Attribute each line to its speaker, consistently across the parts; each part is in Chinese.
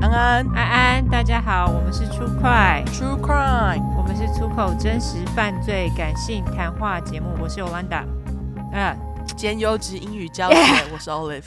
Speaker 1: 安
Speaker 2: 安安，大家好，我们是出快，
Speaker 1: ，True Crime，
Speaker 2: 我们是出口真实犯罪感性谈话节目，我是 Olanda。嗯，
Speaker 1: 兼优质英语教学，我是 Olive，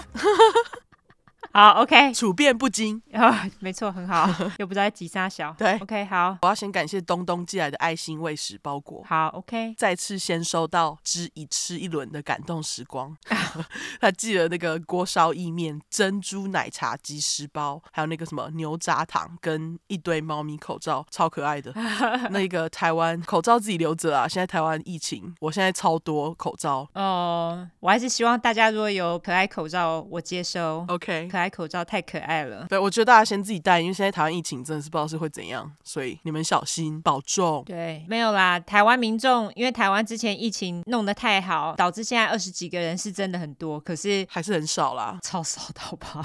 Speaker 2: 好，OK，
Speaker 1: 处变不惊。
Speaker 2: 啊、没错，很好，又不知道在急啥小。
Speaker 1: 对
Speaker 2: ，OK，好，
Speaker 1: 我要先感谢东东寄来的爱心喂食包裹。
Speaker 2: 好，OK，
Speaker 1: 再次先收到之已吃一轮的感动时光， 他寄了那个锅烧意面、珍珠奶茶鸡丝包，还有那个什么牛轧糖跟一堆猫咪口罩，超可爱的。那个台湾口罩自己留着啊，现在台湾疫情，我现在超多口罩。
Speaker 2: 哦、我还是希望大家如果有可爱口罩，我接收。
Speaker 1: OK，
Speaker 2: 可爱口罩太可爱了。
Speaker 1: 对，我觉得大家先自己带，因为现在台湾疫情真的是不知道是会怎样，所以你们小心保重。
Speaker 2: 对，没有啦。台湾民众因为台湾之前疫情弄得太好，导致现在二十几个人是真的很多，可是
Speaker 1: 还是很少啦，
Speaker 2: 超少的好不 好？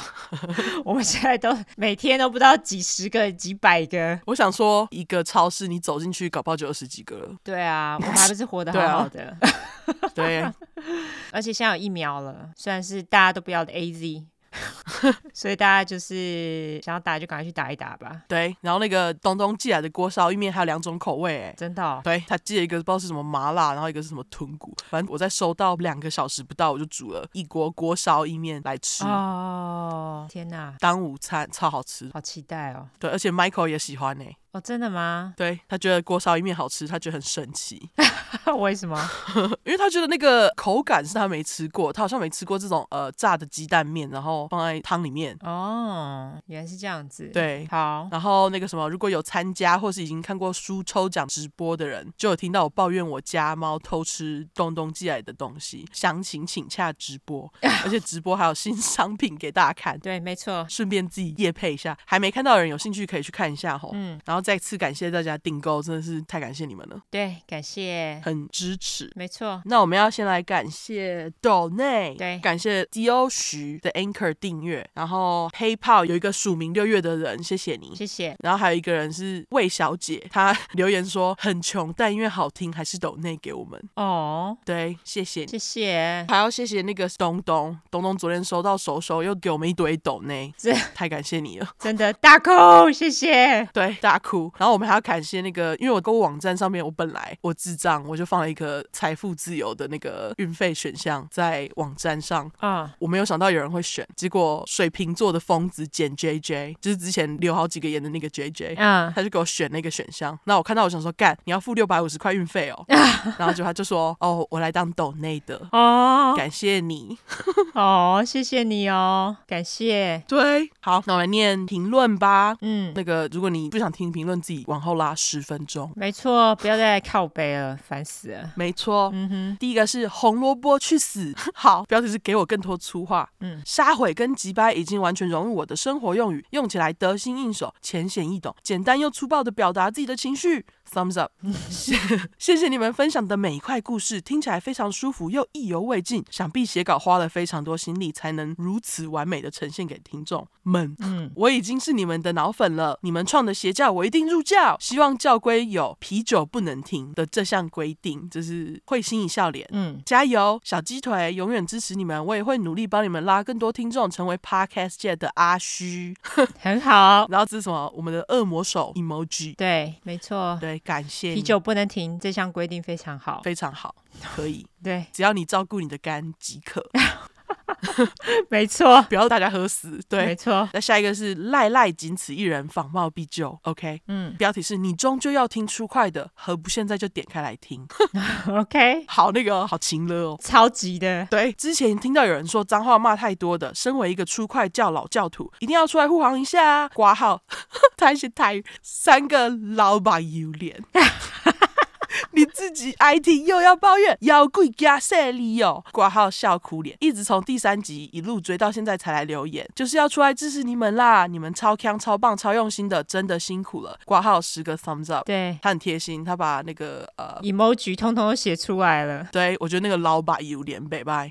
Speaker 2: 我们现在都每天都不知道几十个、几百个。
Speaker 1: 我想说，一个超市你走进去，搞不好就二十几个了。
Speaker 2: 对啊，我们还不是活 得
Speaker 1: 对啊
Speaker 2: 好好的？
Speaker 1: 对，
Speaker 2: 而且现在有疫苗了，虽然是大家都不要的 A Z，所以大家就是想要打就赶快去打一打吧。
Speaker 1: 对，然后那个东东寄来的锅烧意面还有两种口味、欸，
Speaker 2: 真的、哦，
Speaker 1: 对他寄了一个不知道是什么麻辣，然后一个是什么豚骨，反正我在收到两个小时不到，我就煮了一锅锅烧意面来吃。
Speaker 2: 哦，天哪，
Speaker 1: 当午餐超好吃，
Speaker 2: 好期待哦！
Speaker 1: 对，而且 Michael 也喜欢呢、欸
Speaker 2: 哦，真的吗？
Speaker 1: 对他觉得锅烧意面好吃，他觉得很神奇，
Speaker 2: 为什么？
Speaker 1: 因为他觉得那个口感是他没吃过，他好像没吃过这种呃炸的鸡蛋面，然后放在汤里面，
Speaker 2: 哦，原来是这样子。，
Speaker 1: 对，
Speaker 2: 好，
Speaker 1: 然后那个什么，如果有参加或是已经看过书抽奖直播的人，就有听到我抱怨我家猫偷吃东东寄来的东西，详情请洽直播， 而且直播还有新商品给大家看，
Speaker 2: 对，没错，
Speaker 1: 顺便自己夜配一下，还没看到的人有兴趣可以去看一下吼。
Speaker 2: 嗯，
Speaker 1: 然后再次感谢大家订购，真的是太感谢你们了，
Speaker 2: 对，感谢，
Speaker 1: 很支持。
Speaker 2: 没错，
Speaker 1: 那我们要先来感谢斗内，
Speaker 2: 对
Speaker 1: 感谢 D O 徐的 Anchor 订阅，然后黑炮有一个署名六月的人，谢谢你，
Speaker 2: 谢谢。
Speaker 1: 然后还有一个人是魏小姐，她 留言说很穷，但因为好听，还是抖内给我们。
Speaker 2: 哦，
Speaker 1: 对，谢谢你。
Speaker 2: 谢谢。
Speaker 1: 还要谢谢那个东东，东东昨天收到手手又给我们一堆抖内，
Speaker 2: 这
Speaker 1: 太感谢你了。
Speaker 2: 真的大哭，谢谢。
Speaker 1: 对，大哭。然后我们还要感谢那个，因为我购物网站上面，我本来我智障，我就放了一个财富自由的那个运费选项在网站上，
Speaker 2: 啊、
Speaker 1: 我没有想到有人会选，结果水瓶座的疯子简 J J，就是之前留好几个言的那个 J J，
Speaker 2: 嗯，
Speaker 1: 他就给我选那个选项。那我看到我想说，干，你要付六百五十块运费哦。然后就他就说，哦，我来当抖内 的，
Speaker 2: 哦
Speaker 1: 感谢你。
Speaker 2: 哦，谢谢你哦，感谢。
Speaker 1: 对，好，那我来念评论吧。
Speaker 2: 嗯，
Speaker 1: 那个，如果你不想听评论，自己往后拉十分钟。
Speaker 2: 没错，不要再来靠背了，烦死了。
Speaker 1: 没错，
Speaker 2: 嗯哼，
Speaker 1: 第一个是红萝卜去 死。好，标题是给我更多粗话。
Speaker 2: 嗯，
Speaker 1: 杀毁跟击败已经完全融入我的生活用语，用起来得心应手，浅显易懂，简单又粗暴的表达自己的情绪。Thumbs up，谢
Speaker 2: 嗯
Speaker 1: 谢谢你们分享的每一块故事，听起来非常舒服又意犹未尽。想必写稿花了非常多心力，才能如此完美的呈现给听众们。
Speaker 2: 嗯，
Speaker 1: 我已经是你们的脑粉了，你们创的邪教我一定入教。希望教规有啤酒不能停的这项规定，就是会心一笑脸。
Speaker 2: 嗯，
Speaker 1: 加油，小鸡腿，永远支持你们！我也会努力帮你们拉更多听众，成为 podcast 界的阿虚。
Speaker 2: 很好。
Speaker 1: 然后这是什么？我们的恶魔手 emoji。
Speaker 2: 对，没错，
Speaker 1: 对，感谢你
Speaker 2: 啤酒不能停，这项规定非常好。
Speaker 1: 非常好，可以，
Speaker 2: 对，
Speaker 1: 只要你照顾你的肝即可，
Speaker 2: 没错，
Speaker 1: 不要大家喝死。
Speaker 2: 没
Speaker 1: 对，
Speaker 2: 错。
Speaker 1: 那下一个是赖赖，仅此一人，仿冒必救。OK，
Speaker 2: 嗯
Speaker 1: 标题是你终究要听出快的，何不现在就点开来听？
Speaker 2: ，OK，
Speaker 1: 好，那个好情了哦。
Speaker 2: 超级的。
Speaker 1: 对，之前听到有人说脏话骂太多的，身为一个出快教老教徒，一定要出来护航一下啊！挂号， 他是台语三个老板有脸。 你自己爱听又要抱怨，要贵加塞利哦！挂号笑哭脸，一直从第三集一路追到现在才来留言，就是要出来支持你们啦！你们超强、超棒、超用心的，真的辛苦了！挂号十个 thumbs up，
Speaker 2: 对
Speaker 1: 他很贴心，他把那个呃，
Speaker 2: ，emoji 通通都写出来了。
Speaker 1: 对我觉得那个老板有脸北拜。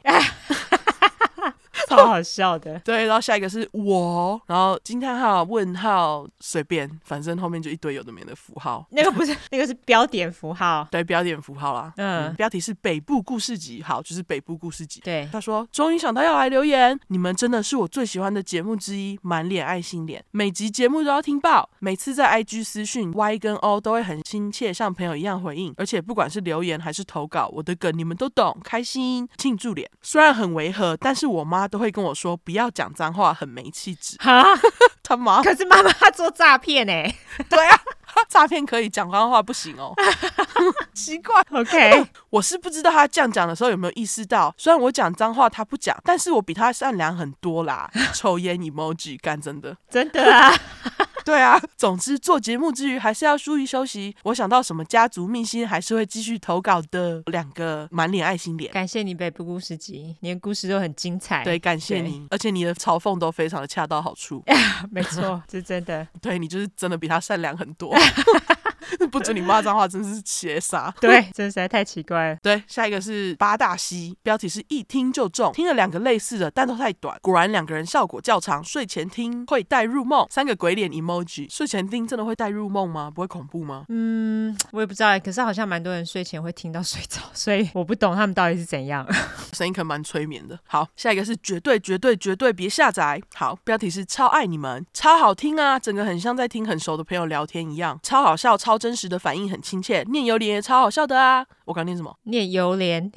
Speaker 2: 超好笑的。
Speaker 1: 对，然后下一个是我，然后惊叹号、问号，随便，反正后面就一堆有的没的符号。
Speaker 2: 那个不是，那个是标点符号。
Speaker 1: 对，标点符号啦。
Speaker 2: 嗯
Speaker 1: 标题是北部故事集，好，就是北部故事集。
Speaker 2: 对，
Speaker 1: 他说：“终于想到要来留言，你们真的是我最喜欢的节目之一，满脸爱心脸，每集节目都要听爆。每次在 IG 私讯 Y 跟 O 都会很亲切，像朋友一样回应，而且不管是留言还是投稿，我的梗你们都懂，开心庆祝脸。虽然很违和，但是我妈都会跟我说不要讲脏话，很没气质。
Speaker 2: 哈，
Speaker 1: 他妈，
Speaker 2: 可是妈妈做诈骗哎。
Speaker 1: 对啊，诈骗可以讲脏话不行哦，奇怪。”
Speaker 2: OK，
Speaker 1: 我是不知道他这样讲的时候有没有意识到，虽然我讲脏话他不讲，但是我比他善良很多啦。抽烟 emoji，干真的，
Speaker 2: 真的啊，
Speaker 1: 对啊。总之做节目之余还是要注意休息。我想到什么家族秘辛，还是会继续投稿的。两个满脸爱心脸，
Speaker 2: 感谢你北部故事集，你的故事都很精彩。
Speaker 1: 对，，感谢
Speaker 2: 对
Speaker 1: 你，而且你的嘲讽都非常的恰到好处，
Speaker 2: 没错， 是真的。
Speaker 1: 对你就是真的比他善良很 多。 不准你骂脏话，真是邪杀。
Speaker 2: 对，真的实在太奇怪了。
Speaker 1: 对，下一个是八大西，标题是一听就中，听了两个类似的，但都太短。果然两个人效果较长，睡前听会带入梦。三个鬼脸 emoji，睡前听真的会带入梦吗？不会恐怖吗？
Speaker 2: 嗯，我也不知道欸，可是好像蛮多人睡前会听到睡着， 所以我不懂他们到底是怎 样。
Speaker 1: 声音可能蛮催眠的。好，下一个是绝对绝对绝对别下载。好，标题是超爱你们，超好听啊，整个很像在听很熟的朋友聊天一样，超好笑，超真实的反应很亲切，念榴莲也超好笑的啊。我刚念什么？
Speaker 2: 念榴莲，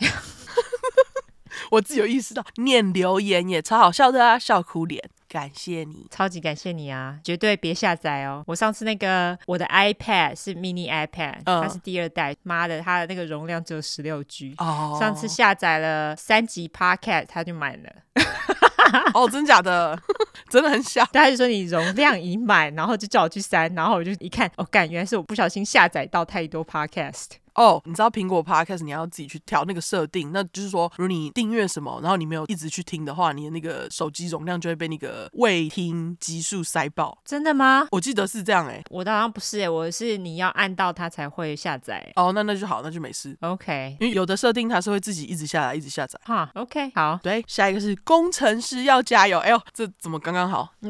Speaker 1: 我自己有意识到，念留言也超好笑的啊，笑哭脸。感谢你。
Speaker 2: 超级感谢你啊！绝对别下载哦。我上次那个我的 iPad 是 mini iPad，、
Speaker 1: 嗯
Speaker 2: 它是第二代，妈的，它的那个容量只有十六 G。
Speaker 1: 哦，
Speaker 2: 上次下载了三集 Podcast，它就满了。
Speaker 1: 哦，真假的， 真的很小。
Speaker 2: 但他就说你容量已满，然后就叫我去删，然后我就一看，哦，干，原来是我不小心下载到太多 podcast。
Speaker 1: 哦，你知道苹果 Podcast 你要自己去调那个设定，那就是说，如果你订阅什么，然后你没有一直去听的话，你的那个手机容量就会被那个未听集数塞爆。
Speaker 2: 真的吗？
Speaker 1: 我记得是这样哎、
Speaker 2: 我的好像不是、欸，我是你要按到它才会下载。
Speaker 1: 哦，那那就好，那就没事，
Speaker 2: OK，
Speaker 1: 因为有的设定它是会自己一直下来，一直下载。
Speaker 2: 哈，OK，好，
Speaker 1: 对，下一个是工程师要加油。哎呦，这怎么刚刚好？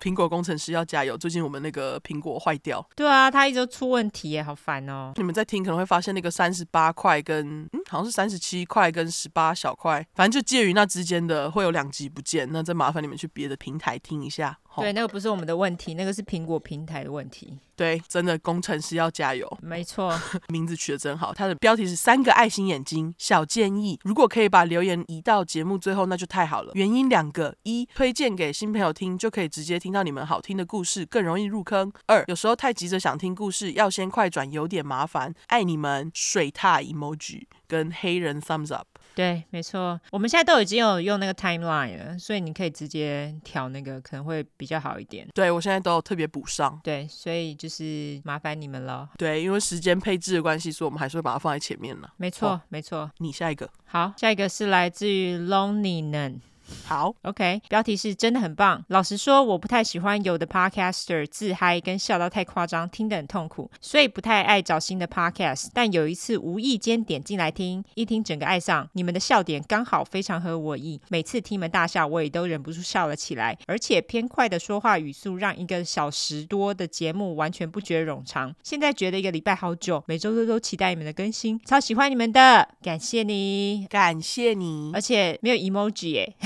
Speaker 1: 苹果工程师要加油。最近我们那个苹果坏掉，
Speaker 2: 对啊，它一直都出问题耶，好烦哦、
Speaker 1: 你们在听可能会发现那个三十八块跟嗯，好像是三十七块跟十八小块，反正就介于那之间的会有两集不见，那再麻烦你们去别的平台听一下。吼
Speaker 2: 对，那个不是我们的问题，那个是苹果平台的问题。
Speaker 1: 对，真的工程师要加油，
Speaker 2: 没错，
Speaker 1: 名字取得真好。它的标题是三个爱心眼睛，小建议，如果可以把留言移到节目最后，那就太好了。原因两个：一，推荐给新朋友听，就可以直接听到你们好听的故事，更容易入坑；二，有时候太急着想听故事，要先快转有点麻烦。爱你们，水獭 emoji 跟黑人 thumbs up。
Speaker 2: 对，没错，我们现在都已经有用那个 timeline 了，所以你可以直接调那个，可能会比较好一点。
Speaker 1: 对我现在都有特别补上，
Speaker 2: 对，所以就是麻烦你们了。
Speaker 1: 对，因为时间配置的关系，所以我们还是会把它放在前面呢。
Speaker 2: 没错，
Speaker 1: 哦
Speaker 2: 没错。
Speaker 1: 你下一个，
Speaker 2: 好，下一个是来自于 Lonely 能。
Speaker 1: 好，
Speaker 2: OK，标题是真的很棒。老实说，我不太喜欢有的 podcaster 自嗨跟笑到太夸张，听得很痛苦，所以不太爱找新的 podcast。但有一次无意间点进来听，一听整个爱上，你们的笑点刚好非常合我意，每次听你们大笑，我也都忍不住笑了起来。而且偏快的说话语速，让一个小时多的节目完全不觉得冗长。现在觉得一个礼拜好久，每周六都期待你们的更新，超喜欢你们的，感谢你。
Speaker 1: 感谢你
Speaker 2: 而且没有 emoji 耶、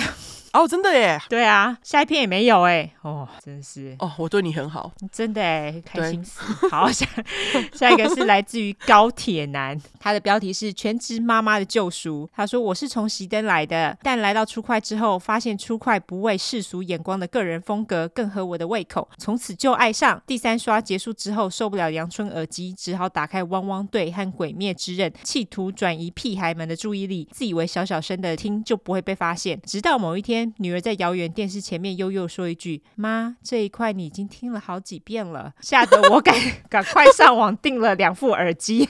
Speaker 1: 哦，真的耶，
Speaker 2: 嗯对啊，下一篇也没有哎、哦，真是
Speaker 1: 哦，我对你很好，
Speaker 2: 真的哎、开心死。好，下 下一个是来自于高铁男，他的标题是《全职妈妈的救赎》。他说：“我是从熄灯来的，但来到初快之后，发现初快不为世俗眼光的个人风格更合我的胃口，从此就爱上。第三刷结束之后，受不了阳春耳机，只好打开《汪汪队》和《鬼灭之刃》，企图转移屁孩们的注意力，自以为小小声的听就不会被发现。直到某一天，女儿在遥远电视前面悠悠说一句：“妈，这一块你已经听了好几遍了。”吓得我赶赶快上网订了两副耳机。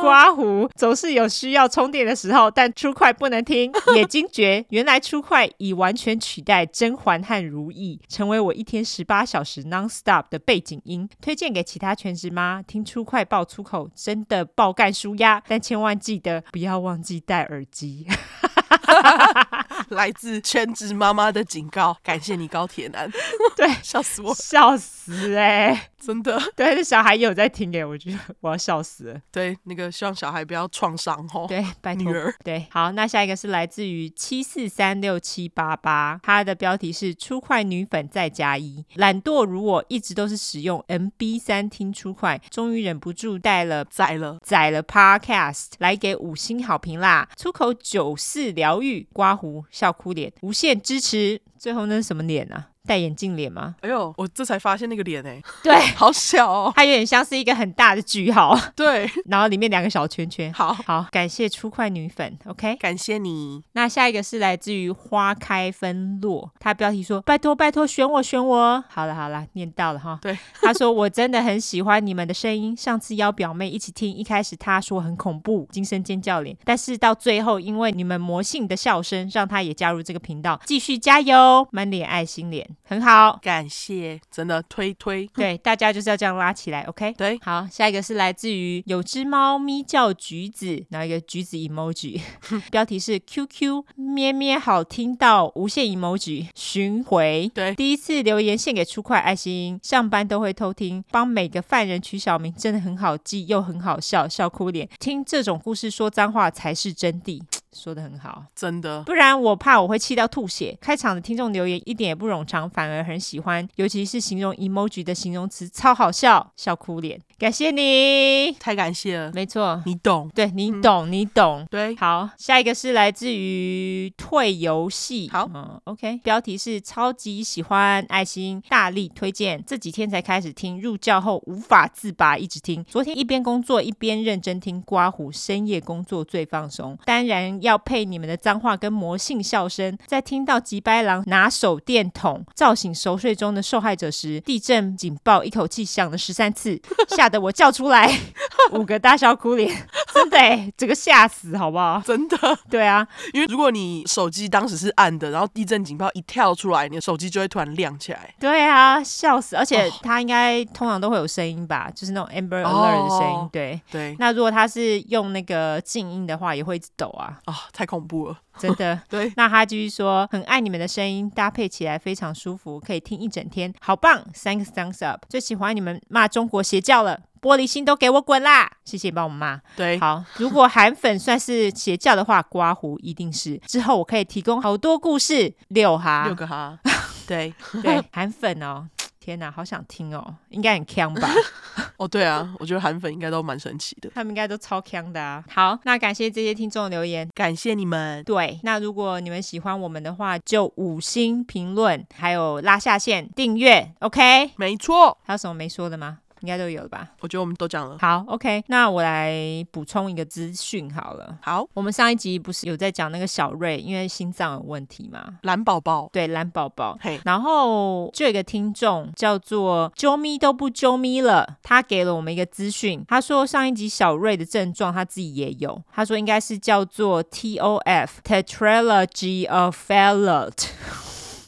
Speaker 2: 刮胡总是有需要充电的时候，但出快不能听，也惊觉原来出快已完全取代甄嬛和如懿，成为我一天十八小时 non stop 的背景音。推荐给其他全职妈听出快爆粗口，真的爆干舒压，但千万记得不要忘记戴耳机。
Speaker 1: 来自全职妈妈的警告，感谢你高铁男，
Speaker 2: 对，
Speaker 1: 笑死我，
Speaker 2: 笑死哎、
Speaker 1: 真的。
Speaker 2: 对，这小孩也有在听哎，我觉得我要笑死了。
Speaker 1: 对，那个希望小孩不要创伤哦。
Speaker 2: 对，拜
Speaker 1: 女
Speaker 2: 托。
Speaker 1: 儿
Speaker 2: 对，好，那下一个是来自于七四三六七八八，它的标题是“出快女粉再加一”。懒惰如我，一直都是使用 MB 三听出快，终于忍不住带了。
Speaker 1: 宰了，
Speaker 2: 载了 Podcast 来给五星好评啦！出口九四疗愈刮胡笑哭脸，无限支持。最后那是什么脸啊？戴眼镜脸吗？
Speaker 1: 哎呦，我这才发现那个脸哎、
Speaker 2: 对，
Speaker 1: 好小哦。
Speaker 2: 它有点像是一个很大的句号，
Speaker 1: 对，
Speaker 2: 然后里面两个小圈圈。
Speaker 1: 好，
Speaker 2: 好，感谢出快女粉，OK。
Speaker 1: 感谢你。
Speaker 2: 那下一个是来自于花开纷落，他标题说：“拜托拜托，选我选我。”好了好了，念到了哈。
Speaker 1: 对，
Speaker 2: 他说：“我真的很喜欢你们的声音。上次邀表妹一起听，一开始她说很恐怖，惊声尖叫脸，但是到最后，因为你们魔性的笑声，让她也加入这个频道，继续加油，满脸爱心脸，很好。”
Speaker 1: 感谢，真的推推，
Speaker 2: 对，大家就是要这样拉起来，OK？
Speaker 1: 对
Speaker 2: 好，下一个是来自于有只猫咪叫橘子，然后一个橘子 emoji，标 题是 QQ 咩咩好听到无限 emoji 巡回。
Speaker 1: 对
Speaker 2: 第一次留言献给出快爱心，上班都会偷听，帮每个犯人取小名，真的很好记又很好笑，笑哭脸。听这种故事说脏话才是真谛，说的很好。
Speaker 1: 真的
Speaker 2: 不然我怕我会气到吐血。开场的听众留言一点也不冗长，反而很喜欢，尤其是形容 emoji 的形容词，超好笑，笑哭脸。感谢你，
Speaker 1: 太感谢了，
Speaker 2: 没错，
Speaker 1: 你懂。
Speaker 2: 对你懂，你懂。
Speaker 1: 对，
Speaker 2: 好，下一个是来自于退游戏。
Speaker 1: 好
Speaker 2: 嗯，OK，标题是超级喜欢爱心，大力推荐。这几天才开始听，入教后无法自拔，一直听。昨天一边工作一边认真听刮胡，深夜工作最放松。当然要配你们的脏话跟魔性笑声。在听到吉白狼拿手电筒照醒熟睡中的受害者时，地震警报一口气响了十三次，吓得我叫出来，五个大笑哭脸，真的、欸，这个吓死好不好？
Speaker 1: 真的，
Speaker 2: 对啊，
Speaker 1: 因为如果你手机当时是暗的，然后地震警报一跳出来，你的手机就会突然亮起来。
Speaker 2: 对啊，笑死！而且
Speaker 1: 哦
Speaker 2: 它应该通常都会有声音吧，就是那种 Amber
Speaker 1: 哦
Speaker 2: Alert 的声音。对，
Speaker 1: 对，
Speaker 2: 那如果它是用那个静音的话，也会一直抖 啊，
Speaker 1: 啊、太恐怖了。。
Speaker 2: 真的
Speaker 1: 对，
Speaker 2: 那他继续说，很爱你们的声音，搭配起来非常舒服，可以听一整天，好棒！三个 thumbs up，最喜欢你们骂中国邪教了，玻璃心都给我滚啦！谢谢帮我骂。
Speaker 1: 对，
Speaker 2: 好，如果韩粉算是邪教的话，刮胡一定是。之后我可以提供好多故事，六哈，
Speaker 1: 六个哈。对，
Speaker 2: 对，韩粉哦，天哪，好想听哦，应该很强吧？
Speaker 1: 哦，对啊，我觉得韩粉应该都蛮神奇的。
Speaker 2: 他们应该都超强的啊。好，那感谢这些听众的留言。
Speaker 1: 感谢你们，
Speaker 2: 对，那如果你们喜欢我们的话，就五星评论，还有拉下线订阅，OK？
Speaker 1: 没错，
Speaker 2: 还有什么没说的吗？应该都有了吧。
Speaker 1: 我觉得我们都讲了。
Speaker 2: 好，OK，那我来补充一个资讯好了。
Speaker 1: 好，
Speaker 2: 我们上一集不是有在讲那个小瑞因为心脏有问题吗？
Speaker 1: 蓝宝宝，
Speaker 2: 对，蓝宝宝，
Speaker 1: 嘿，
Speaker 2: 然后就有一个听众叫做“啾咪都不啾咪了”，他给了我们一个资讯，他说上一集小瑞的症状他自己也有，他说应该是叫做 TOF Tetralogy of Fallot，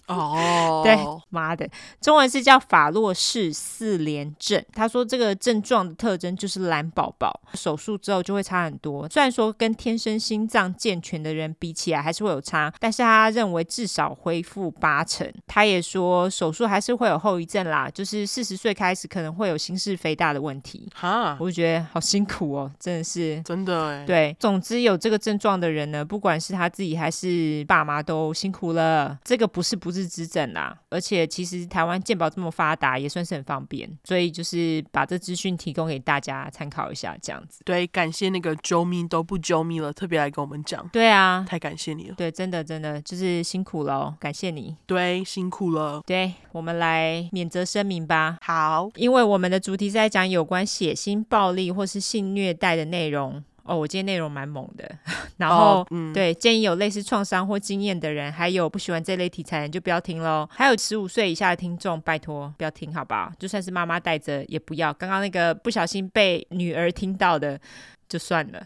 Speaker 1: 哦，
Speaker 2: 对，妈的，中文是叫法洛氏四联症。他说这个症状的特征就是蓝宝宝，手术之后就会差很多。虽然说跟天生心脏健全的人比起来还是会有差，但是他认为至少恢复八成。他也说手术还是会有后遗症啦，就是四十岁开始可能会有心室肥大的问题。
Speaker 1: 哈，
Speaker 2: 我就觉得好辛苦哦，真的是
Speaker 1: 真的哎，
Speaker 2: 对，总之有这个症状的人呢，不管是他自己还是爸妈，都辛苦了。这个不是不治之症啦，而且其实台湾健保这么发达，也算是很方便，所以就是把这资讯提供给大家参考一下，这样子。
Speaker 1: 对，感谢那个啾咪都不啾咪了，特别来跟我们讲，
Speaker 2: 对啊，
Speaker 1: 太感谢你了，
Speaker 2: 对，真的真的就是辛苦了哦，感谢你。
Speaker 1: 对，辛苦了。
Speaker 2: 对我们来免责声明吧。
Speaker 1: 好，
Speaker 2: 因为我们的主题是在讲有关血腥暴力或是性虐待的内容哦，我今天内容蛮猛的， 然后、
Speaker 1: 哦嗯
Speaker 2: 对建议有类似创伤或经验的人，还有不喜欢这类题材的人就不要听喽。还有十五岁以下的听众，拜托不要听，好吧？就算是妈妈带着也不要。刚刚那个不小心被女儿听到的就算了，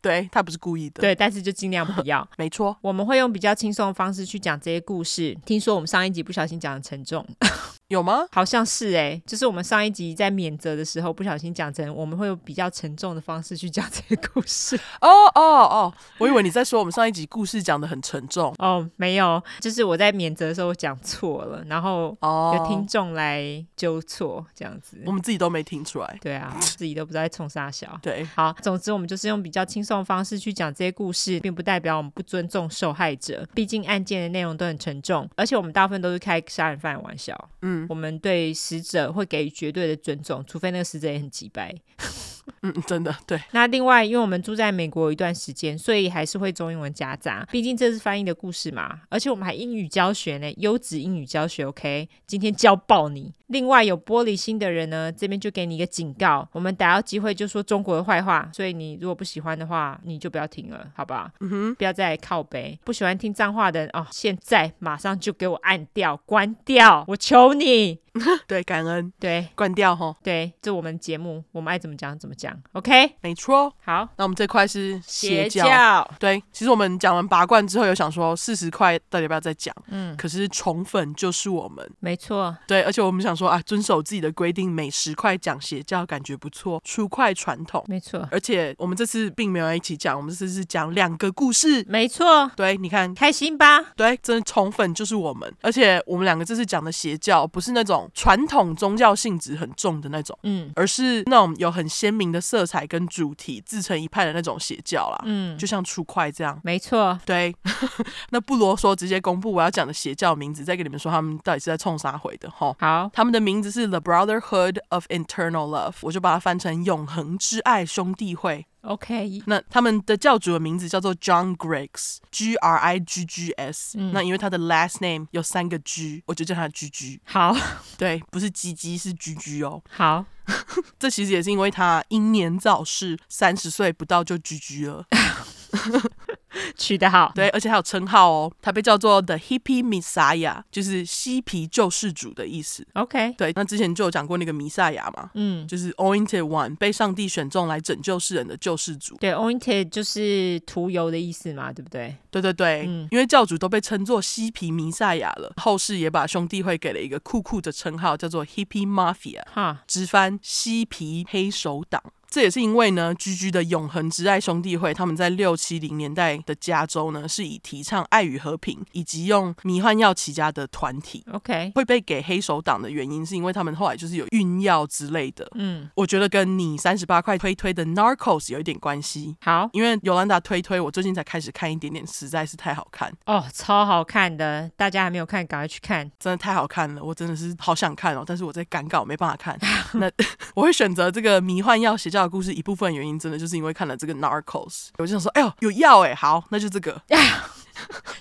Speaker 1: 对他不是故意的，，
Speaker 2: 对，但是就尽量不要。
Speaker 1: 没错，
Speaker 2: 我们会用比较轻松的方式去讲这些故事。听说我们上一集不小心讲的沉重，
Speaker 1: 有吗？
Speaker 2: 好像是哎、就是我们上一集在免责的时候不小心讲成，我们会用比较沉重的方式去讲这个故事。
Speaker 1: 哦哦哦，我以为你在说我们上一集故事讲的很沉重
Speaker 2: 哦，没有，就是我在免责的时候我讲错了，然后
Speaker 1: 哦，
Speaker 2: 有听众来纠错这样子。
Speaker 1: 我们自己都没听出来。
Speaker 2: 对啊，自己都不知道在冲啥小。
Speaker 1: 对，
Speaker 2: 好，总之我们就是用比较轻松的方式去讲这些故事，并不代表我们不尊重受害者。毕竟案件的内容都很沉重，而且我们大部分都是开杀人犯的玩笑。
Speaker 1: 嗯
Speaker 2: 我们对死者会给予绝对的尊重，除非那个死者也很急白。
Speaker 1: 嗯，真的对，
Speaker 2: 那另外，因为我们住在美国有一段时间，所以还是会中英文夹杂，毕竟这是翻译的故事嘛。而且我们还英语教学呢，优质英语教学，OK，今天教爆你。另外，有玻璃心的人呢，这边就给你一个警告，我们逮到机会就说中国的坏话，所以你如果不喜欢的话，你就不要听了，好不好？
Speaker 1: 嗯哼，
Speaker 2: 不要再靠背，不喜欢听脏话的人哦，现在马上就给我按掉、关掉，我求你。
Speaker 1: 对，感恩
Speaker 2: 对
Speaker 1: 关掉吼，
Speaker 2: 对，这我们节目，我们爱怎么讲怎么讲，OK？
Speaker 1: 没错。
Speaker 2: 好，
Speaker 1: 那我们这块是
Speaker 2: 邪
Speaker 1: 教。
Speaker 2: 教。
Speaker 1: 对，其实我们讲完拔罐之后，有想说四十块到底要不要再讲？
Speaker 2: 嗯，
Speaker 1: 可是宠粉就是我们，
Speaker 2: 没错，
Speaker 1: 对，而且我们想说啊，遵守自己的规定，每十块讲邪教，感觉不错，出块传统。
Speaker 2: 没错，
Speaker 1: 而且我们这次并没有一起讲，我们这次是讲两个故事。
Speaker 2: 没错，
Speaker 1: 对，你看，
Speaker 2: 开心吧？
Speaker 1: 对，真的宠粉就是我们，而且我们两个这次讲的邪教不是那种传统宗教性质很重的那种，
Speaker 2: 嗯
Speaker 1: 而是那种有很鲜明的色彩跟主题，自成一派的那种邪教啦，
Speaker 2: 嗯，
Speaker 1: 就像出块这样。
Speaker 2: 没错，
Speaker 1: 对， 那不啰嗦，直接公布我要讲的邪教名字，再跟你们说他们到底是在冲啥回的哈。
Speaker 2: 好，
Speaker 1: 他们的名字是 The Brotherhood of Internal Love，我就把它翻成永恒之爱兄弟会。
Speaker 2: ，OK，
Speaker 1: 那他们的教主的名字叫做 John Griggs，G R I G G S、
Speaker 2: 嗯
Speaker 1: 那因为他的 last name 有三个 G，我就叫他 G G。
Speaker 2: 好，
Speaker 1: 对，不是鸡鸡，是 G G 哦。
Speaker 2: 好，
Speaker 1: 这其实也是因为他英年早逝，三十岁不到就 G G 了。
Speaker 2: 取得好，
Speaker 1: 对，而且还有称号哦，他被叫做 The Hippie Messiah，就是嬉皮救世主的意思。
Speaker 2: ，OK，
Speaker 1: 对，那之前就有讲过那个弥赛亚嘛，
Speaker 2: 嗯，
Speaker 1: 就是 Anointed One，被上帝选中来拯救世人的救世主。
Speaker 2: 对，ointed 就是涂油的意思嘛，对不对？
Speaker 1: 对对对，
Speaker 2: 嗯
Speaker 1: 因为教主都被称作嬉皮弥赛亚了，后世也把兄弟会给了一个酷酷的称号，叫做 Hippie Mafia，
Speaker 2: 哈，
Speaker 1: 直翻嬉皮黑手党。这也是因为呢，居居的永恒之爱兄弟会，他们在六七零年代的加州呢，是以提倡爱与和平，以及用迷幻药起家的团体。
Speaker 2: ，OK，
Speaker 1: 会被给黑手党的原因，是因为他们后来就是有运药之类的。
Speaker 2: 嗯，
Speaker 1: 我觉得跟你三十八块推推的 Narcos 有一点关系，
Speaker 2: 好，
Speaker 1: 因为尤兰达推推，我最近才开始看一点点，实在是太好看，
Speaker 2: 哦，超好看的，大家还没有看，赶快去看。
Speaker 1: 真的太好看了，我真的是好想看哦，但是我在赶稿没办法看。那我会选择这个迷幻药邪教的故事，一部分原因真的就是因为看了这个 Narcos，我就想说，哎呦有药哎，好，那就这个。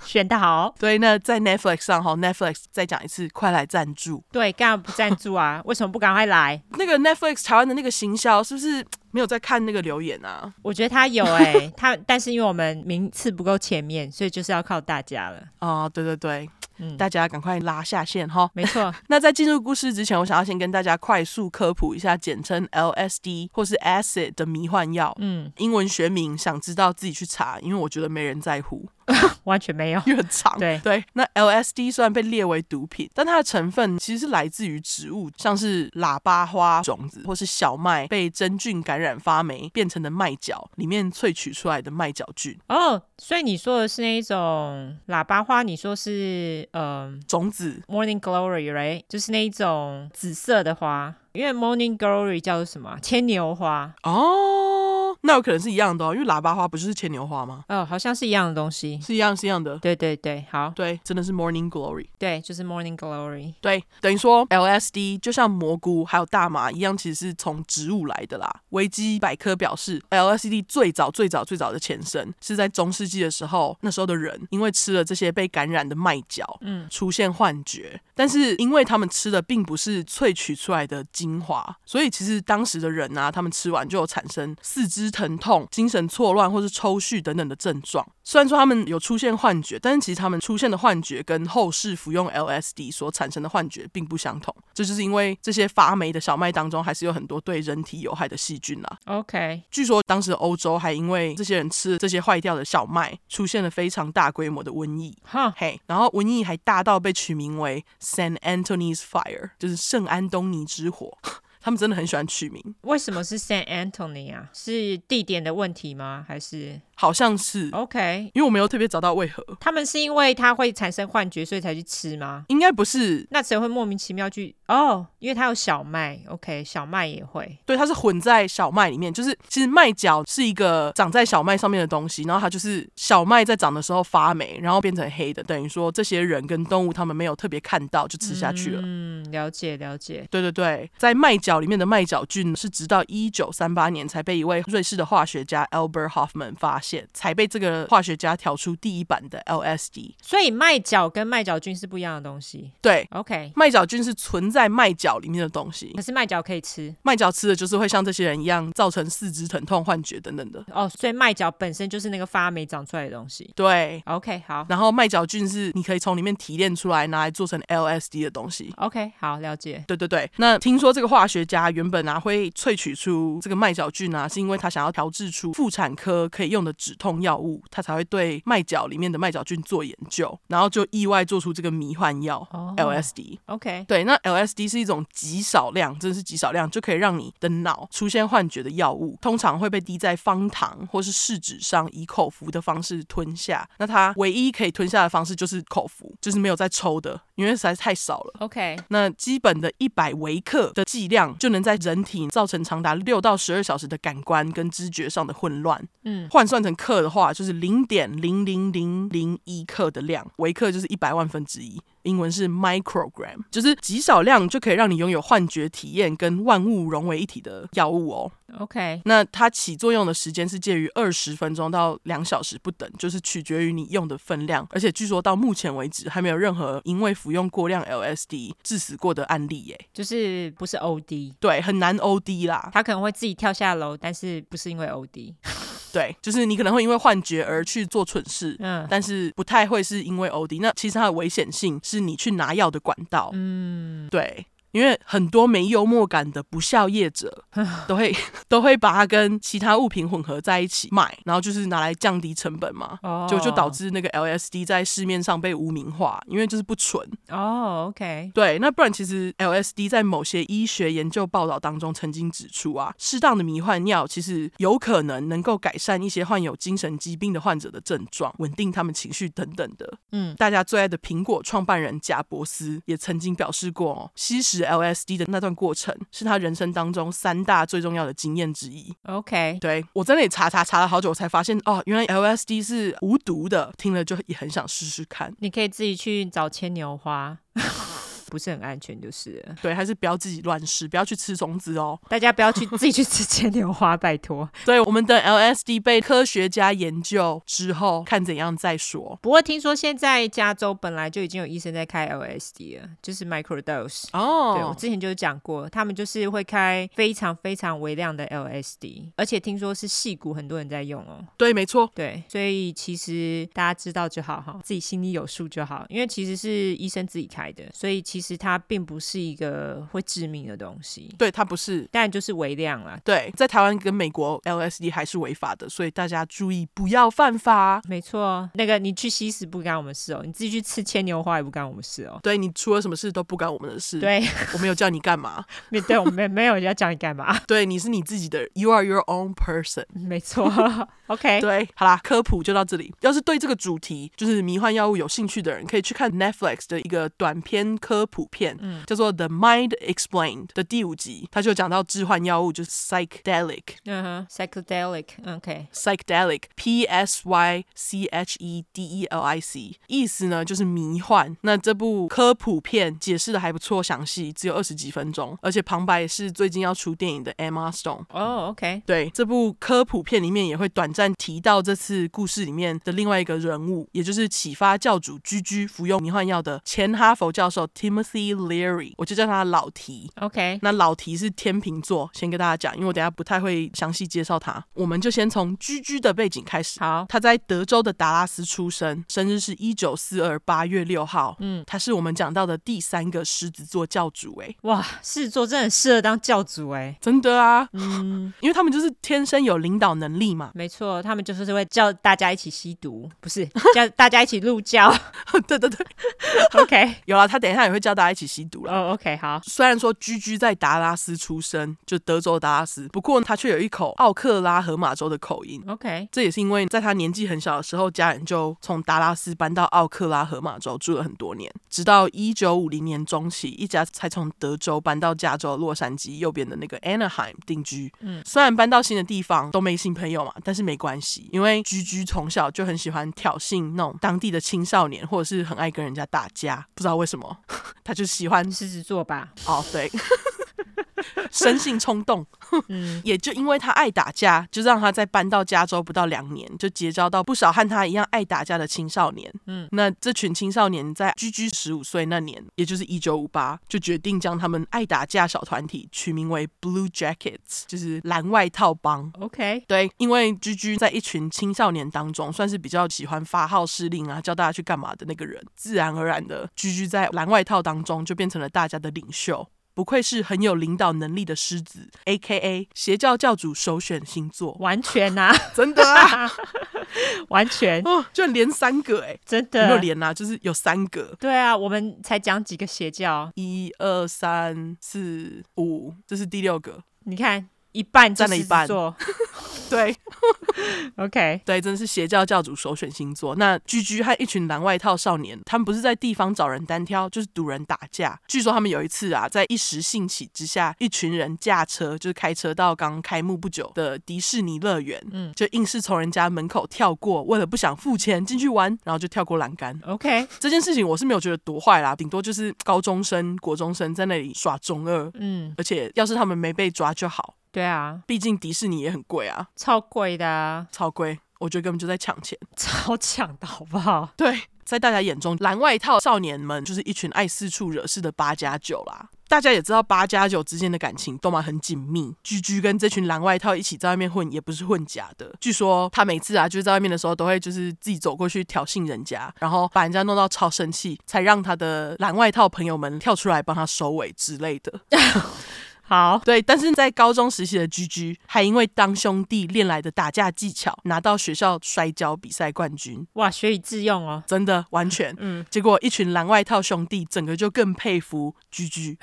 Speaker 2: 选的好，
Speaker 1: 对，那在 Netflix 上哈，Netflix 再讲一次，快来赞助。
Speaker 2: 对，干嘛不赞助啊？ 为什么不赶快来？
Speaker 1: 那个 Netflix 台湾的那个行销是不是没有在看那个留言啊？
Speaker 2: 我觉得他有哎、他但是因为我们名次不够前面，所以就是要靠大家了。
Speaker 1: 啊、对对对，
Speaker 2: 嗯，
Speaker 1: 大家赶快拉下线哈。
Speaker 2: 没错，
Speaker 1: 那在进入故事之前，我想要先跟大家快速科普一下简称 LSD 或是 acid 的迷幻药。
Speaker 2: 嗯，
Speaker 1: 英文学名想知道自己去查，因为我觉得没人在乎，
Speaker 2: 完全没有。
Speaker 1: 因为很长。
Speaker 2: 对
Speaker 1: 那 LSD 虽然被列为毒品，但它的成分其实是来自于植物，像是喇叭花种子或是小麦被真菌感染发霉变成的麦角，里面萃取出来的麦角菌。
Speaker 2: 哦，所以你说的是那一种喇叭花，你说是嗯、
Speaker 1: 种子
Speaker 2: morning glory right，就是那一种紫色的花，因为 morning glory 叫做什么啊牵牛花，
Speaker 1: 哦，那有可能是一样的哦，因为喇叭花不就是牵牛花吗？
Speaker 2: 哦，好像是一样的东西。
Speaker 1: 是一样，是一样的。
Speaker 2: 对对对，好，
Speaker 1: 对，真的是 Morning Glory。
Speaker 2: 对，就是 morning glory。
Speaker 1: 对，等于说 LSD 就像蘑菇还有大麻一样，其实是从植物来的啦。维基百科表示，LSD 最早最早最早的前身是在中世纪的时候，那时候的人因为吃了这些被感染的麦角，
Speaker 2: 嗯，
Speaker 1: 出现幻觉。但是因为他们吃的并不是萃取出来的精华，所以其实当时的人啊，他们吃完就有产生四肢疼痛、精神错乱或是抽搐等等的症状。虽然说他们有出现幻觉，但是其实他们出现的幻觉跟后世服用 LSD 所产生的幻觉并不相同。这就是因为这些发霉的小麦当中还是有很多对人体有害的细菌啦、啊
Speaker 2: OK，
Speaker 1: 据说当时欧洲还因为这些人吃了这些坏掉的小麦，出现了非常大规模的瘟疫。
Speaker 2: 哈，
Speaker 1: 嘿、然后瘟疫还大到被取名为 San Anthony's Fire，就是圣安东尼之火。 他们真的很喜欢取名，
Speaker 2: 为什么是 San Antonio 啊？是地点的问题吗？还是
Speaker 1: 好像是，
Speaker 2: 哦 OK？
Speaker 1: 因为我没有特别找到为何，
Speaker 2: 他们是因为它会产生幻觉，所以才去吃吗？
Speaker 1: 应该不是。
Speaker 2: 那谁会莫名其妙去？哦，因为它有小麦，OK，小麦也会。
Speaker 1: 对，它是混在小麦里面，就是其实麦角是一个长在小麦上面的东西，然后它就是小麦在长的时候发霉，然后变成黑的，等于说这些人跟动物他们没有特别看到就吃下去了。
Speaker 2: 嗯，了解了解。
Speaker 1: 对对对，在麦角里面的麦角菌是直到一九三八年才被一位瑞士的化学家 Albert Hoffman 发现，才被这个化学家调出第一版的 LSD。
Speaker 2: 所以麦角跟麦角菌是不一样的东西。
Speaker 1: 对，
Speaker 2: OK，
Speaker 1: 麦角菌是存在麦角里面的东西
Speaker 2: 可，是麦角可以吃
Speaker 1: 麦角吃的就是会像这些人一样造成四肢疼痛、幻觉等等的。
Speaker 2: 哦，所以麦角本身就是那个发霉长出来的东西。
Speaker 1: 对，
Speaker 2: OK，好
Speaker 1: 然后麦角菌是你可以从里面提炼出来，拿来做成 LSD 的东西。
Speaker 2: ，OK，好，了解。
Speaker 1: 对对对，那听说这个化学家原本啊会萃取出这个麦角菌啊，是因为他想要调制出妇产科可以用的止痛药物，他才会对麦角里面的麦角菌做研究，然后就意外做出这个迷幻药、
Speaker 2: 哦
Speaker 1: LSD。
Speaker 2: OK，
Speaker 1: 对，那 LSD 是一种极少量，真的是极少量就可以让你的脑出现幻觉的药物，通常会被滴在方糖或是试纸上，以口服的方式吞下。那它唯一可以吞下的方式就是口服，就是没有再抽的，因为实在是太少了。
Speaker 2: OK，
Speaker 1: 那基本的一百微克的剂量，就能在人体造成长达六到十二小时的感官跟知觉上的混乱。
Speaker 2: 嗯，
Speaker 1: 换算成克的话，就是零点零零零零一克的量，微克就是一百万分之一。英文是 microgram，就是极少量就可以让你拥有幻觉体验跟万物融为一体的药物哦。
Speaker 2: OK，
Speaker 1: 那它起作用的时间是介于二十分钟到两小时不等，就是取决于你用的分量。而且据说到目前为止，还没有任何因为服用过量 LSD 致死过的案例耶。
Speaker 2: 就是不是 OD，
Speaker 1: 对，很难 OD 啦。
Speaker 2: 他可能会自己跳下楼，但是不是因为 OD。
Speaker 1: 对，就是你可能会因为幻觉而去做蠢事，
Speaker 2: 嗯
Speaker 1: 但是不太会是因为 OD。那其实它的危险性是你去拿药的管道。
Speaker 2: 嗯，
Speaker 1: 对，因为很多没幽默感的不孝业者都会都会把它跟其他物品混合在一起卖，然后就是拿来降低成本嘛。
Speaker 2: 哦，
Speaker 1: 就就导致那个 LSD 在市面上被污名化，因为就是不纯。
Speaker 2: 哦，OK，
Speaker 1: 对，那不然其实 LSD 在某些医学研究报道当中曾经指出啊，适当的迷幻药其实有可能能够改善一些患有精神疾病的患者的症状，稳定他们情绪等等的。
Speaker 2: 嗯，
Speaker 1: 大家最爱的苹果创办人贾伯斯也曾经表示过、哦，吸食 LSD 的那段过程是他人生当中三大最重要的经验之一。
Speaker 2: OK，
Speaker 1: 对我真的也查查查了好久，我才发现哦，原来 LSD 是无毒的，听了就也很想试试看。
Speaker 2: 你可以自己去找牵牛花， 不是很安全就是了。
Speaker 1: 对，还是不要自己乱试，不要去吃种子哦。
Speaker 2: 大家不要去自己去吃牵牛花，拜托。
Speaker 1: 所以我们等 LSD 被科学家研究之后，看怎样再说。
Speaker 2: 不过听说现在加州本来就已经有医生在开 LSD 了，就是 microdose。对，我
Speaker 1: 哦，
Speaker 2: 之前就讲过，他们就是会开非常非常微量的 LSD，而且听说是戏骨很多人在用哦。
Speaker 1: 对，没错，
Speaker 2: 对，所以其实大家知道就好哈，自己心里有数就好，因为其实是医生自己开的，所以其实它并不是一个会致命的东西，
Speaker 1: 对，它不是。
Speaker 2: 但就是微量啦。
Speaker 1: 对，在台湾跟美国 LSD 还是违法的，所以大家注意不要犯法。
Speaker 2: 没错，哦那个你去吸食不干我们事哦，你自己去吃牵牛花也不干我们事哦。
Speaker 1: 对你出了什么事都不干我们的事，
Speaker 2: 对，
Speaker 1: 我没有叫你干嘛。
Speaker 2: 没对，我们没没有人要讲你干嘛？
Speaker 1: 对，你是你自己的，You are your own person。
Speaker 2: 没错，OK，
Speaker 1: 对，好啦，科普就到这里。要是对这个主题，就是迷幻药物有兴趣的人，可以去看 Netflix 的一个短片科普片，叫做《The Mind Explained》的第五集，它就讲到致幻药物就是 psychedelic。
Speaker 2: 嗯哼，psychedelic，OK，
Speaker 1: psychedelic p s y c h e d e l i c，意思呢就是迷幻。那这部科普片解释的还不错，详细，只有二十几分钟，而且旁白是最近要出电影的 Emma Stone。
Speaker 2: 哦，OK，
Speaker 1: 对，这部科普片里面也会短暂提到这次故事里面的另外一个人物，也就是启发教主居居服用迷幻药的前哈佛教授 Timothy Timothy Leary，我就叫他老提。
Speaker 2: OK，
Speaker 1: 那老提是天秤座，先跟大家讲，因为我等一下不太会详细介绍他，我们就先从居居的背景开始。
Speaker 2: 好，
Speaker 1: 他在德州的达拉斯出生，生日是一九四二八月六号。嗯，他是我们讲到的第三个狮子座教主、欸，哎，
Speaker 2: 哇，狮子座真的很适合当教主哎、。
Speaker 1: 真的啊， 因为他们就是天生有领导能力嘛
Speaker 2: 没错，他们就是会叫大家一起吸毒，不是 叫大家一起入教。
Speaker 1: 对对对，
Speaker 2: OK，
Speaker 1: 有啦，他等一下也会教大家一起吸毒啦。
Speaker 2: 哦、o k 好，
Speaker 1: 虽然说居居在达拉斯出生，就德州达拉斯，不过他却有一口奥克拉荷马州的口音。
Speaker 2: OK，
Speaker 1: 这也是因为在他年纪很小的时候，家人就从达拉斯搬到奥克拉荷马州住了很多年，直到一九五零年中期，一家才从德州搬到加州洛杉矶右边的那个 Anaheim 定居。嗯，虽然搬到新的地方都没新朋友嘛，但是没关系，因为居居从小就很喜欢挑衅那种当地的青少年，或者是很爱跟人家打架，不知道为什么， 他就喜欢
Speaker 2: 狮子座吧，
Speaker 1: 哦，对， 生性冲动，
Speaker 2: 嗯，
Speaker 1: 也就因为他爱打架，就让他在搬到加州不到两年，就结交到不少和他一样爱打架的青少年。嗯，那这群青少年在居居十五岁那年，也就是一九五八，就决定将他们爱打架小团体取名为 Blue Jackets，就是蓝外套帮。
Speaker 2: OK，
Speaker 1: 对，因为居居在一群青少年当中，算是比较喜欢发号施令啊，叫大家去干嘛的那个人。自然而然的，居居在蓝外套当中就变成了大家的领袖。不愧是很有领导能力的狮子，A K A 邪教教主首选星座，
Speaker 2: 完全呐、啊，
Speaker 1: 真的啊，
Speaker 2: 完全，
Speaker 1: 哦，就连三个哎、
Speaker 2: 真
Speaker 1: 欸，有没有
Speaker 2: 的，
Speaker 1: 连啊？就是有三个，
Speaker 2: 对啊，我们才讲几个邪教，
Speaker 1: 一二三四五，这是第六个，
Speaker 2: 你看一半就
Speaker 1: 占了一半
Speaker 2: 狮子座
Speaker 1: 对，
Speaker 2: ，OK，
Speaker 1: 对，真的是邪教教主首选星座。那居居和一群蓝外套少年，他们不是在地方找人单挑，就是堵人打架。据说他们有一次啊，在一时兴起之下，一群人驾车，就是开车到刚开幕不久的迪士尼乐园，嗯，就硬是从人家门口跳过，为了不想付钱进去玩，然后就跳过栏杆。
Speaker 2: OK，
Speaker 1: 这件事情我是没有觉得多坏啦，顶多就是高中生、国中生在那里耍中二，
Speaker 2: 嗯，
Speaker 1: 而且要是他们没被抓就好，
Speaker 2: 对啊，
Speaker 1: 毕竟迪士尼也很贵啊，
Speaker 2: 超贵的、啊，
Speaker 1: 超贵，我觉得根本就在抢钱。
Speaker 2: 超抢的好不好？
Speaker 1: 对，在大家眼中，蓝外套少年们就是一群爱四处惹事的八加九啦。大家也知道，八加九之间的感情都嘛很紧密。居居跟这群蓝外套一起在外面混，也不是混假的。据说他每次啊，就是在外面的时候，都会就是自己走过去挑衅人家，然后把人家弄到超生气，才让他的蓝外套朋友们跳出来帮他收尾之类的。
Speaker 2: 好，
Speaker 1: 对，但是在高中实习的居居，还因为当兄弟练来的打架技巧，拿到学校摔跤比赛冠军。
Speaker 2: 哇，学以致用哦，
Speaker 1: 真的完全。嗯，结果一群蓝外套兄弟，整个就更佩服居居。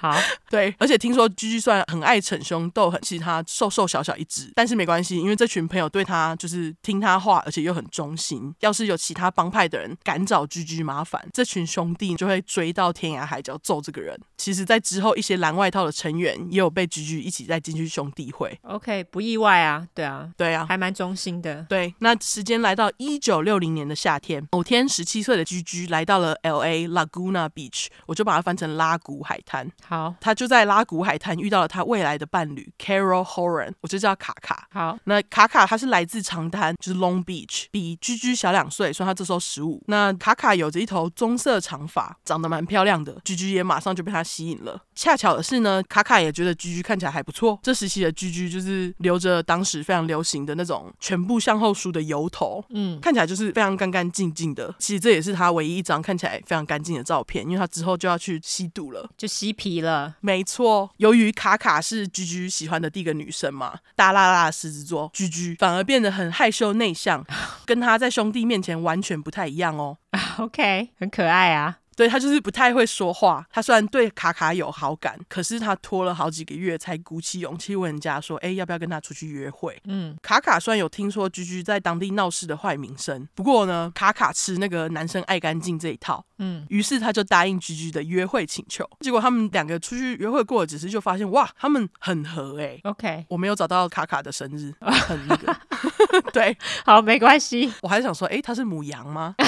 Speaker 2: 好，
Speaker 1: 对，而且听说居居虽然很爱逞凶斗狠，其实他瘦瘦小小一只，但是没关系，因为这群朋友对他就是听他话，而且又很忠心。要是有其他帮派的人敢找居居麻烦，这群兄弟就会追到天涯海角揍这个人。其实，在之后一些蓝外套的成员也有被居居一起带进去兄弟会。
Speaker 2: OK，不意外啊，对啊，
Speaker 1: 对啊，
Speaker 2: 还蛮忠心的。
Speaker 1: 对，那时间来到一九六零年的夏天，某天十七岁的居居来到了 L A Laguna Beach，我就把它翻成拉古海滩。
Speaker 2: 好，
Speaker 1: 他就在拉古海滩遇到了他未来的伴侣 Carol Horan，我就叫卡卡。
Speaker 2: 好，
Speaker 1: 那卡卡他是来自长滩，就是 Long Beach，比居居小两岁，所以他这时候十五。那卡卡有着一头棕色长发，长得蛮漂亮的，居居也马上就被他吸引了。恰巧的是呢，卡卡也觉得居居看起来还不错。这时期的居居就是留着当时非常流行的那种全部向后梳的油头，
Speaker 2: 嗯，
Speaker 1: 看起来就是非常干干净净的。其实这也是他唯一一张看起来非常干净的照片，因为他之后就要去吸毒了。
Speaker 2: 就嬉皮了。
Speaker 1: 没错，由于卡卡是居居喜欢的第一个女生嘛，大辣辣的狮子座居居反而变得很害羞内向，跟他在兄弟面前完全不太一样哦。
Speaker 2: OK，很可爱啊。
Speaker 1: 对他就是不太会说话，他虽然对卡卡有好感，可是他拖了好几个月才鼓起勇气问人家说：“哎，要不要跟他出去约会？”
Speaker 2: 嗯，
Speaker 1: 卡卡虽然有听说居居在当地闹事的坏名声，不过呢，卡卡吃那个男生爱干净这一套，
Speaker 2: 嗯，
Speaker 1: 于是他就答应居居的约会请求。结果他们两个出去约会过了几次，就发现哇，他们很合哎、
Speaker 2: OK，
Speaker 1: 我没有找到卡卡的生日， 很那个，对
Speaker 2: 好，没关系。
Speaker 1: 我还想说，哎、他是母羊吗？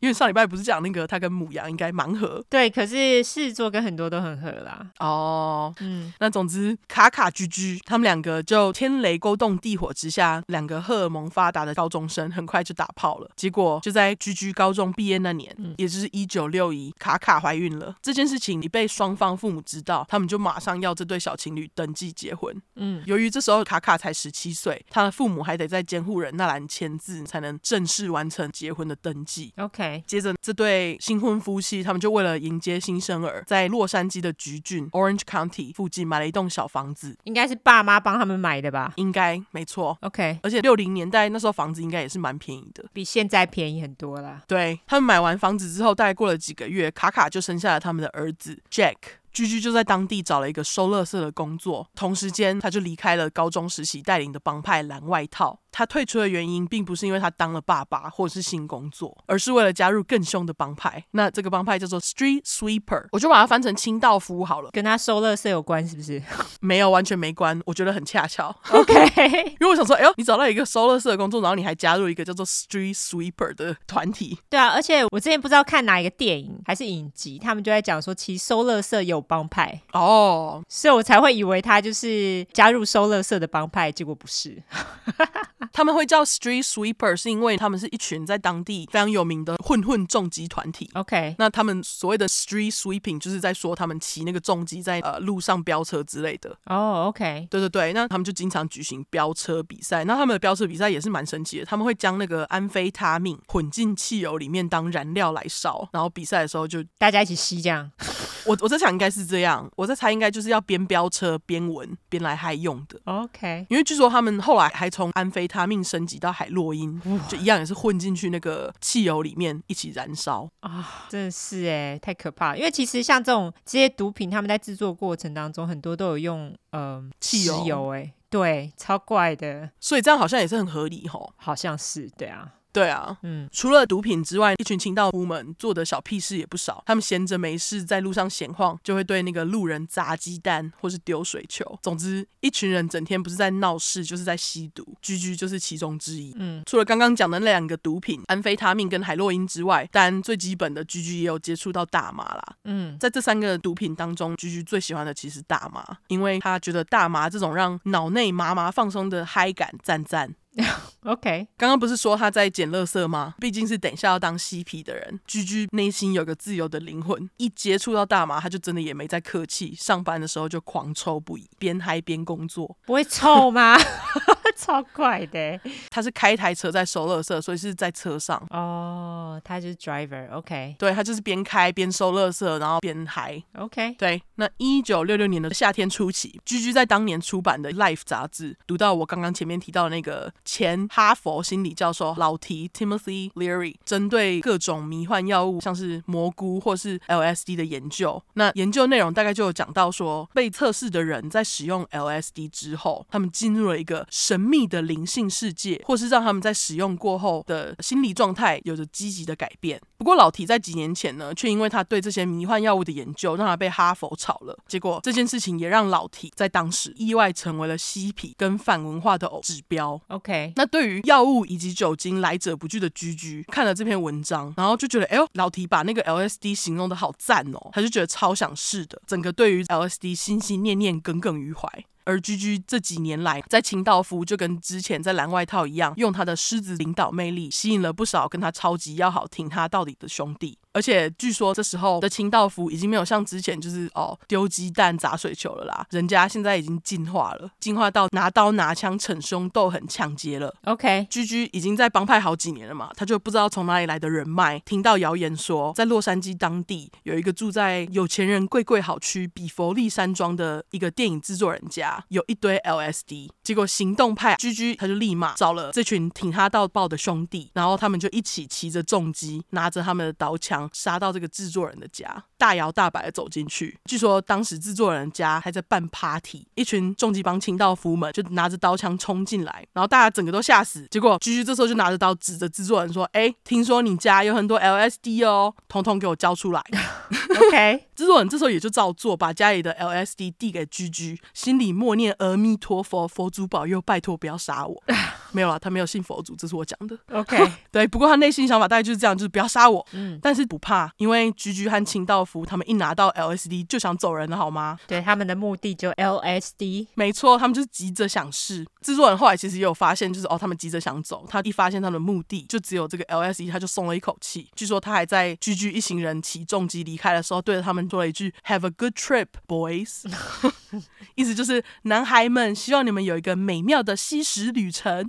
Speaker 1: 因为上礼拜不是讲那个他跟母羊应该盲合
Speaker 2: 对，可是狮子座跟很多都很合啦。
Speaker 1: 哦。
Speaker 2: 嗯，
Speaker 1: 那总之，卡卡居居他们两个就天雷勾动地火之下，两个荷尔蒙发达的高中生很快就打炮了。结果就在居居高中毕业那年，也就是一九六一，卡卡怀孕了。这件事情一被双方父母知道，他们就马上要这对小情侣登记结婚。
Speaker 2: 嗯，
Speaker 1: 由于这时候卡卡才十七岁，他的父母还得在监护人那栏签字，才能正式完成结婚的登记。
Speaker 2: OK，
Speaker 1: 接着，这对新婚夫妻他们就为了迎接新生儿，在洛杉矶的橘郡 （Orange County） 附近买了一栋小房子，
Speaker 2: 应该是爸妈帮他们买的吧
Speaker 1: 应该没错。
Speaker 2: ？OK，
Speaker 1: 而且六零年代那时候房子应该也是蛮便宜的。
Speaker 2: 比现在便宜很多啦。
Speaker 1: 对他们买完房子之后，大概过了几个月，卡卡就生下了他们的儿子 Jack。居居就在当地找了一个收垃圾的工作，同时间他就离开了高中时期带领的帮派蓝外套。他退出的原因并不是因为他当了爸爸或者是新工作，而是为了加入更凶的帮派。那这个帮派叫做 Street Sweeper，我就把它翻成清道夫好了。
Speaker 2: 跟他收垃圾有关是不是
Speaker 1: 没有，完全没关，我觉得很恰巧。
Speaker 2: ？OK，
Speaker 1: 因为我想说，哎呦，你找到一个收垃圾的工作，然后你还加入一个叫做 Street Sweeper 的团体，
Speaker 2: 对啊，而且我之前不知道看哪一个电影还是影集，他们就在讲说，其实收垃圾有帮派，
Speaker 1: 哦，
Speaker 2: 所以我才会以为他就是加入收垃圾的帮派，结果不是。
Speaker 1: 他们会叫 Street Sweeper，是因为他们是一群在当地非常有名的混混重击团体。
Speaker 2: OK，
Speaker 1: 那他们所谓的 street sweeping，就是在说他们骑那个重机在呃路上飙车之类的。
Speaker 2: 哦、o k
Speaker 1: 对对对，那他们就经常举行飙车比赛。那他们的飙车比赛也是蛮神奇的，他们会将那个安非他命混进汽油里面当燃料来烧，然后比赛的时候就
Speaker 2: 大家一起吸这样。
Speaker 1: 我我在想应该是这样，我在猜应该就是要边飙车边闻边来嗨用的。
Speaker 2: OK，
Speaker 1: 因为据说他们后来还从安非他命升级到海洛因，就一样也是混进去那个汽油里面一起燃烧。
Speaker 2: 啊、真的是哎，太可怕了！因为其实像这种这些毒品，他们在制作过程当中，很多都有用嗯、
Speaker 1: 汽油
Speaker 2: 石油哎，对，超怪的，
Speaker 1: 所以这样好像也是很合理吼。
Speaker 2: 好像是对啊，
Speaker 1: 对啊，
Speaker 2: 嗯，
Speaker 1: 除了毒品之外，一群清道夫们做的小屁事也不少。他们闲着没事在路上闲晃，就会对那个路人砸鸡蛋或是丢水球。总之，一群人整天不是在闹事，就是在吸毒。居居就是其中之一。
Speaker 2: 嗯，
Speaker 1: 除了刚刚讲的那两个毒品安非他命跟海洛因之外，当然最基本的居居也有接触到大麻啦。
Speaker 2: 嗯，
Speaker 1: 在这三个毒品当中，居居最喜欢的其实大麻，因为他觉得大麻这种让脑内麻麻放松的嗨感赞赞。
Speaker 2: OK，
Speaker 1: 刚刚不是说他在捡垃圾吗？毕竟是等一下要当嬉皮的人，居居内心有个自由的灵魂，一接触到大麻，他就真的也没在客气，上班的时候就狂抽不已，边嗨边工作。
Speaker 2: 不会臭吗？ 超怪的欸
Speaker 1: 他是开一台车在收垃圾，所以是在车上。
Speaker 2: 哦他就是 driver，OK，OK，、
Speaker 1: 对他就是边开边收垃圾，然后边嗨。对，那一九六六年的夏天初期，居居在当年出版的《Life》杂志读到我刚刚前面提到的那个前哈佛心理教授老提 Timothy Leary 针对各种迷幻药物，像是蘑菇或是 LSD 的研究。那研究内容大概就有讲到说，被测试的人在使用 LSD 之后，他们进入了一个神秘的灵性世界，或是让他们在使用过后的心理状态有着积极的改变。不过老提在几年前呢，却因为他对这些迷幻药物的研究，让他被哈佛炒了。结果这件事情也让老提在当时意外成为了嬉皮跟反文化的偶指标。
Speaker 2: OK，
Speaker 1: 那对于药物以及酒精来者不拒的居居，看了这篇文章，然后就觉得，哎呦，老提把那个 LSD 形容的好赞哦，他就觉得超想试的，整个对于 LSD 心心念念耿耿于怀。而居居这几年来，在清道夫就跟之前在蓝外套一样，用他的狮子领导魅力，吸引了不少跟他超级要好、挺他到底的兄弟。而且据说这时候的清道夫已经没有像之前就是哦丢鸡蛋砸水球了啦，人家现在已经进化了，进化到拿刀拿枪逞凶斗狠抢劫了。
Speaker 2: OK，
Speaker 1: 居居已经在帮派好几年了嘛，他就不知道从哪里来的人脉，听到谣言说，在洛杉矶当地有一个住在有钱人贵贵好区比佛利山庄的一个电影制作人家，有一堆 LSD。结果行动派居居他就立马找了这群挺他到爆的兄弟，然后他们就一起骑着重机，拿着他们的刀枪杀到这个制作人的家，大摇大摆的走进去。据说当时制作人家还在办 party，一群重机帮清道夫们就拿着刀枪冲进来，然后大家整个都吓死。结果居居这时候就拿着刀指着制作人说：“哎，听说你家有很多 LSD 哦，统统给我交出来。”
Speaker 2: OK，
Speaker 1: 制作人这时候也就照做，把家里的 LSD 递给居居，心里默念阿弥陀佛，佛祖保佑，拜托不要杀我。没有啦，他没有信佛祖，这是我讲的。
Speaker 2: OK，
Speaker 1: 对，不过他内心想法大概就是这样，就是不要杀我，
Speaker 2: 嗯，
Speaker 1: 但是不怕，因为居居和清道夫他们一拿到 LSD 就想走人了，好吗？
Speaker 2: 对，他们的目的就 LSD，
Speaker 1: 没错，他们就是急着想试。制作人后来其实也有发现，就是哦，他们急着想走，他一发现他们的目的就只有这个 LSD，他就松了一口气。据说他还在居居一行人起重机离开的时候，对着他们说了一句 “Have a good trip, boys”，意思就是男孩们，希望你们有一个美妙的吸食旅程。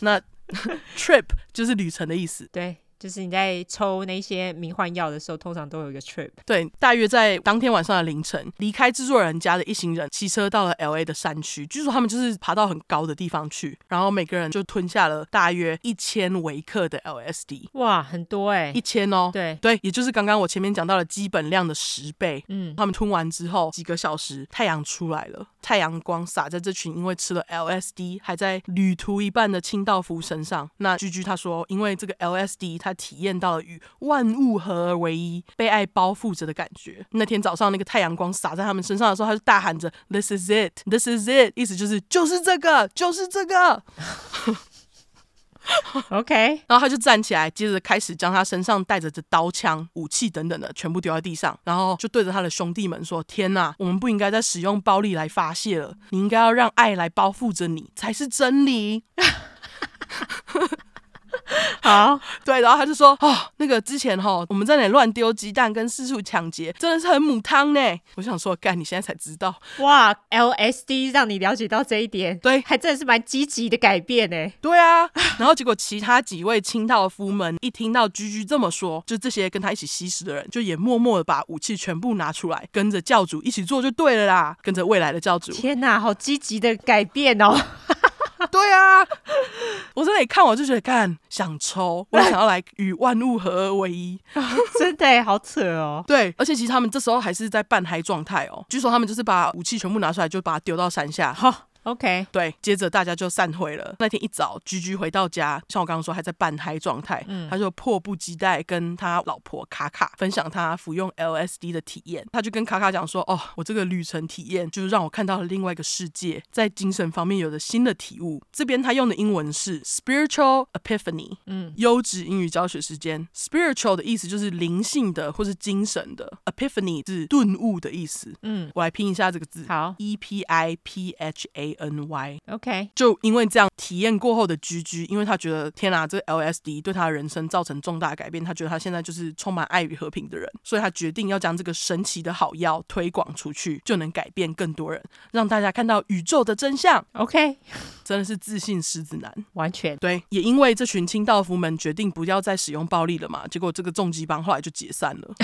Speaker 1: 那 trip 就是旅程的意思。
Speaker 2: 对，就是你在抽那些迷幻药的时候，通常都有一个 trip。
Speaker 1: 对，大约在当天晚上的凌晨，离开制作人家的一行人骑车到了 L A 的山区。据说他们就是爬到很高的地方去，然后每个人就吞下了大约一千微克的 L S D，
Speaker 2: 哇，很多哎、
Speaker 1: 一千哦，
Speaker 2: 对，
Speaker 1: 对，也就是刚刚我前面讲到的基本量的十倍。
Speaker 2: 嗯，
Speaker 1: 他们吞完之后，几个小时，太阳出来了，太阳光洒在这群因为吃了 LSD 还在旅途一半的清道夫身上。那居居他说，因为这个 LSD，他体验到了与万物合而为一、被爱包覆着的感觉。那天早上那个太阳光洒在他们身上的时候，他就大喊着 “This is it, this is it”，意思就是就是这个，就是这个。
Speaker 2: OK，
Speaker 1: 然后他就站起来，接着开始将他身上带着的刀枪、武器等等的全部丢在地上，然后就对着他的兄弟们说：“天呐，我们不应该再使用暴力来发泄了，你应该要让爱来包覆着你才是真理。”
Speaker 2: 好，
Speaker 1: 对，然后他就说：“哦，那个之前哈、我们在那里乱丢鸡蛋跟四处抢劫，真的是很母汤呢。”我想说，干，你现在才知道，
Speaker 2: 哇，LSD 让你了解到这一点，
Speaker 1: 对
Speaker 2: 还真的是蛮积极的改变哎、
Speaker 1: 对啊，然后结果其他几位清道夫们一听到居居这么说，就这些跟他一起吸食的人，就也默默的把武器全部拿出来，跟着教主一起做就对了啦，跟着未来的教主。
Speaker 2: 天哪，好积极的改变 哦！
Speaker 1: 对啊，我在那里看我就觉得，干想抽，我也想要来与万物合而为一。
Speaker 2: 真的耶好扯哦。
Speaker 1: 对，而且其实他们这时候还是在半嗨状态哦，据说他们就是把武器全部拿出来，就把它丢到山下。
Speaker 2: 好，OK，
Speaker 1: 对，接着大家就散会了。那天一早，居居回到家，像我刚刚说还在半嗨状态，他就迫不及待跟他老婆卡卡分享他服用 LSD 的体验。他就跟卡卡讲说：“哦，我这个旅程体验就是让我看到了另外一个世界，在精神方面有了新的体悟。”这边他用的英文是 spiritual epiphany，嗯，优质英语教学时间。spiritual 的意思就是灵性的或是精神的，epiphany 是顿悟的意思。
Speaker 2: 嗯，
Speaker 1: 我来拼一下这个字，
Speaker 2: 好
Speaker 1: ，e p i p h a n y。
Speaker 2: ，OK，
Speaker 1: 就因为这样体验过后的居居，因为他觉得天哪、这个 LSD 对他的人生造成重大改变，他觉得他现在就是充满爱与和平的人，所以他决定要将这个神奇的好药推广出去，就能改变更多人，让大家看到宇宙的真相。
Speaker 2: OK，
Speaker 1: 真的是自信狮子男。
Speaker 2: 完 全
Speaker 1: 对，也因为这群清道夫们决定不要再使用暴力了嘛，结果这个重击帮后来就解散了。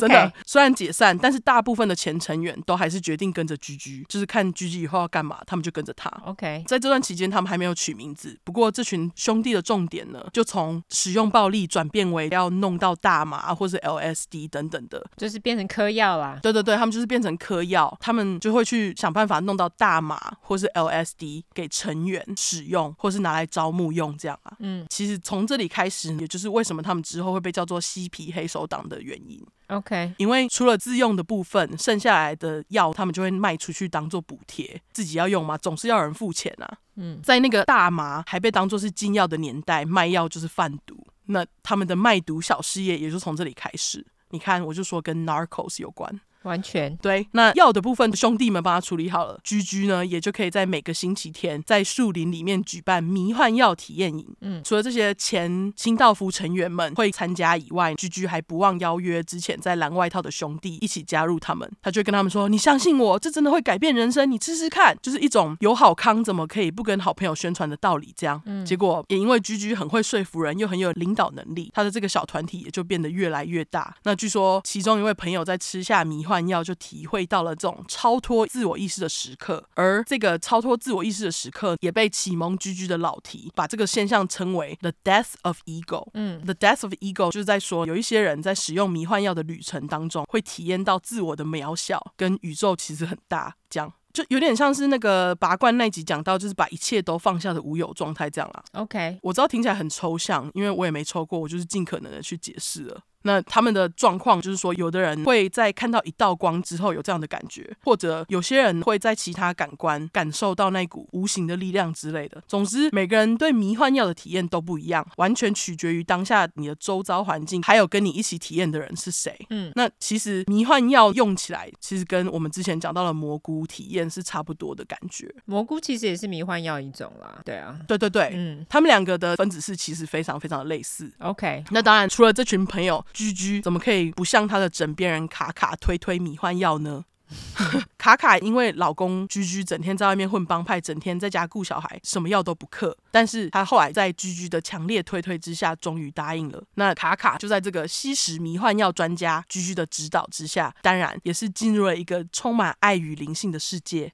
Speaker 1: 真的
Speaker 2: OK，，
Speaker 1: 虽然解散，但是大部分的前成员都还是决定跟着居居，就是看居居以后要干嘛，他们就跟着他。
Speaker 2: OK，
Speaker 1: 在这段期间，他们还没有取名字。不过，这群兄弟的重点呢，就从使用暴力转变为要弄到大麻或是 LSD 等等的。
Speaker 2: 就是变成嗑药啦。
Speaker 1: 对对对，他们就是变成嗑药，他们就会去想办法弄到大麻或是 LSD 给成员使用，或是拿来招募用这样啊。
Speaker 2: 嗯
Speaker 1: 其实从这里开始，也就是为什么他们之后会被叫做嬉皮黑手党的原因。
Speaker 2: ，OK，
Speaker 1: 因为除了自用的部分，剩下来的药他们就会卖出去当做补贴，自己要用嘛，总是要有人付钱啊。
Speaker 2: 嗯，
Speaker 1: 在那个大麻还被当做是禁药的年代，卖药就是贩毒，那他们的卖毒小事业也就从这里开始。你看，我就说跟 narcos 有关。
Speaker 2: 完全
Speaker 1: 对，那药的部分兄弟们帮他处理好了，居居呢也就可以在每个星期天在树林里面举办迷幻药体验营。嗯，除了这些前清道夫成员们会参加以外，居居还不忘邀约之前在蓝外套的兄弟一起加入他们。他就会跟他们说：“你相信我，这真的会改变人生，你试试看。”就是一种有好康怎么可以不跟好朋友宣传的道理。这样，结果也因为居居很会说服人，又很有领导能力，他的这个小团体也就变得越来越大。那据说其中一位朋友在吃下迷幻药，就体会到了这种超脱自我意识的时刻，而这个超脱自我意识的时刻也被启蒙居居的老提把这个现象称为 the death of ego。
Speaker 2: 嗯
Speaker 1: ，the death of ego 就是在说有一些人在使用迷幻药的旅程当中，会体验到自我的渺小跟宇宙其实很大这样。就有点像是那个拔罐那集讲到，就是把一切都放下的无有状态这样啦。
Speaker 2: OK，
Speaker 1: 我知道听起来很抽象，因为我也没抽过，我就是尽可能的去解释了。那他们的状况就是说，有的人会在看到一道光之后有这样的感觉，或者有些人会在其他感官感受到那股无形的力量之类的。总之，每个人对迷幻药的体验都不一样，完全取决于当下你的周遭环境，还有跟你一起体验的人是谁。
Speaker 2: 嗯，
Speaker 1: 那其实迷幻药用起来，其实跟我们之前讲到的蘑菇体验是差不多的感觉。
Speaker 2: 蘑菇其实也是迷幻药一种啦，对啊，
Speaker 1: 对对对，
Speaker 2: 嗯
Speaker 1: 他们两个的分子式其实非常非常的类似。
Speaker 2: ，OK，
Speaker 1: 那当然，除了这群朋友，居居怎么可以不像她的枕边人卡卡推推迷幻药呢？ 卡卡因为老公居居整天在外面混帮派，整天在家顾小孩，什么药都不嗑。但是她后来在居居的强烈推推之下，终于答应了。那卡卡就在这个吸食迷幻药专家居居的指导之下，当然也是进入了一个充满爱与灵性的世界。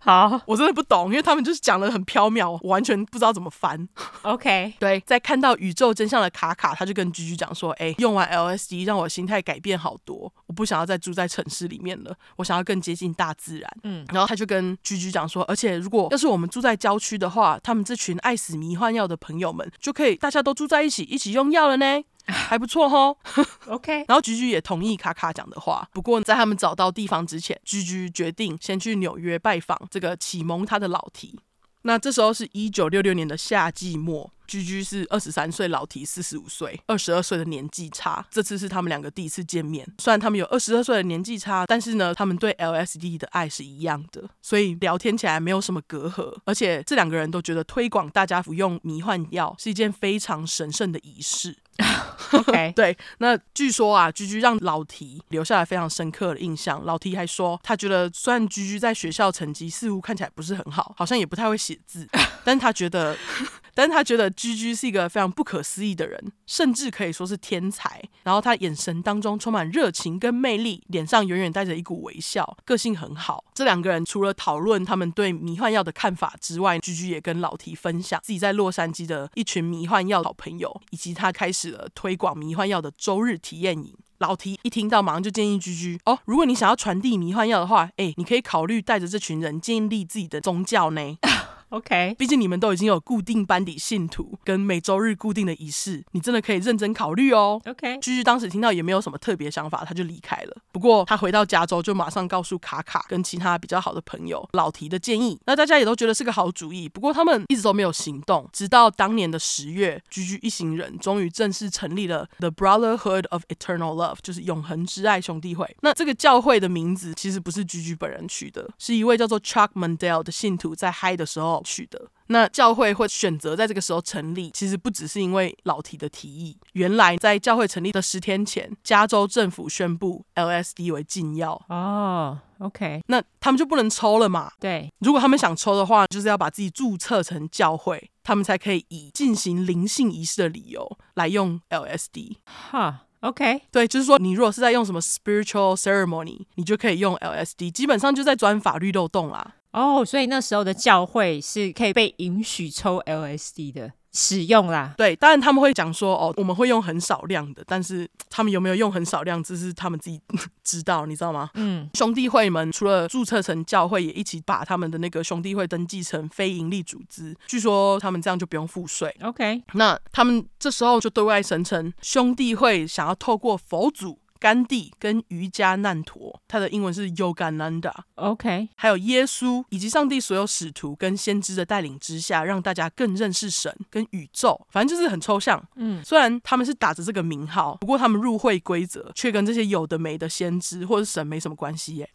Speaker 2: 好
Speaker 1: 我真的不懂，因为他们就是讲的很缥缈，我完全不知道怎么翻。
Speaker 2: ，OK，
Speaker 1: 对，在看到宇宙真相的卡卡，他就跟居居讲说：“哎、用完 LSD 让我心态改变好多，我不想要再住在城市里面了，我想要更接近大自然。”
Speaker 2: 嗯，
Speaker 1: 然后他就跟居居讲说：“而且如果要是我们住在郊区的话，他们这群爱死迷幻药的朋友们就可以大家都住在一起，一起用药了呢。”还不错哦吼，
Speaker 2: OK，
Speaker 1: 然后菊菊也同意卡卡讲的话。不过，在他们找到地方之前，菊菊决定先去纽约拜访这个启蒙他的老提。那这时候是一九六六年的夏季末，居居是二十三岁，老提四十五岁，二十二岁的年纪差。这次是他们两个第一次见面，虽然他们有二十二岁的年纪差，但是呢，他们对 LSD 的爱是一样的，所以聊天起来没有什么隔阂。而且这两个人都觉得推广大家服用迷幻药是一件非常神圣的仪式。
Speaker 2: OK，
Speaker 1: 对，那据说啊，居居让老提留下来非常深刻的印象。老提还说，他觉得虽然居居在学校成绩似乎看起来不是很好，好像也不太会写字，但他觉得，但他觉得居居是一个非常不可思议的人，甚至可以说是天才。然后他眼神当中充满热情跟魅力，脸上永远带着一股微笑，个性很好。这两个人除了讨论他们对迷幻药的看法之外，居居也跟老提分享自己在洛杉矶的一群迷幻药好朋友，以及他开始了推广迷幻药的周日体验营。老提一听到，马上就建议居居哦，如果你想要传递迷幻药的话，哎，你可以考虑带着这群人建立自己的宗教呢。
Speaker 2: OK，
Speaker 1: 毕竟你们都已经有固定班底信徒跟每周日固定的仪式，你真的可以认真考虑哦。
Speaker 2: OK，
Speaker 1: 居居当时听到也没有什么特别想法，他就离开了。不过他回到加州就马上告诉卡卡跟其他比较好的朋友老提的建议，那大家也都觉得是个好主意。不过他们一直都没有行动，直到当年的十月，居居一行人终于正式成立了 The Brotherhood of Eternal Love，就是永恒之爱兄弟会。那这个教会的名字其实不是居居本人取的，是一位叫做 Chuck Mandel 的信徒在嗨的时候取的。那教会会选择在这个时候成立，其实不只是因为老提的提议。原来在教会成立的十天前，加州政府宣布 LSD 为禁药，
Speaker 2: 哦，OK，
Speaker 1: 那他们就不能抽了嘛。
Speaker 2: 对，
Speaker 1: 如果他们想抽的话，就是要把自己注册成教会，他们才可以以进行灵性仪式的理由来用 LSD。
Speaker 2: 哈，OK，
Speaker 1: 对，就是说，你如果是在用什么 spiritual ceremony，你就可以用 LSD，基本上就在钻法律漏洞啦。
Speaker 2: 哦、所以那时候的教会是可以被允许抽 LSD 的使用啦。
Speaker 1: 对，当然他们会讲说哦，我们会用很少量的，但是他们有没有用很少量，这是他们自己 知道，你知道吗？
Speaker 2: 嗯，
Speaker 1: 兄弟会们除了注册成教会，也一起把他们的那个兄弟会登记成非营利组织。据说他们这样就不用付税。
Speaker 2: OK，
Speaker 1: 那他们这时候就对外声称，兄弟会想要透过佛祖、甘地跟瑜伽难陀，他的英文是 Yogananda，
Speaker 2: OK，
Speaker 1: 还有耶稣以及上帝所有使徒跟先知的带领之下，让大家更认识神跟宇宙。反正就是很抽象。
Speaker 2: 嗯，
Speaker 1: 虽然他们是打着这个名号，不过他们入会规则却跟这些有的没的先知或者神没什么关系耶。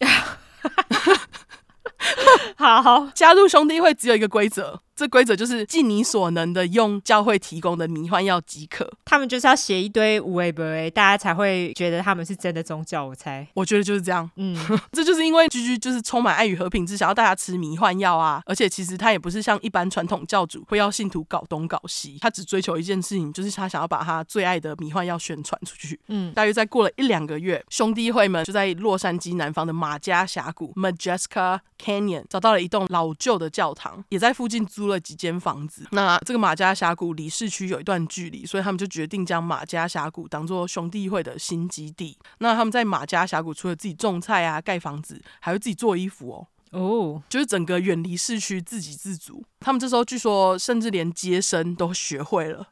Speaker 2: 好
Speaker 1: 加入兄弟会只有一个规则，这规则就是尽你所能的用教会提供的迷幻药即可。
Speaker 2: 他们就是要写一堆无为不为，大家才会觉得他们是真的宗教。我猜，
Speaker 1: 我觉得就是这样。
Speaker 2: 嗯
Speaker 1: 这就是因为居居就是充满爱与和平之，想要大家吃迷幻药啊，而且其实他也不是像一般传统教主会要信徒搞东搞西，他只追求一件事情，就是他想要把他最爱的迷幻药宣传出去。
Speaker 2: 嗯，
Speaker 1: 大约在过了一两个月，兄弟会们就在洛杉矶南方的马加峡谷 （Majeska Canyon） 找到了一栋老旧的教堂，也在附近租了几间房子。那这个马加峡谷离市区有一段距离，所以他们就决定将马加峡谷当做兄弟会的新基地。那他们在马加峡谷除了自己种菜啊、盖房子，还会自己做衣服哦。
Speaker 2: 哦，
Speaker 1: 就是整个远离市区，自给自足。他们这时候据说甚至连接生都学会了，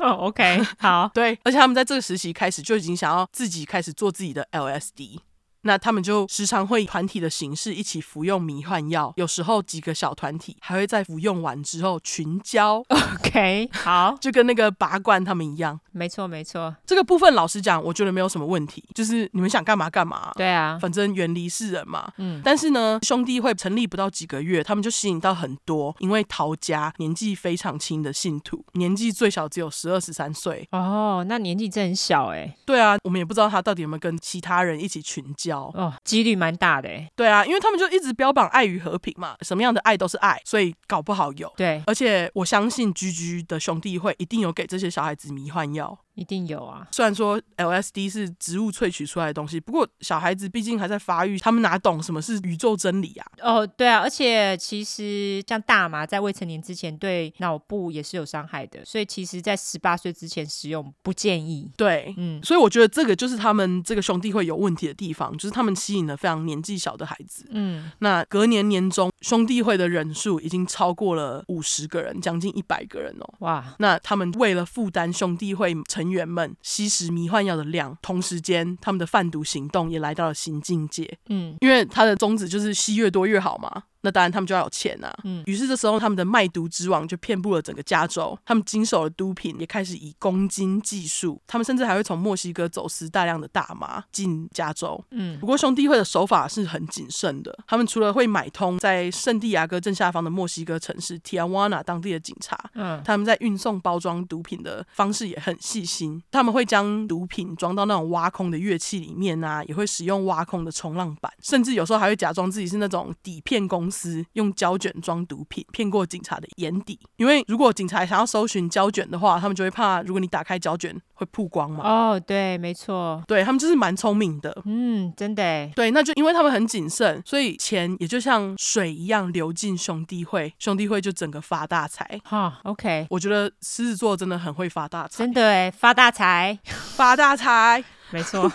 Speaker 2: OK，好，
Speaker 1: 对，而且他们在这个时期开始就已经想要自己开始做自己的 LSD。那他们就时常会以团体的形式一起服用迷幻药，有时候几个小团体还会在服用完之后群交，
Speaker 2: OK，好，
Speaker 1: 就跟那个拔罐他们一样。
Speaker 2: 没错，没错，
Speaker 1: 这个部分老实讲，我觉得没有什么问题，就是你们想干嘛干嘛，
Speaker 2: 对啊，
Speaker 1: 反正远离世人嘛。
Speaker 2: 嗯
Speaker 1: 但是呢，兄弟会成立不到几个月，他们就吸引到很多因为逃家、年纪非常轻的信徒，年纪最小只有十二十三岁。
Speaker 2: 哦，那年纪真的很小哎，
Speaker 1: 对啊，我们也不知道他到底有没有跟其他人一起群交。
Speaker 2: 哦，几率蛮大的哎，
Speaker 1: 对啊，因为他们就一直标榜爱与和平嘛，什么样的爱都是爱，所以搞不好有。
Speaker 2: 对，
Speaker 1: 而且我相信居居的兄弟会一定有给这些小孩子迷幻药，
Speaker 2: 一定有啊，
Speaker 1: 虽然说 LSD 是植物萃取出来的东西，不过小孩子毕竟还在发育，他们哪懂什么是宇宙真理啊？
Speaker 2: 哦，对啊，而且其实像大麻在未成年之前对脑部也是有伤害的，所以其实在十八岁之前使用不建议。
Speaker 1: 对，
Speaker 2: 嗯，
Speaker 1: 所以我觉得这个就是他们这个兄弟会有问题的地方，就是他们吸引了非常年纪小的孩子。
Speaker 2: 嗯，
Speaker 1: 那隔年年中，兄弟会的人数已经超过了五十个人，将近一百个人哦。
Speaker 2: 哇，
Speaker 1: 那他们为了负担兄弟会成员们吸食迷幻药的量，同时间他们的贩毒行动也来到了新境界。
Speaker 2: 嗯，
Speaker 1: 因为他的宗旨就是吸越多越好嘛，那当然他们就要有钱啊。
Speaker 2: 嗯
Speaker 1: 于是这时候他们的卖毒之王就遍布了整个加州，他们经手了毒品，也开始以公斤计数，他们甚至还会从墨西哥走私大量的大麻进加州。
Speaker 2: 嗯，
Speaker 1: 不过兄弟会的手法是很谨慎的，他们除了会买通在圣地亚哥镇下方的墨西哥城市 Tijuana 当地的警察，
Speaker 2: 嗯，
Speaker 1: 他们在运送包装毒品的方式也很细心，他们会将毒品装到那种挖空的乐器里面啊，也会使用挖空的冲浪板，甚至有时候还会假装自己是那种底片公司，用胶卷装毒品骗过警察的眼底。因为如果警察想要搜寻胶卷的话，他们就会怕，如果你打开胶卷会曝光嘛。
Speaker 2: 哦，对，没错，
Speaker 1: 对他们就是蛮聪明的。
Speaker 2: 嗯，真的哎，
Speaker 1: 对，那就因为他们很谨慎，所以钱也就像水一样流进兄弟会，兄弟会就整个发大财。
Speaker 2: 哈，OK，
Speaker 1: 我觉得狮子座真的很会发大财。
Speaker 2: 真的哎，发大财，
Speaker 1: 发大财。
Speaker 2: 没错，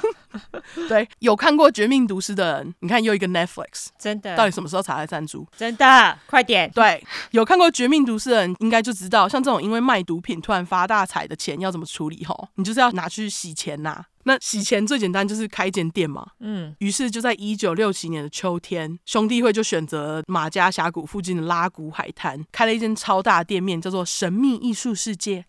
Speaker 1: 对，有看过《绝命毒师》的人，你看又一个 Netflix，
Speaker 2: 真的，
Speaker 1: 到底什么时候才来赞助？
Speaker 2: 真的，快点！
Speaker 1: 对，有看过《绝命毒师》的人应该就知道，像这种因为卖毒品突然发大财的钱要怎么处理吼，你就是要拿去洗钱呐、那洗钱最简单就是开间店嘛。
Speaker 2: 嗯，
Speaker 1: 于是就在一九六七年的秋天，兄弟会就选择马家峡谷附近的拉古海滩，开了一间超大店面，叫做“神秘艺术世界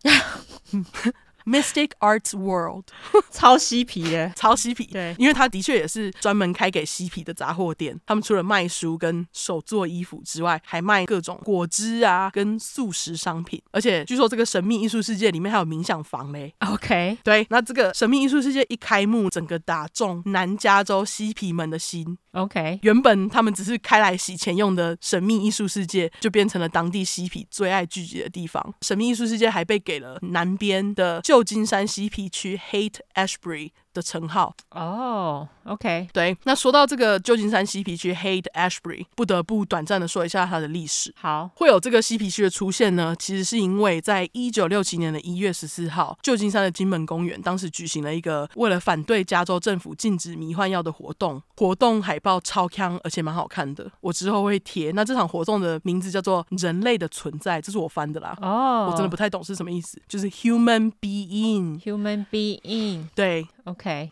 Speaker 1: ”（Mystic Arts World）。
Speaker 2: 超嬉皮的，
Speaker 1: 超嬉皮，
Speaker 2: 对
Speaker 1: 因为他的确也是专门开给嬉皮的杂货店。他们除了卖书跟手做衣服之外，还卖各种果汁啊跟素食商品。而且据说这个神秘艺术世界里面还有冥想房嘞。
Speaker 2: OK，
Speaker 1: 对，那这个神秘艺术世界一开幕，整个打中南加州嬉皮们的心。
Speaker 2: OK，
Speaker 1: 原本他们只是开来洗钱用的神秘艺术世界，就变成了当地嬉皮最爱聚集的地方。神秘艺术世界还被给了南边的旧金山嬉皮区 Hate Ashbury 的称号。
Speaker 2: 哦、o k
Speaker 1: 对，那说到这个旧金山嬉皮区 Haight Ashbury，不得不短暂的说一下它的历史。
Speaker 2: 好，
Speaker 1: 会有这个嬉皮区的出现呢，其实是因为在一九六七年的一月十四号，旧金山的金门公园当时举行了一个为了反对加州政府禁止迷幻药的活动，活动海报超强，而且蛮好看的，我之后会贴。那这场活动的名字叫做“人类的存在”，这是我翻的啦，
Speaker 2: 哦、
Speaker 1: 我真的不太懂是什么意思，就是 human being。
Speaker 2: Human Being，OK，、
Speaker 1: 对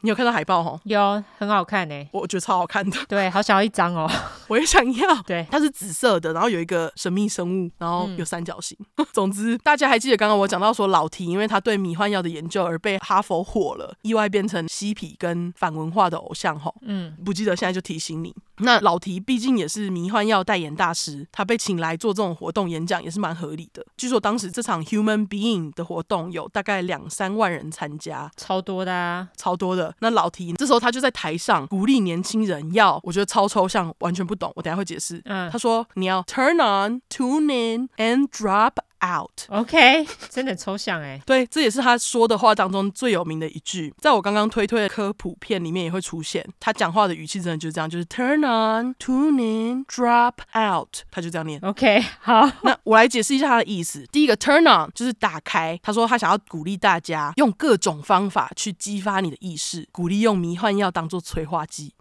Speaker 1: 你有看到海报吼？
Speaker 2: 有很好看欸呢，
Speaker 1: 我觉得超好看的，
Speaker 2: 对，好想要一张 哦，
Speaker 1: 我也想要。
Speaker 2: 对，嗯
Speaker 1: 它是紫色的，然后有一个神秘生物，然后有三角形。 总之，大家还记得刚刚我讲到说老提因为他对迷幻药的研究而被哈佛火了，意外变成嬉皮跟反文化的偶像吼。
Speaker 2: 嗯，
Speaker 1: 不记得现在就提醒你。那老提毕竟也是迷幻药代言大师，他被请来做这种活动演讲也是蛮合理的。据说当时这场 Human Being 的活动有大概两三万人参加，
Speaker 2: 超多的啊，
Speaker 1: 超多的。那老提这时候他就在台上鼓励年轻人要，我觉得超抽象，完全不懂，我等一下会解释。
Speaker 2: 嗯
Speaker 1: 他说你要 turn on, tune in and drop out。
Speaker 2: ，OK，真的很抽象哎，
Speaker 1: 对，这也是他说的话当中最有名的一句，在我刚刚推推的科普片里面也会出现。他讲话的语气真的就是这样，就是 turn on, tune in, drop out，他就这 样念。
Speaker 2: ，OK，好，
Speaker 1: 那我来解释一下他的意思。第一个 turn on 就是打开，他说他想要鼓励大家用各种方法去激发你的意识，鼓励用迷幻药当做催化剂。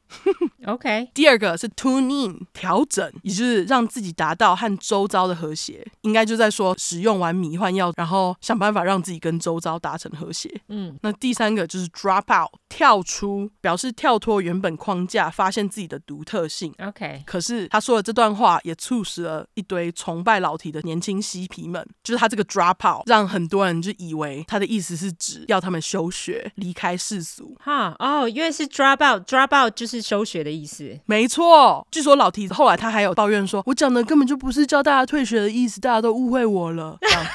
Speaker 2: OK，
Speaker 1: 第二个是 tune in 调整，也就是让自己达到和周遭的和谐，应该就在说使用完迷幻药，然后想办法让自己跟周遭达成和谐。
Speaker 2: 嗯，
Speaker 1: 那第三个就是 drop out 跳出，表示跳脱原本框架，发现自己的独特性。
Speaker 2: OK，
Speaker 1: 可是他说的这段话也促使了一堆崇拜老提的年轻嬉皮们，就是他这个 drop out 让很多人就以为他的意思是指要他们休学，离开世俗。
Speaker 2: 哈哦，因为是 drop out，drop out 就是休学的意思。
Speaker 1: 没错，据说老提后来他还有抱怨说，我讲的根本就不是叫大家退学的意思，大家都误会我了。这样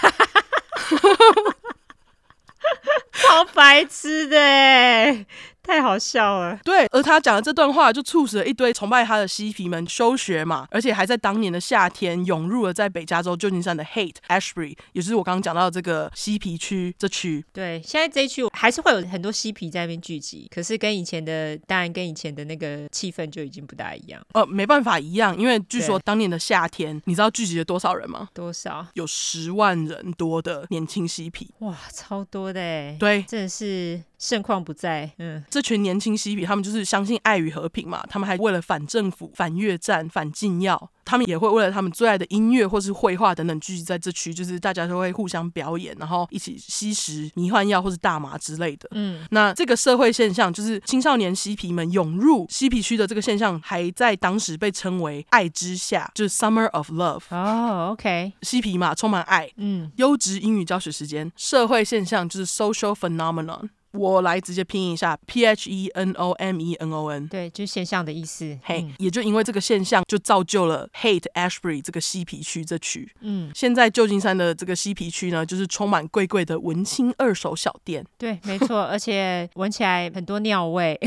Speaker 2: 超白痴的欸， 太好笑了。
Speaker 1: 对，而他讲的这段话就促使了一堆崇拜他的嬉皮们休学嘛，而且还在当年的夏天涌入了在北加州旧金山的 Hate Ashbury，也就是我刚刚讲到的这个嬉皮区这区。
Speaker 2: 对，现在这一区还是会有很多嬉皮在那边聚集，可是跟以前的，当然跟以前的那个气氛就已经不大一样。
Speaker 1: 呃，没办法一样，因为据说
Speaker 2: 对
Speaker 1: 当年的夏天，你知道聚集了多少人吗？
Speaker 2: 多少？
Speaker 1: 有十万人多的年轻嬉皮。
Speaker 2: 哇，超多的哎。，
Speaker 1: 对，
Speaker 2: 真的是盛况不在。嗯，
Speaker 1: 这群年轻嬉皮，他们就是相信爱与和平嘛，他们还为了反政府、反越战、反禁药，他们也会为了他们最爱的音乐或是绘画等等聚集在这区，就是大家都会互相表演，然后一起吸食迷幻药或是大麻之类的。
Speaker 2: 嗯，
Speaker 1: 那这个社会现象，就是青少年嬉皮们涌入嬉皮区的这个现象，还在当时被称为“爱之夏”，就是 Summer of Love。
Speaker 2: 哦，OK，
Speaker 1: 嬉皮嘛，充满爱，
Speaker 2: 嗯，
Speaker 1: 优质英语教学时间，社会现象就是 social phenomenon。我来直接拼一下，P H E N O M E N O N。
Speaker 2: 对，就是现象的意思。
Speaker 1: 嘿、
Speaker 2: 嗯
Speaker 1: 也就因为这个现象，就造就了 Hate Ashbury 这个嬉皮区这区。
Speaker 2: 嗯，
Speaker 1: 现在旧金山的这个嬉皮区呢，就是充满贵贵的文青二手小店，
Speaker 2: 对，没错，而且闻起来很多尿味，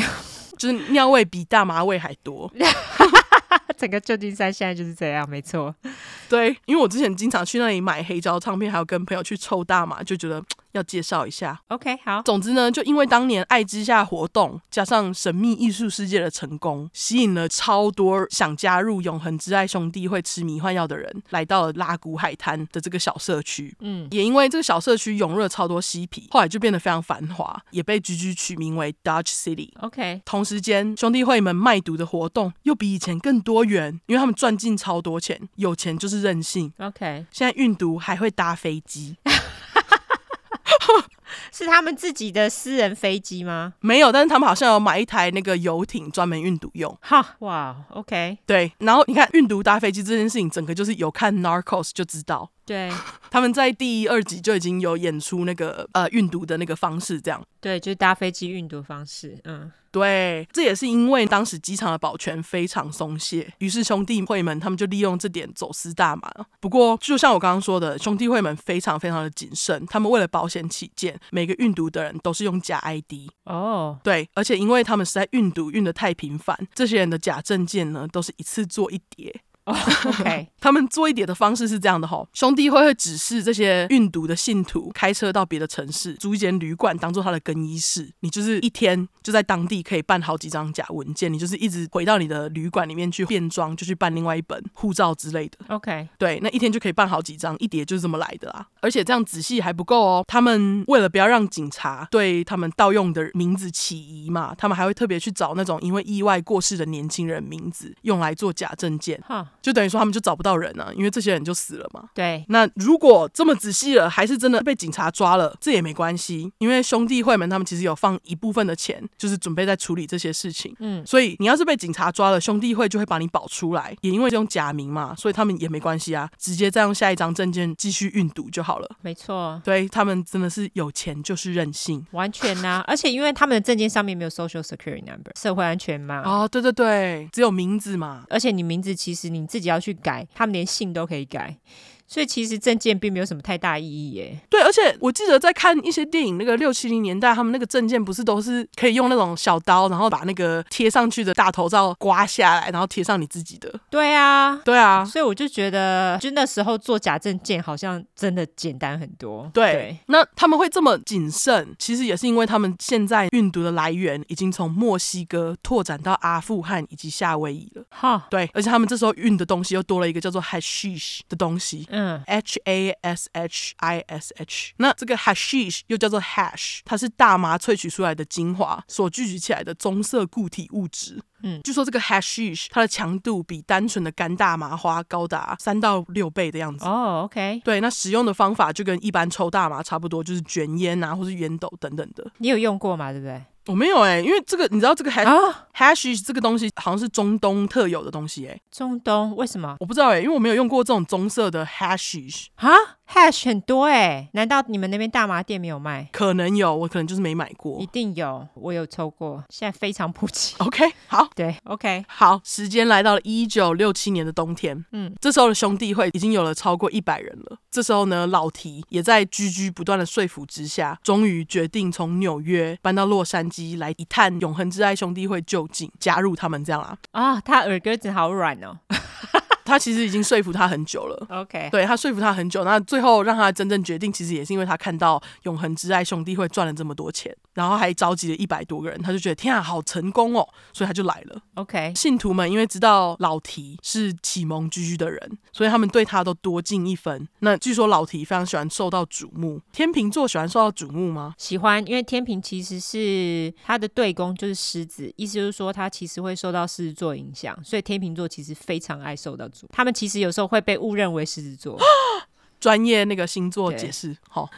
Speaker 1: 就是尿味比大麻味还多。
Speaker 2: 整个旧金山现在就是这样，没错。
Speaker 1: 对，因为我之前经常去那里买黑胶唱片，还有跟朋友去抽大麻，就觉得嗯要介绍一下。
Speaker 2: OK，好，
Speaker 1: 总之呢，就因为当年爱之夏活动加上神秘艺术世界的成功，吸引了超多想加入永恒之爱兄弟会吃迷幻药的人，来到了拉古海滩的这个小社区。
Speaker 2: 嗯，
Speaker 1: 也因为这个小社区涌入了超多嬉皮，后来就变得非常繁华，也被居居取名为 Dodge City。
Speaker 2: OK，
Speaker 1: 同时间，兄弟会们卖毒的活动又比以前更多元，因为他们赚进超多钱，有钱就是任性。
Speaker 2: OK，
Speaker 1: 现在运毒还会搭飞机，
Speaker 2: 是他们自己的私人飞机吗？
Speaker 1: 没有，但是他们好像有买一台那个游艇专门运毒用。
Speaker 2: 哈，哇，OK，哦
Speaker 1: 对，然后你看运毒搭飞机这件事情，整个就是有看 Narcos 就知道，
Speaker 2: 对
Speaker 1: 他们在第一、二集就已经有演出那个呃运毒的那个方式，这样。
Speaker 2: 对，就是搭飞机运毒方式，嗯，
Speaker 1: 对，这也是因为当时机场的保全非常松懈，于是兄弟会们他们就利用这点走私大麻。不过，就像我刚刚说的，兄弟会们非常非常的谨慎，他们为了保险起见，每个运毒的人都是用假 ID。
Speaker 2: 哦，
Speaker 1: 对，而且因为他们实在运毒运的太频繁，这些人的假证件呢都是一次做一叠，
Speaker 2: 哦 ，OK，
Speaker 1: 他们做一点的方式是这样的吼，兄弟会会指示这些运毒的信徒开车到别的城市租一间旅馆当做他的更衣室，你就是一天就在当地可以办好几张假文件，你就是一直回到你的旅馆里面去变装，就去办另外一本护照之类的。
Speaker 2: OK，
Speaker 1: 对，那一天就可以办好几张，一叠就是这么来的啦。而且这样仔细还不够哦，他们为了不要让警察对他们盗用的名字起疑嘛，他们还会特别去找那种因为意外过世的年轻人名字，用来做假证件。
Speaker 2: 哈，
Speaker 1: 就等于说他们就找不到人啊，因为这些人就死了嘛。
Speaker 2: 对，
Speaker 1: 那如果这么仔细了，还是真的被警察抓了，这也没关系，因为兄弟会们他们其实有放一部分的钱，就是准备在处理这些事情。
Speaker 2: 嗯，
Speaker 1: 所以你要是被警察抓了，兄弟会就会把你保出来，也因为这种假名嘛，所以他们也没关系啊，直接再用下一张证件继续运毒就好了。
Speaker 2: 没错，
Speaker 1: 对他们真的是有钱就是任性
Speaker 2: 完全呐、而且因为他们的证件上面没有 Social Security Number 社会安全码。
Speaker 1: 哦，对对对，只有名字嘛，
Speaker 2: 而且你名字其实你自己要去改，他们连姓都可以改，所以其实证件并没有什么太大意义耶。
Speaker 1: 对，而且我记得在看一些电影，那个六七零年代，他们那个证件不是都是可以用那种小刀，然后把那个贴上去的大头照刮下来，然后贴上你自己的。
Speaker 2: 对啊，
Speaker 1: 对啊，
Speaker 2: 所以我就觉得，就那时候做假证件好像真的简单很多。
Speaker 1: 对。那他们会这么谨慎，其实也是因为他们现在运毒的来源已经从墨西哥拓展到阿富汗以及夏威夷了。
Speaker 2: 哈，
Speaker 1: 对，而且他们这时候运的东西又多了一个叫做 hashish 的东西，
Speaker 2: 嗯
Speaker 1: H A S H I S H。那这个 hashish 又叫做 hash，它是大麻萃取出来的精华所聚集起来的棕色固体物质。
Speaker 2: 嗯
Speaker 1: 据说这个 hashish 它的强度比单纯的干大麻花高达三到六倍的样子。
Speaker 2: 哦，OK，
Speaker 1: 对，那使用的方法就跟一般抽大麻差不多，就是卷烟啊，或是烟斗等等的。
Speaker 2: 你有用过嘛？对不对？
Speaker 1: 我没有哎、因为这个你知道这个 hash、
Speaker 2: 啊，
Speaker 1: hashish 这个东西好像是中东特有的东西哎、
Speaker 2: 中东为什么
Speaker 1: 我不知道哎、因为我没有用过这种棕色的 hashish，
Speaker 2: 啊？Hash 很多哎、难道你们那边大麻店没有卖？
Speaker 1: 可能有，我哦可能就是没买
Speaker 2: 一
Speaker 1: 过。
Speaker 2: 定有，我有抽过，现在非常普及。
Speaker 1: OK，好。
Speaker 2: 对，OK，
Speaker 1: 好，时间来到了一九六七年的冬天，
Speaker 2: 嗯
Speaker 1: 嗯，这时候的兄弟会已经有了超过一百人了。这时候呢，老提也在居居不断的说服之下，终于决定从纽约搬到洛杉矶来一探永恒之爱兄弟会究竟，加入他们这样啊。
Speaker 2: 啊，他耳根子好软哦。
Speaker 1: 他其实已经说服他很久 了。
Speaker 2: OK，
Speaker 1: 对他说服他很久，那最后让他真正决定，其实也是因为他看到永恒之爱兄弟会赚了这么多钱，然后还召集了一百多个人，他就觉得天啊，好成功哦，所以他就来了。
Speaker 2: ，OK，
Speaker 1: 信徒们因为知道老提是启蒙居居的人，所以他们对他都多敬一分。那据说老提非常喜欢受到瞩目，天秤座喜欢受到瞩目吗？
Speaker 2: 喜欢，因为天平其实是他的对宫就是狮子，意思就是说他其实会受到狮子座影响，所以天秤座其实非常爱受到主，他们其实有时候会被误认为狮子座，
Speaker 1: 专业那个星座
Speaker 2: 对
Speaker 1: 解释，好、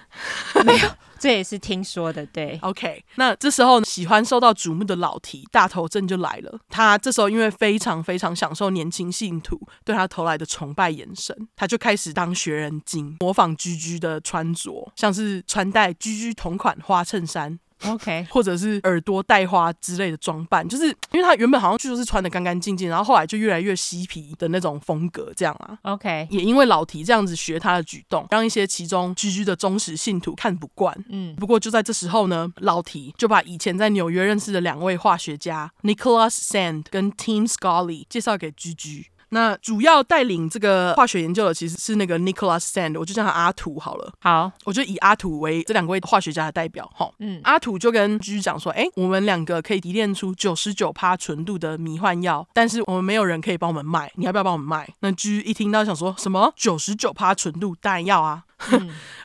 Speaker 2: 这也是听说的，对。
Speaker 1: OK，那这时候呢喜欢受到瞩目的老提大头症就来了。他这时候因为非常非常享受年轻信徒对他投来的崇拜眼神，他就开始当学人精，模仿居居的穿着，像是穿戴居居同款花衬衫，
Speaker 2: OK，
Speaker 1: 或者是耳朵戴花之类的装扮，就是因为他原本好像据说是穿的干干净净，然后后来就越来越嬉皮的那种风格这样啊。
Speaker 2: OK，
Speaker 1: 也因为老提这样子学他的举动，让一些其中居居的忠实信徒看不惯，
Speaker 2: 嗯，
Speaker 1: 不过就在这时候呢，老提就把以前在纽约认识的两位化学家 Nicholas Sand 跟 Tim Scully 介绍给居居。那主要带领这个化学研究的其实是那个 Nicholas Sand，我就叫他阿土好了。
Speaker 2: 好，
Speaker 1: 我就以阿土为这两位化学家的代表哈。
Speaker 2: 嗯
Speaker 1: 阿土就跟居居讲说，哎、我们两个可以提炼出九十九趴纯度的迷幻药，但是我们没有人可以帮我们卖，你要不要帮我们卖？那居居一听到想说什么九十九趴纯度，当然要啊。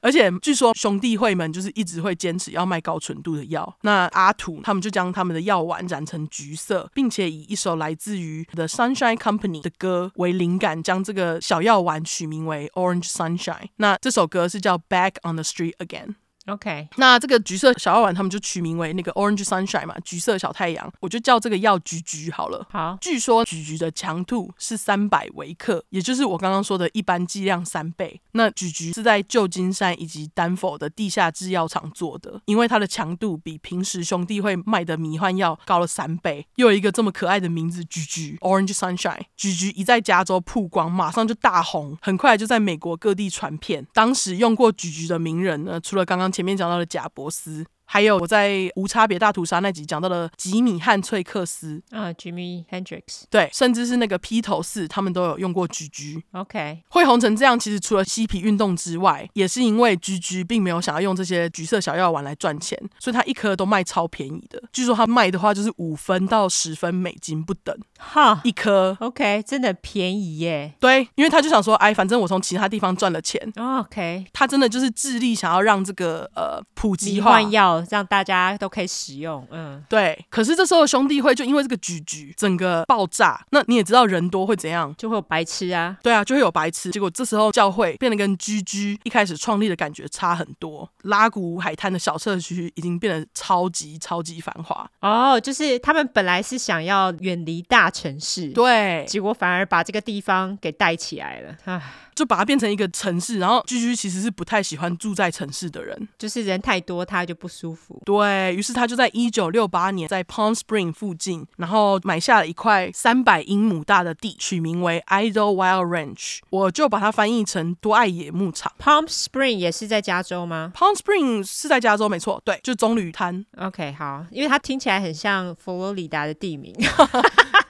Speaker 1: 而且据说兄弟会们就是一直会坚持要卖高纯度的药。那阿土他们就将他们的药丸染成橘色，并且以一首来自于 The Sunshine Company 的歌为灵感，将这个小药丸取名为 Orange Sunshine。那这首歌是叫 Back on the Street Again。
Speaker 2: OK，
Speaker 1: 那这个橘色小药丸他们就取名为那个 Orange Sunshine 嘛，橘色小太阳，我就叫这个药橘橘好了。
Speaker 2: 好，
Speaker 1: 据说橘橘的强度是三百微克，也就是我刚刚说的一般剂量三倍。那橘橘是在旧金山以及丹佛的地下制药厂做的，因为它的强度比平时兄弟会卖的迷幻药高了三倍。又有一个这么可爱的名字，橘橘 （Orange Sunshine）。橘橘一在加州曝光，马上就大红，很快就在美国各地传遍。当时用过橘橘的名人呢，除了刚刚前面讲到的贾伯斯。还有我在无差别大屠杀那集讲到的吉米汉翠克斯，
Speaker 2: 啊、j i m m y Hendrix，OK，、
Speaker 1: 对，甚至是那个披头士，他们都有用过橘橘。
Speaker 2: OK，
Speaker 1: 会红成这样，其实除了嬉皮运动之外，也是因为橘橘并没有想要用这些橘色小药丸来赚钱，所以它一颗都卖超便宜的。据说它卖的话就是五分到十分美金不等
Speaker 2: 哈
Speaker 1: 一颗。
Speaker 2: ，OK，真的便宜耶
Speaker 1: 对，因为他就想说，哎，反正我从其他地方赚了钱。
Speaker 2: ，OK，
Speaker 1: 他真的就是致力想要让这个呃普及
Speaker 2: 迷
Speaker 1: 化。
Speaker 2: 幻药让大家都可以使用，嗯，
Speaker 1: 对，可是这时候兄弟会就因为这个橘橘整个爆炸，那你也知道人多会怎样，
Speaker 2: 就会有白痴啊，
Speaker 1: 对啊，就会有白痴。结果这时候教会变得跟 GG 一开始创立的感觉差很多。拉古海滩的小社区已经变得超级超级繁华。
Speaker 2: 哦、就是他们本来是想要远离大城市，
Speaker 1: 对，
Speaker 2: 结果反而把这个地方给带起来了，啊，
Speaker 1: 就把它变成一个城市。然后 GG 其实是不太喜欢住在城市的人。
Speaker 2: 就是人太多，他就不舒服。
Speaker 1: 对于是，他就在一九六八年在 Palm Spring 附近，然后买下了一块三百英亩大的地，取名为 Idlewild Ranch，我就把它翻译成多爱野牧场。
Speaker 2: Palm Spring 也是在加州吗
Speaker 1: Palm Spring 是在加州，没错，对，就棕榈滩。
Speaker 2: ？OK，好，因为它听起来很像佛罗里达的地名。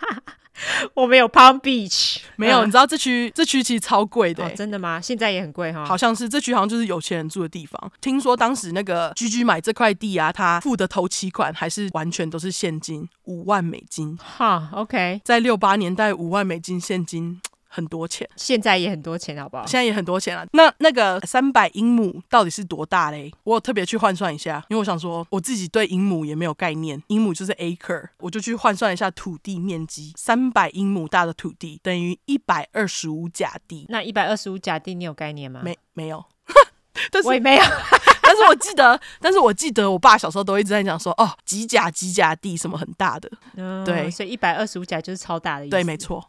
Speaker 2: 我们有 Palm Beach，
Speaker 1: 没有，
Speaker 2: 嗯
Speaker 1: 你知道这区这区其实超贵的、欸
Speaker 2: 哦，真的吗？现在也很贵哈。
Speaker 1: 好像是这区好像就是有钱人住的地方。听说当时那个居居买这块地啊，他付的头期款还是完全都是现金，五万美金。
Speaker 2: 哈，OK，
Speaker 1: 在六八年代，五万美金现金很多钱，
Speaker 2: 现在也很多钱，好不好？
Speaker 1: 现在也很多钱了。那那个三百英亩到底是多大嘞？我有特别去换算一下，因为我想说我自己对英亩也没有概念，英亩就是 acre，我就去换算一下土地面积，三百英亩大的土地等于一百二十五甲地，
Speaker 2: 那一百二十五甲地，你有概念吗？，
Speaker 1: 没没有。 但是
Speaker 2: 我也没有。
Speaker 1: 但是我记得，但是我记得我爸小时候都一直在讲说，哦，几甲几甲地什么很大的，
Speaker 2: 嗯
Speaker 1: 对
Speaker 2: 所以一百二十五甲就是超大的意思。
Speaker 1: 对，没错，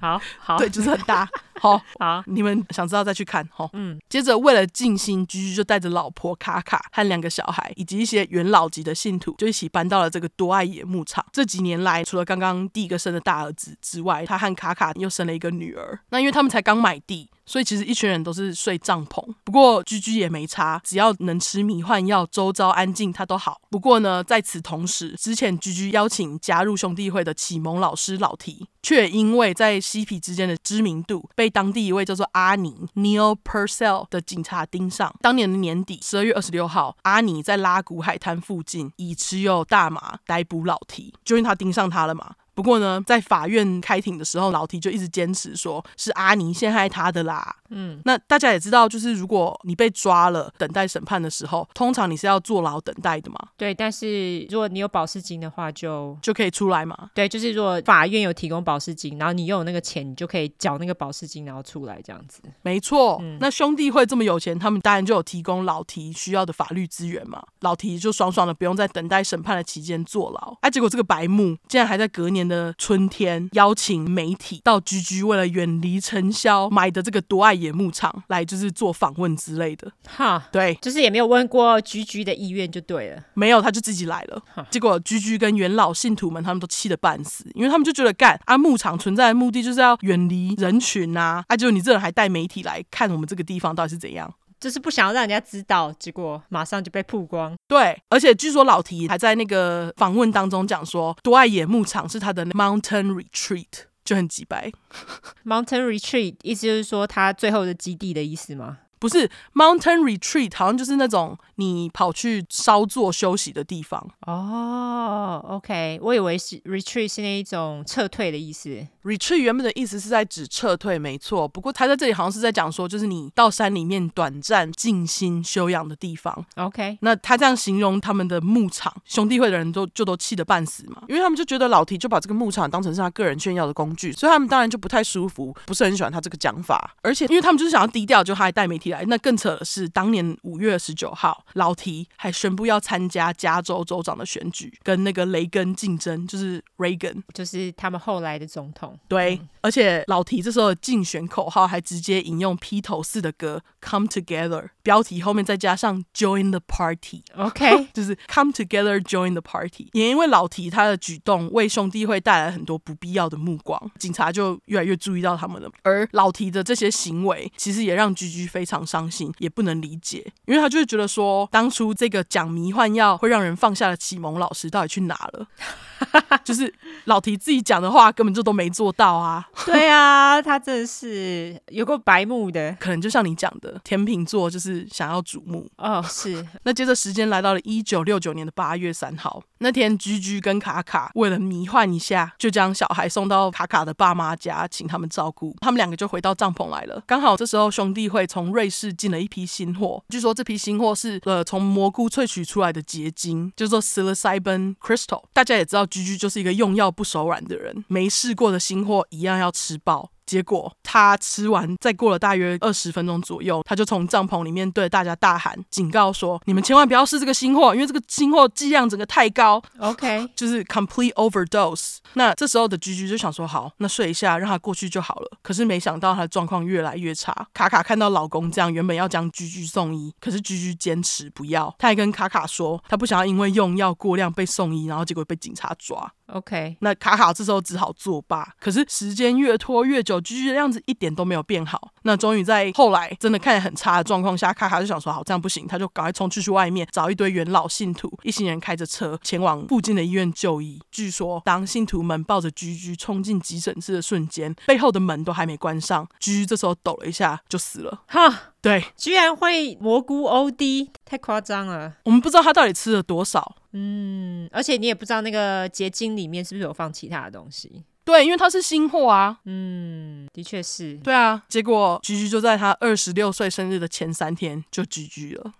Speaker 2: 好，好，
Speaker 1: 对，就是很大。好，
Speaker 2: 好，
Speaker 1: 你们想知道再去看哈。
Speaker 2: 嗯，
Speaker 1: 接着为了尽心，居居就带着老婆卡卡和两个小孩，以及一些元老级的信徒，就一起搬到了这个多爱野牧场。这几年来，除了刚刚第一个生的大儿子之外，他和卡卡又生了一个女儿。那因为他们才刚买地。所以其实一群人都是睡帐篷，不过居居也没差，只要能吃迷幻药，周遭安静他都好。不过呢，在此同时，之前居居邀请加入兄弟会的启蒙老师老提，却因为在嬉皮之间的知名度，被当地一位叫做阿尼 （Neil Purcell） 的警察盯上。当年的年底，十二月二十六号，阿尼在拉古海滩附近以持有大麻逮捕老提，就因为他盯上他了嘛。不过呢，在法院开庭的时候，老提就一直坚持说是阿尼陷害他的啦。嗯，那大家也知道，就是如果你被抓了，等待审判的时候，通常你是要坐牢等待的嘛，
Speaker 2: 对。但是如果你有保释金的话就，
Speaker 1: 就可以出来嘛。
Speaker 2: 对，就是如果法院有提供保释金，然后你又有那个钱，你就可以缴那个保释金，然后出来这样子。
Speaker 1: 没错，那兄弟会这么有钱，他们当然就有提供老提需要的法律资源嘛。老提就爽爽的不用在等待审判的期间坐牢。啊，结果这个白木竟然还在隔年的春天邀请媒体到居居为了远离尘嚣买的这个多爱野牧场来，就是做访问之类的。
Speaker 2: 哈，
Speaker 1: 对，
Speaker 2: 就是也没有问过菊菊的意愿就对了。
Speaker 1: 没有，他就自己来了。结果居居跟元老信徒们他们都气得半死，因为他们就觉得干啊，牧场存在的目的就是要远离人群啊，啊，结果你这人还带媒体来看我们这个地方到底是怎样。
Speaker 2: 就是不想要让人家知道，结果马上就被曝光。
Speaker 1: 对，而且据说老提还在那个访问当中讲说，多爱野牧场是他的 mountain retreat，就很几白。
Speaker 2: Mountain Retreat 意思就是说他最后的基地的意思吗？
Speaker 1: 不是 mountain retreat，好像就是那种你跑去稍作休息的地方。
Speaker 2: 哦、o k 我以为是 retreat 是那一种撤退的意思。
Speaker 1: retreat 原本的意思是在指撤退，没错。不过他在这里好像是在讲说，就是你到山里面短暂静心休养的地方。
Speaker 2: OK，
Speaker 1: 那他这样形容他们的牧场，
Speaker 3: 兄弟会的人都就都气得半死嘛，因为他们就觉得老提就把这个牧场当成是他个人炫耀的工具，所以他们当然就不太舒服，不是很喜欢他这个讲法。而且
Speaker 1: 因为他们就是想要低调，就他还带媒体来。那更扯的是，当年五月十九号，老提还宣布要参加加州州长的选举，跟那个雷根竞争，就是 Reagan。
Speaker 2: 就是他们后来的总统。
Speaker 1: 对，而且老提这时候的竞选口号还直接引用披头士的歌《Come Together》，标题后面再加上 “Join the Party”。
Speaker 2: OK，
Speaker 1: 就是 come together join the party。也因为老提他的举动为兄弟会带来很多不必要的目光，警察就越来越注意到他们了。而老提的这些行为，其实也让居居非常伤心，也不能理解，因为他就是觉得说，当初这个讲迷幻药会让人放下的启蒙老师到底去哪了？就是老提自己讲的话根本就都没做到啊。
Speaker 2: 对啊，他真的是有够白目的。
Speaker 1: 可能就像你讲的，天秤座就是想要瞩目，
Speaker 2: 哦、是，
Speaker 1: 那接着时间来到了一九六九年的八月三号，那天居居跟卡卡为了迷幻一下，就将小孩送到卡卡的爸妈家，请他们照顾。他们两个就回到帐篷来了。刚好这时候兄弟会从瑞士进了一批新货，据说这批新货是呃从蘑菇萃取出来的结晶，叫做 psilocybin crystal。大家也知道居居就是一个用药不手软的人，没试过的新货一样要吃爆。结果他吃完，再过了大约二十分钟左右，他就从帐篷里面对大家大喊，警告说：“你们千万不要试这个新货，因为这个新货剂量整个太高，
Speaker 2: OK，
Speaker 1: 就是 complete overdose。”那这时候的居居就想说：“好，那睡一下，让他过去就好了。”可是没想到他的状况越来越差。卡卡看到老公这样，原本要将居居送医，可是居居坚持不要，他还跟卡卡说，他不想要因为用药过量被送医，然后结果被警察抓。
Speaker 2: OK，
Speaker 1: 那卡卡这时候只好作罢。可是时间越拖越久，居居的样子一点都没有变好。那终于在后来真的看起来很差的状况下，卡卡就想说好这样不行，他就赶快冲出去外面找一堆元老信徒，一行人开着车前往附近的医院就医。据说当信徒们抱着居居冲进急诊室的瞬间，背后的门都还没关上，居居这时候抖了一下就死了。
Speaker 2: 哈，
Speaker 1: 对
Speaker 2: 居然会蘑菇 OD，太夸张了。
Speaker 1: 我们不知道他到底吃了多少，
Speaker 2: 嗯，而且你也不知道那个结晶里面是不是有放其他的东西。
Speaker 1: 对，因为它是新货啊。
Speaker 2: 嗯，的确是。
Speaker 1: 对啊，结果菊菊就在他二十六岁生日的前三天就菊菊 了，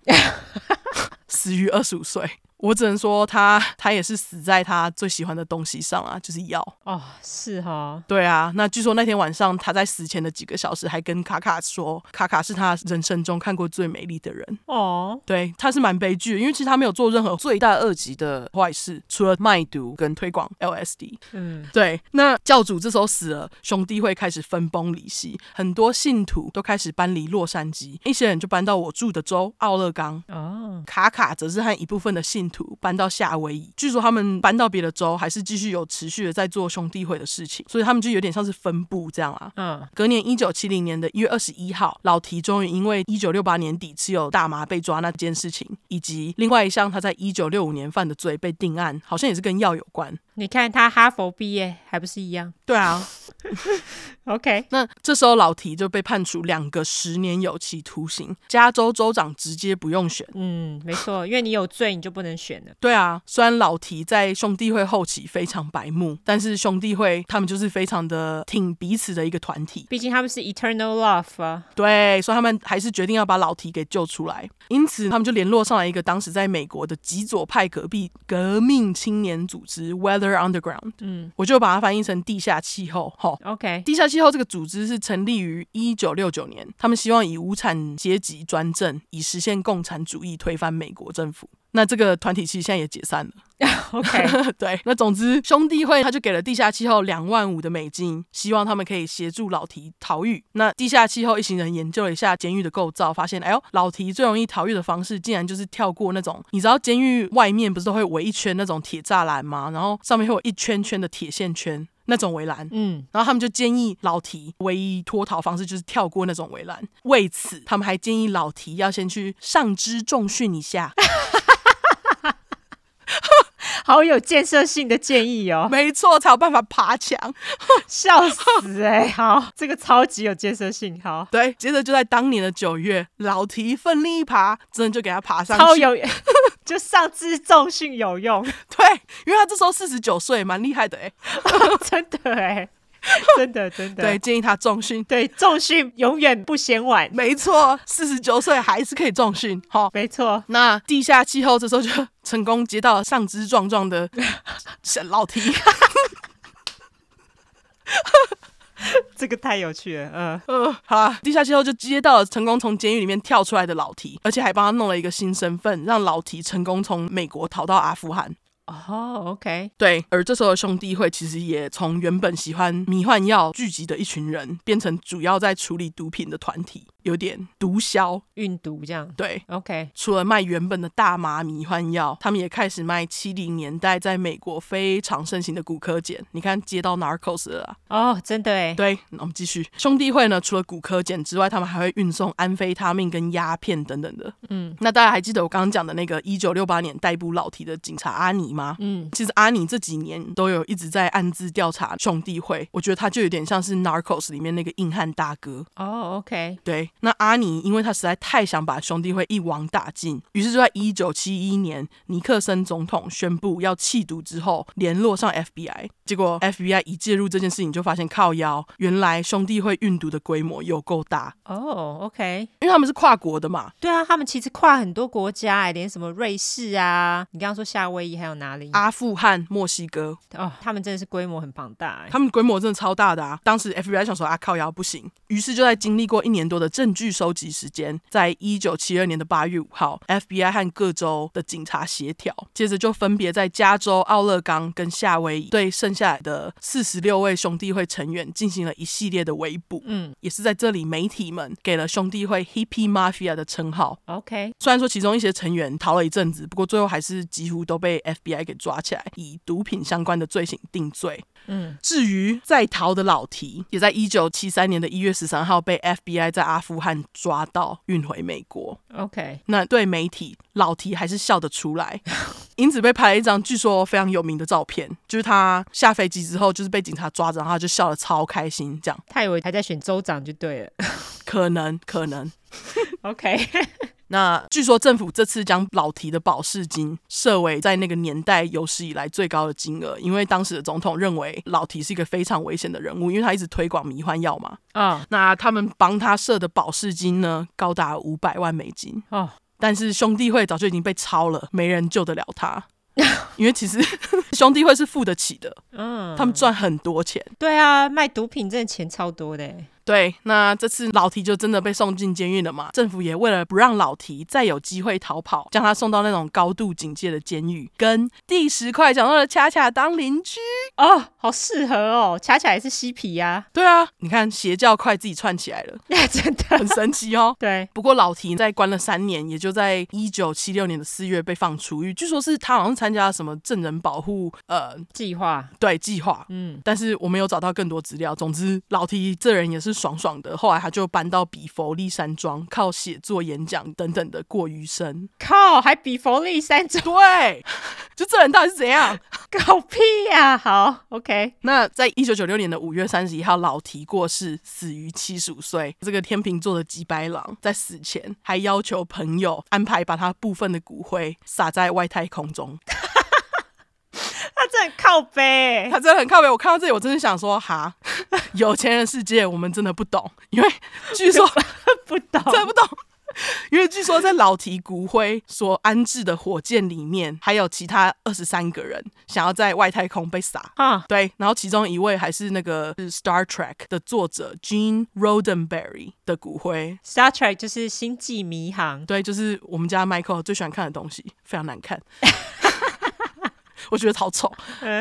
Speaker 1: 死于二十五岁。我只能说他他也是死在他最喜欢的东西上啊，就是药。
Speaker 2: 哦，是哈、哦，
Speaker 1: 对啊，那据说那天晚上他在死前的几个小时还跟卡卡说，卡卡是他人生中看过最美丽的人。
Speaker 2: 哦，
Speaker 1: 对，他是蛮悲剧的，因为其实他没有做任何罪。
Speaker 3: 罪大恶极的坏事，除了卖毒跟推广 LSD。
Speaker 2: 嗯，
Speaker 1: 对，那教主这时候死了，兄弟会开始分崩离析，很多信徒都开始搬离洛杉矶，一些人就搬到我住的州奥勒冈。
Speaker 2: 哦，
Speaker 1: 卡卡则是和一部分的信徒搬到夏威夷，据说他们搬到别的州，还是继续有持续的在做兄弟会的事情，所以他们就有点像是分部这样啊。
Speaker 2: 嗯，
Speaker 1: 隔年一九七零年的一月二十一号，老提终于因为一九六八年底持有大麻被抓那件事情，以及另外一项他在一九六五年犯的罪被定案，好像也是跟药有关。
Speaker 2: 你看他哈佛毕业还不是一样
Speaker 1: 对啊，
Speaker 2: ？OK，
Speaker 1: 那这时候老提就被判处两个十年有期徒刑，加州州长直接不用选。
Speaker 2: 嗯，没错，因为你有罪，你就不能选了。
Speaker 1: 对啊，虽然老提在兄弟会后期非常白目，但是兄弟会他们就是非常的挺彼此的一个团体。
Speaker 2: 毕竟他们是 eternal love 啊，
Speaker 1: 对，所以他们还是决定要把老提给救出来，因此他们就联络上来一个当时在美国的极左派革命革命青年组织 Weather Underground，
Speaker 2: 嗯
Speaker 1: 我就把它翻译成地下气候。吼，
Speaker 2: ，OK，
Speaker 1: 地下气候这个组织是成立于一九六九年，他们希望以无产阶级专政，以实现共产主义，推翻美国政府。那这个团体其实现在也解散了。
Speaker 2: OK，
Speaker 1: 对，那总之兄弟会他就给了地下气候两万五的美金，希望他们可以协助老提逃狱。那地下气候一行人研究了一下监狱的构造，发现，哎呦，老提最容易逃狱的方式，竟然就是跳过那种，你知道监狱外面不是都会围一圈那种铁栅栏吗？然后上面会有一圈圈的铁线圈那种围栏。
Speaker 2: 嗯，
Speaker 1: 然后他们就建议老提唯一脱逃方式就是跳过那种围栏。为此，他们还建议老提要先去上肢重训一下，
Speaker 2: 好有建设性的建议 哦，
Speaker 1: 没错，才有办法爬墙。
Speaker 2: 笑死哎、好，这个超级有建设性，好，
Speaker 1: 对，接着就在当年的九月，老提奋力一爬，真的就给他爬上去。
Speaker 2: 超有，就上肢重训有用，
Speaker 1: 对，因为他这时候四十九岁，蛮厉害的哎。
Speaker 2: 真的哎、真的真的，
Speaker 1: 对，建议他重训。
Speaker 2: 对，重训永远不嫌晚，
Speaker 1: 没错，四十九岁还是可以重训。好、
Speaker 2: 没错，
Speaker 1: 那地下气候这时候就成功接到了上肢壮壮的 沈老提。
Speaker 2: 这个太有趣了，嗯、
Speaker 1: 呃，好啦，地下气候就接到了成功从监狱里面跳出来的老提，而且还帮他弄了一个新身份，让老提成功从美国逃到阿富汗。
Speaker 2: 哦，OK，
Speaker 1: 对，而这时候的兄弟会其实也从原本喜欢迷幻药聚集的一群人，变成主要在处理毒品的团体，有点毒枭。
Speaker 2: 运毒这样
Speaker 1: 对，
Speaker 2: ，OK，
Speaker 1: 除了卖原本的大麻迷幻药，他们也开始卖七零年代在美国非常盛行的骨科碱。你看，接到 Narcos 了啊啦。
Speaker 2: 哦，真的哎，
Speaker 1: 对，那我们继续。兄弟会呢，除了骨科碱之外，他们还会运送安非他命跟鸦片等等的。
Speaker 2: 嗯，
Speaker 1: 那大家还记得我刚刚讲的那个一九六八年逮捕老提的警察阿尼吗？
Speaker 2: 嗯，
Speaker 1: 其实阿尼这几年都有一直在暗自调查兄弟会，我觉得他就有点像是《Narcos》里面那个硬汉大哥。
Speaker 2: 哦，OK，
Speaker 1: 对，那阿尼因为他实在太想把兄弟会一网打尽，于是就在一九七一年尼克森总统宣布要弃毒之后，联络上 FBI，结果 FBI 一介入这件事情，就发现靠腰，原来兄弟会运毒的规模有够大，
Speaker 2: 哦，OK，
Speaker 1: 因为他们是跨国的嘛，
Speaker 2: 对啊，他们其实跨很多国家哎，连什么瑞士啊，你刚刚说夏威夷还有哪里？
Speaker 1: 阿富汗、墨西哥，
Speaker 2: 哦，他们真的是规模很庞大哎，
Speaker 1: 他们规模真的超大的啊！当时 FBI 想说啊靠腰不行，于是就在经历过一年多的证据收集时间，在一九七二年的八月五号，FBI 和各州的警察协调，接着就分别在加州、奥勒冈跟夏威夷对剩下来的四十六位兄弟会成员进行了一系列的围捕。
Speaker 2: 嗯
Speaker 1: 也是在这里，媒体们给了兄弟会 Hippie Mafia 的称号。
Speaker 2: ，OK，
Speaker 1: 虽然说其中一些成员逃了一阵子，不过最后还是几乎都被 FBI 给抓起来，以毒品相关的罪行定罪。
Speaker 2: 嗯，
Speaker 1: 至于在逃的老提，也在一九七三年的一月十三号被 FBI 在阿富汗抓到，运回美国。
Speaker 2: OK，
Speaker 1: 那对媒体，老提还是笑得出来，因此被拍了一张据说非常有名的照片，就是他下飞机之后，就是被警察抓着，然后他就笑得超开心，这样
Speaker 2: 他以为还在选州长就对了
Speaker 1: 可能可能。
Speaker 2: ，OK，
Speaker 1: 那据说政府这次将老提的保释金设为在那个年代有史以来最高的金额，因为当时的总统认为老提是一个非常危险的人物，因为他一直推广迷幻药嘛。
Speaker 2: 啊
Speaker 1: 那他们帮他设的保释金呢，高达五百万美金。
Speaker 2: 哦，
Speaker 1: 但是兄弟会早就已经被抄了，没人救得了他。因为其实 兄弟会是付得起的，
Speaker 2: 嗯，
Speaker 1: 他们赚很多钱。
Speaker 2: 对啊，卖毒品真的钱超多的欸，
Speaker 1: 对，那这次老提就真的被送进监狱了嘛？政府也为了不让老提再有机会逃跑，将他送到那种高度警戒的监狱，跟第十块讲到的恰恰当邻居。
Speaker 2: 哦，好适合哦，恰恰也是嬉皮呀、
Speaker 1: 对啊，你看邪教快自己串起来了，
Speaker 2: 啊， 真的，。
Speaker 1: 很神奇哦
Speaker 2: 对，
Speaker 1: 不过老提在关了三年，也就在一九七六年的四月被放出狱。据说是他好像参加了什么证人保护呃
Speaker 2: 计划，
Speaker 1: 对计划，
Speaker 2: 嗯，
Speaker 1: 但是我没有找到更多资料。总之，老提这人也是爽爽的。后来他就搬到比佛利山庄，靠写作、演讲等等的过余生。
Speaker 2: 靠，还比佛利山庄
Speaker 1: 对，就这人到底是怎样？
Speaker 2: 搞屁呀、好，OK，
Speaker 1: 那在一九九六年的五月三十一号，老提过世，死于七十五岁。这个天秤座的吉白狼在死前还要求朋友安排把他部分的骨灰撒在外太空中。
Speaker 2: 他真的靠背欸，
Speaker 1: 哎他真的很靠北。我看到这里，我真的想说，哈， 有钱人世界我们真的不懂，因为据说
Speaker 2: 不懂，
Speaker 1: 真的不懂。 因为据说在老提骨灰所安置的火箭里面，还有其他二十三个人想要在外太空被撒。
Speaker 2: 啊，
Speaker 1: 对，然后其中一位还是那个是《Star Trek》的作者 Gene Roddenberry 的骨灰。
Speaker 2: Star Trek 就是《星际迷航》
Speaker 1: 对，就是我们家 Michael 最喜欢看的东西，非常难看。 我觉得好丑。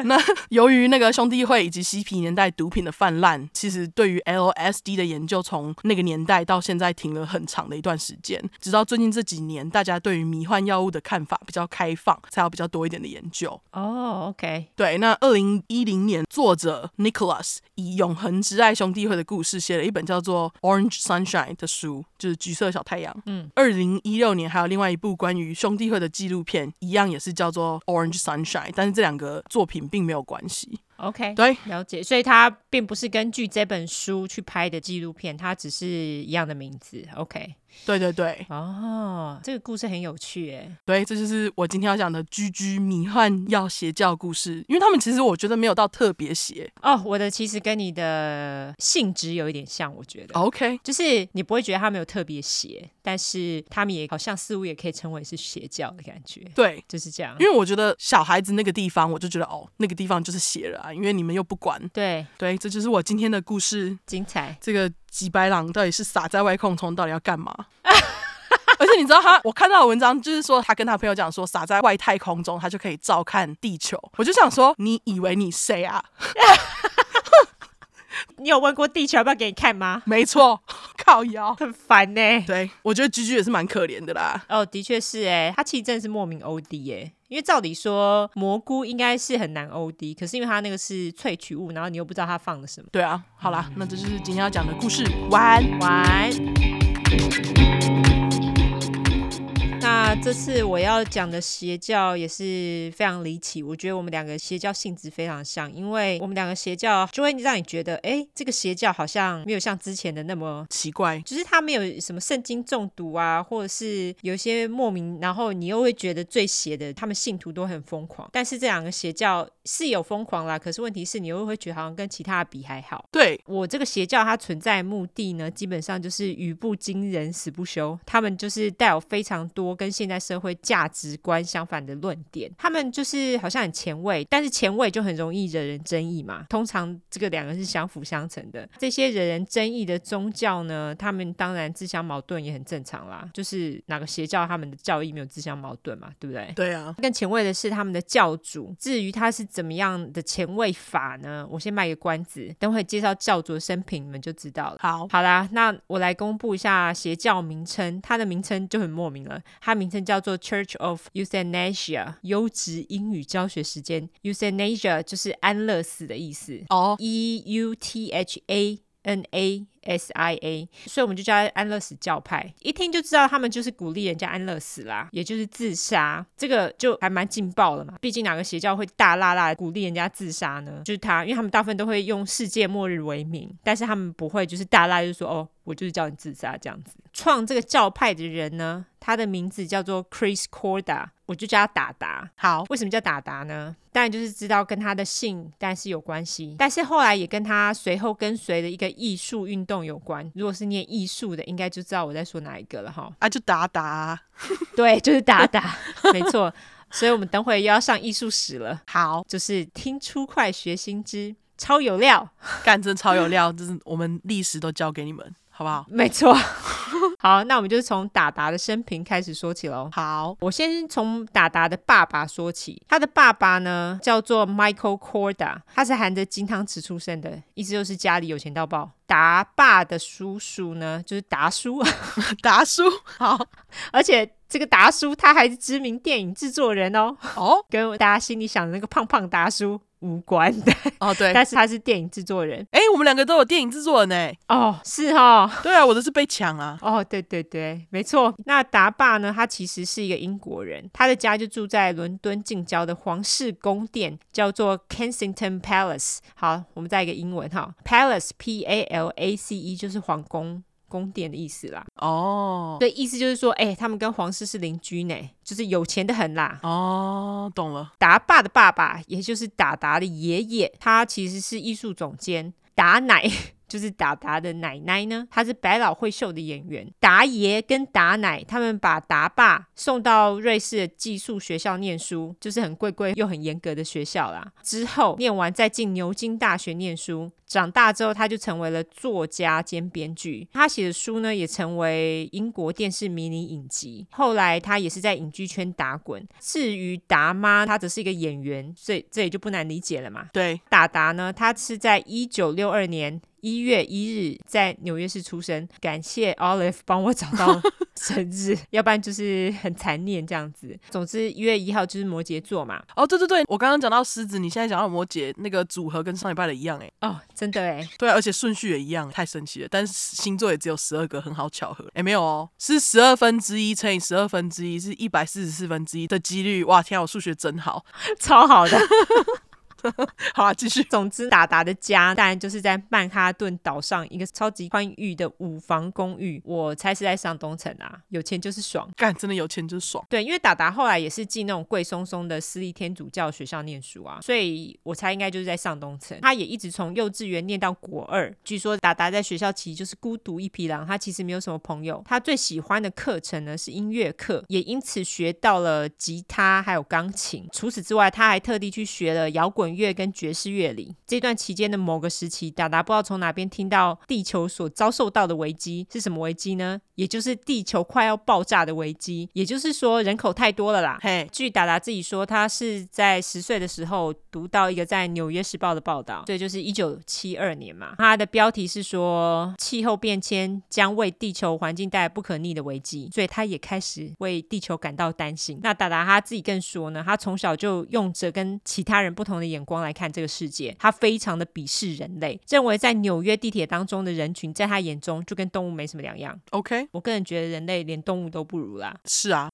Speaker 1: 那由于那个兄弟会以及嬉皮年代毒品的泛滥，其实对于 LSD 的研究从那个年代到现在停了很长的一段时间，直到最近这几年，大家对于迷幻药物的看法比较开放，才有比较多一点的研究。
Speaker 2: 哦，OK，
Speaker 1: 对，那二零一零年，作者 Nicholas 以永恒之爱兄弟会的故事写了一本叫做《Orange Sunshine》的书，就是橘色小太阳。
Speaker 2: 嗯，
Speaker 1: 二零一六年还有另外一部关于兄弟会的纪录片，一样也是叫做《Orange Sunshine》，但是这两个作品并没有关系。
Speaker 2: OK，
Speaker 1: 对，
Speaker 2: 了解，所以它并不是根据这本书去拍的纪录片，它只是一样的名字。OK，
Speaker 1: 对对对
Speaker 2: 哦，这个故事很有趣耶。
Speaker 1: 对，这就是我今天要讲的《居居迷幻药邪教故事》，因为他们其实我觉得没有到特别邪。
Speaker 2: 哦，我的其实跟你的性质有一点像，我觉得。
Speaker 1: OK，
Speaker 2: 就是你不会觉得他们有特别邪，但是他们也好像似乎也可以称为是邪教的感觉，
Speaker 1: 对，
Speaker 2: 就是这样
Speaker 1: 因。为我觉得小孩子那个地方，我就觉得哦，那个地方就是邪了啊，因为你们又不管。
Speaker 2: 对，
Speaker 1: 对，这就是我今天的故事。
Speaker 2: 精彩。
Speaker 1: 这个几白狼到底是撒在外空中，到底要干嘛？ 而且你知道他，我看到的文章就是说，他跟他朋友讲说，撒在外太空中，他就可以照看地球。我就想说，你以为你谁啊？
Speaker 2: 你有问过地球要不要给你看吗？
Speaker 1: 没错， 靠腰。
Speaker 2: 很烦呢、
Speaker 1: 对，我觉得居居也是蛮可怜的啦。
Speaker 2: 哦，的确是哎，他其实真的是莫名 OD 哎，因为照理说蘑菇应该是很难 OD，可是因为它那个是萃取物，然后你又不知道它放了什么。
Speaker 1: 对啊，好啦，那这就是今天要讲的故事。晚安。
Speaker 2: 晚安。那这次我要讲的邪教也是非常离奇，我觉得我们两个邪教性质非常像，因为我们两个邪教就会让你觉得，哎，这个邪教好像没有像之前的那么
Speaker 1: 奇怪，
Speaker 2: 就是他们有什么圣经中毒啊，或者是有一些莫名，然后你又会觉得最邪的，他们信徒都很疯狂。但是这两个邪教是有疯狂啦，可是问题是你又会觉得好像跟其他的比还好。
Speaker 1: 对，
Speaker 2: 我这个邪教它存在的目的呢，基本上就是语不惊人死不休。他们就是带有非常多跟现代社会价值观相反的论点，他们就是好像很前卫，但是前卫就很容易惹人争议嘛。通常这个两个是相辅相成的。这些惹人争议的宗教呢，他们当然自相矛盾也很正常啦。就是哪个邪教他们的教义没有自相矛盾嘛，对不对？
Speaker 1: 对啊，
Speaker 2: 更前卫的是他们的教主。至于他是怎么样的前卫法呢？我先卖个关子，等会介绍教主的生平，你们就知道了。
Speaker 1: 好，
Speaker 2: 好啦，那我来公布一下邪教名称，它的名称就很莫名了。它名称叫做 Church of Euthanasia，优质英语教学时间。Euthanasia 就是安乐死的意思。
Speaker 1: 哦，
Speaker 2: E U T H A N A S I A，所以我们就叫它安乐死教派。一听就知道他们就是鼓励人家安乐死啦，也就是自杀。这个就还蛮劲爆的嘛。毕竟哪个邪教会大辣辣地鼓励人家自杀呢？就是他，因为他们大部分都会用世界末日为名，但是他们不会就是大辣就说哦。我就是叫你自杀这样子。创这个教派的人呢，他的名字叫做 Chris Corda，我就叫他达达。
Speaker 1: 好，
Speaker 2: 为什么叫达达呢？当然就是知道跟他的姓但是有关系，但是后来也跟他随后跟随的一个艺术运动有关。如果是念艺术的，应该就知道我在说哪一个了哈。
Speaker 1: 啊，就达达。
Speaker 2: 对，就是达达， 没错。所以我们等会又要上艺术史了。
Speaker 1: 好，
Speaker 2: 就是听出快学新知，超有料，
Speaker 1: 干真超有料，就是我们历史都交给你们，好不好？
Speaker 2: 没错。 好，那我们就从达达的生平开始说起喽。
Speaker 1: 好，
Speaker 2: 我先从达达的爸爸说起。他的爸爸呢叫做 Michael Corda，他是含着金汤匙出生的，意思就是家里有钱到爆。达爸的叔叔呢就是达叔，
Speaker 1: 达叔好，
Speaker 2: 而且这个达叔他还是知名电影制作人哦，
Speaker 1: 哦
Speaker 2: 跟大家心里想的那个胖胖达叔无关的。
Speaker 1: 哦对，
Speaker 2: 但是他是电影制作人
Speaker 1: 哎、我们两个都有电影制作人哎、
Speaker 2: 哦，是哦，
Speaker 1: 对啊，我的是被抢啊，
Speaker 2: 哦，对对对，没错。那达爸呢？他其实是一个英国人，他的家就住在伦敦近郊的皇室宫殿，叫做 Kensington Palace。好，我们再一个英文哈，Palace P A L A C E 就是皇宫。宫殿的意思啦，
Speaker 1: 哦
Speaker 2: 对，意思就是说，哎、他们跟皇室是邻居呢，就是有钱的很啦。
Speaker 1: 哦，懂了，
Speaker 2: 达爸的爸爸，也就是达达的爷爷，他其实是艺术总监。达奶就是达达的奶奶呢，她是百老汇秀的演员。达爷跟达奶他们把达爸送到瑞士的寄宿学校念书，就是很贵贵又很严格的学校啦。之后念完再进牛津大学念书。长大之后，他就成为了作家兼编剧。他写的书呢，也成为英国电视迷你影集。后来他也是在影剧圈打滚。至于达妈，她则是一个演员，所以这也就不难理解了嘛。
Speaker 1: 对，
Speaker 2: 达达呢，他是在一九六二年一月一日在纽约市出生。感谢 Olive 帮我找 到生日，要不然就是很残念这样子。总之，一月一号就是摩羯座嘛。
Speaker 1: 哦对对对，我刚刚讲到狮子，你现在讲到摩羯，那个组合跟上礼拜的一样哎、
Speaker 2: 哦，真的哎，
Speaker 1: 对、啊，而且顺序也一样，太神奇了。但是星座也只有十二个，很好巧合。哎，没有哦，是十二分之一乘以十二分之一是一百四十四分之一的几率。哇，天、啊，我数学真好。
Speaker 2: 超好的。
Speaker 1: 好啦，继续。
Speaker 2: 总之，达达的家当然就是在曼哈顿岛上一个超级宽裕的五房公寓。我猜是在上东城啊，有钱就是爽。
Speaker 1: 干，真的有钱就是爽。
Speaker 2: 对，因为达达后来也是进那种贵松松的私立天主教学校念书啊，所以我猜应该就是在上东城。他也一直从幼稚园念到国二。据说达达在学校其实就是孤独一匹狼，他其实没有什么朋友。他最喜欢的课程呢是音乐课，也因此学到了吉他还有钢琴。除此之外，他还特地去学了摇滚乐跟爵士乐理。这段期间的某个时期，达达不知道从哪边听到地球所遭受到的危机是什么危机呢？也就是地球快要爆炸的危机，也就是说人口太多了啦。
Speaker 1: 嘿，
Speaker 2: 据达达自己说，他是在十岁的时候读到一个在《纽约时报》的报道，所以就是一九七二年嘛。它的标题是说气候变迁将为地球环境带来不可逆的危机，所以他也开始为地球感到担心。那达达他自己更说呢，他从小就用着跟其他人不同的眼光来看这个世界，他非常的鄙视人类，认为在纽约地铁当中的人群，在他眼中就跟动物没什么两样。
Speaker 1: ，OK，
Speaker 2: 我个人觉得人类连动物都不如啦。
Speaker 1: 是 啊，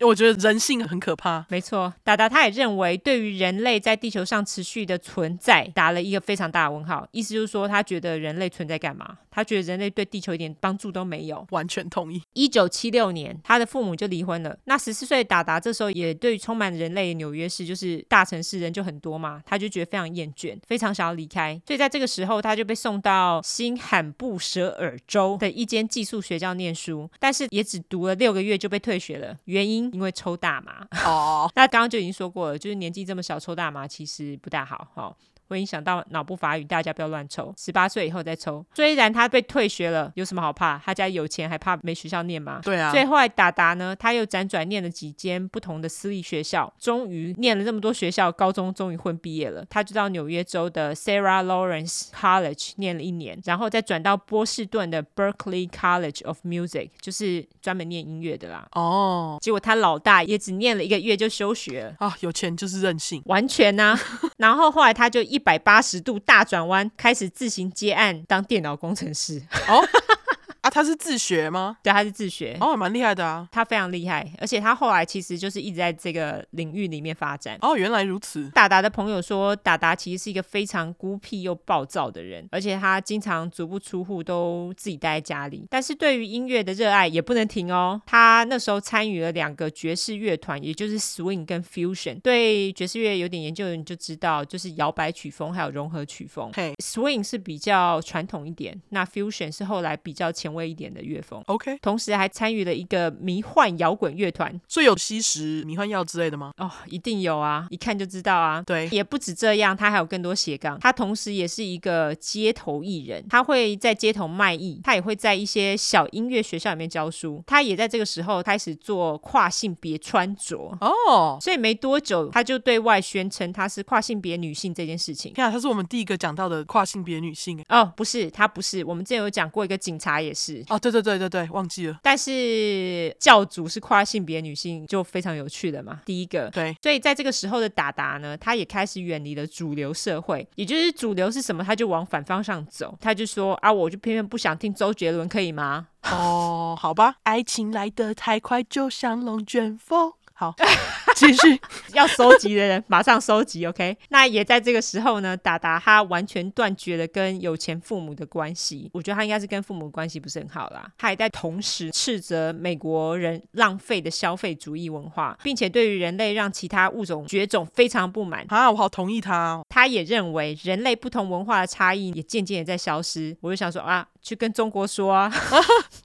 Speaker 1: 我觉得人性很可怕。
Speaker 2: 没错，达达他也认为，对于人类在地球上持续的存在，打了一个非常大的问号。意思就是说，他觉得人类存在干嘛？他觉得人类对地球一点帮助都没有。
Speaker 1: 完全同意。
Speaker 2: 一九七六年，他的父母就离婚了。那十四岁的达达这时候也对充满人类的纽约市，就是大城市人就很多嘛，他就觉得非常厌倦，非常想要离开。所以在这个时候，他就被送到新罕布什尔州的一间寄宿学校念书，但是也只读了六个月就被退学了，原因因为抽大麻。
Speaker 1: 哦，
Speaker 2: 那刚刚就已经说过了，就是年纪这么小抽大麻其实不大好哦。会影响到脑部发育，大家不要乱抽。十八岁以后再抽。虽然他被退学了，有什么好怕？他家有钱，还怕没学校念吗？
Speaker 1: 对啊
Speaker 2: 所，以后来达达呢，他又辗转念了几间不同的私立学校，终于念了这么多学校，高中终于混毕业了。他就到纽约州的 Sarah Lawrence College 念了一年，然后再转到波士顿的 Berkeley College of Music，就是专门念音乐的啦。
Speaker 1: 哦，
Speaker 2: 结果他老大也只念了一个月就休学了。
Speaker 1: 啊，有钱就是任性。
Speaker 2: 完全呐、然后后来他就一百八十度大转弯，开始自行接案当电脑工程师。
Speaker 1: 哦，啊，他是自学吗？
Speaker 2: 对，他是自学，
Speaker 1: 哦，蛮厉害的啊。
Speaker 2: 他非常厉害，而且他后来其实就是一直在这个领域里面发展。
Speaker 1: 哦，原来如此。
Speaker 2: 达达的朋友说，达达其实是一个非常孤僻又暴躁的人，而且他经常足不出户，都自己待在家里。但是对于音乐的热爱也不能停哦。他那时候参与了两个爵士乐团，也就是 swing 跟 fusion。对爵士乐有点研究的人就知道，就是摇摆曲风还有融合曲风。
Speaker 1: 嘿
Speaker 2: swing 是比较传统一点，那 fusion 是后来比较前卫一点的乐风。
Speaker 1: ，OK，
Speaker 2: 同时还参与了一个迷幻摇滚乐团，
Speaker 1: 所以有吸食迷幻药之类的吗？
Speaker 2: 哦，一定有啊，一看就知道啊。
Speaker 1: 对，
Speaker 2: 也不止这样，他还有更多斜杠。他同时也是一个街头艺人，他会在街头卖艺，他也会在一些小音乐学校里面教书。他也在这个时候开始做跨性别穿着，
Speaker 1: 哦，
Speaker 2: 所以没多久他就对外宣称他是跨性别女性这件事情。
Speaker 1: 天啊，她是我们第一个讲到的跨性别女性哎。
Speaker 2: 哦，不是，他不是，我们之前有讲过一个警察也是，
Speaker 1: 哦，对对对对对，忘记了。
Speaker 2: 但是教主是跨性别女性，就非常有趣了嘛。第一个，
Speaker 1: 对，
Speaker 2: 所以在这个时候的达达呢，他也开始远离了主流社会，也就是主流是什么，他就往反方向走。他就说啊，我就偏偏不想听周杰伦，可以吗？
Speaker 1: 哦，好吧，爱情来得太快，就像龙卷风。好， 继续。
Speaker 2: 要收集的人马上收集，OK？那也在这个时候呢，达达他完全断绝了跟有钱父母的关系，我觉得他应该是跟父母关系不是很好啦。他也在同时斥责美国人浪费的消费主义文化，并且对于人类让其他物种绝种非常不满。
Speaker 1: 啊，我好同意他哦。
Speaker 2: 他也认为人类不同文化的差异也渐渐的在消失。我就想说啊，去跟中国说啊，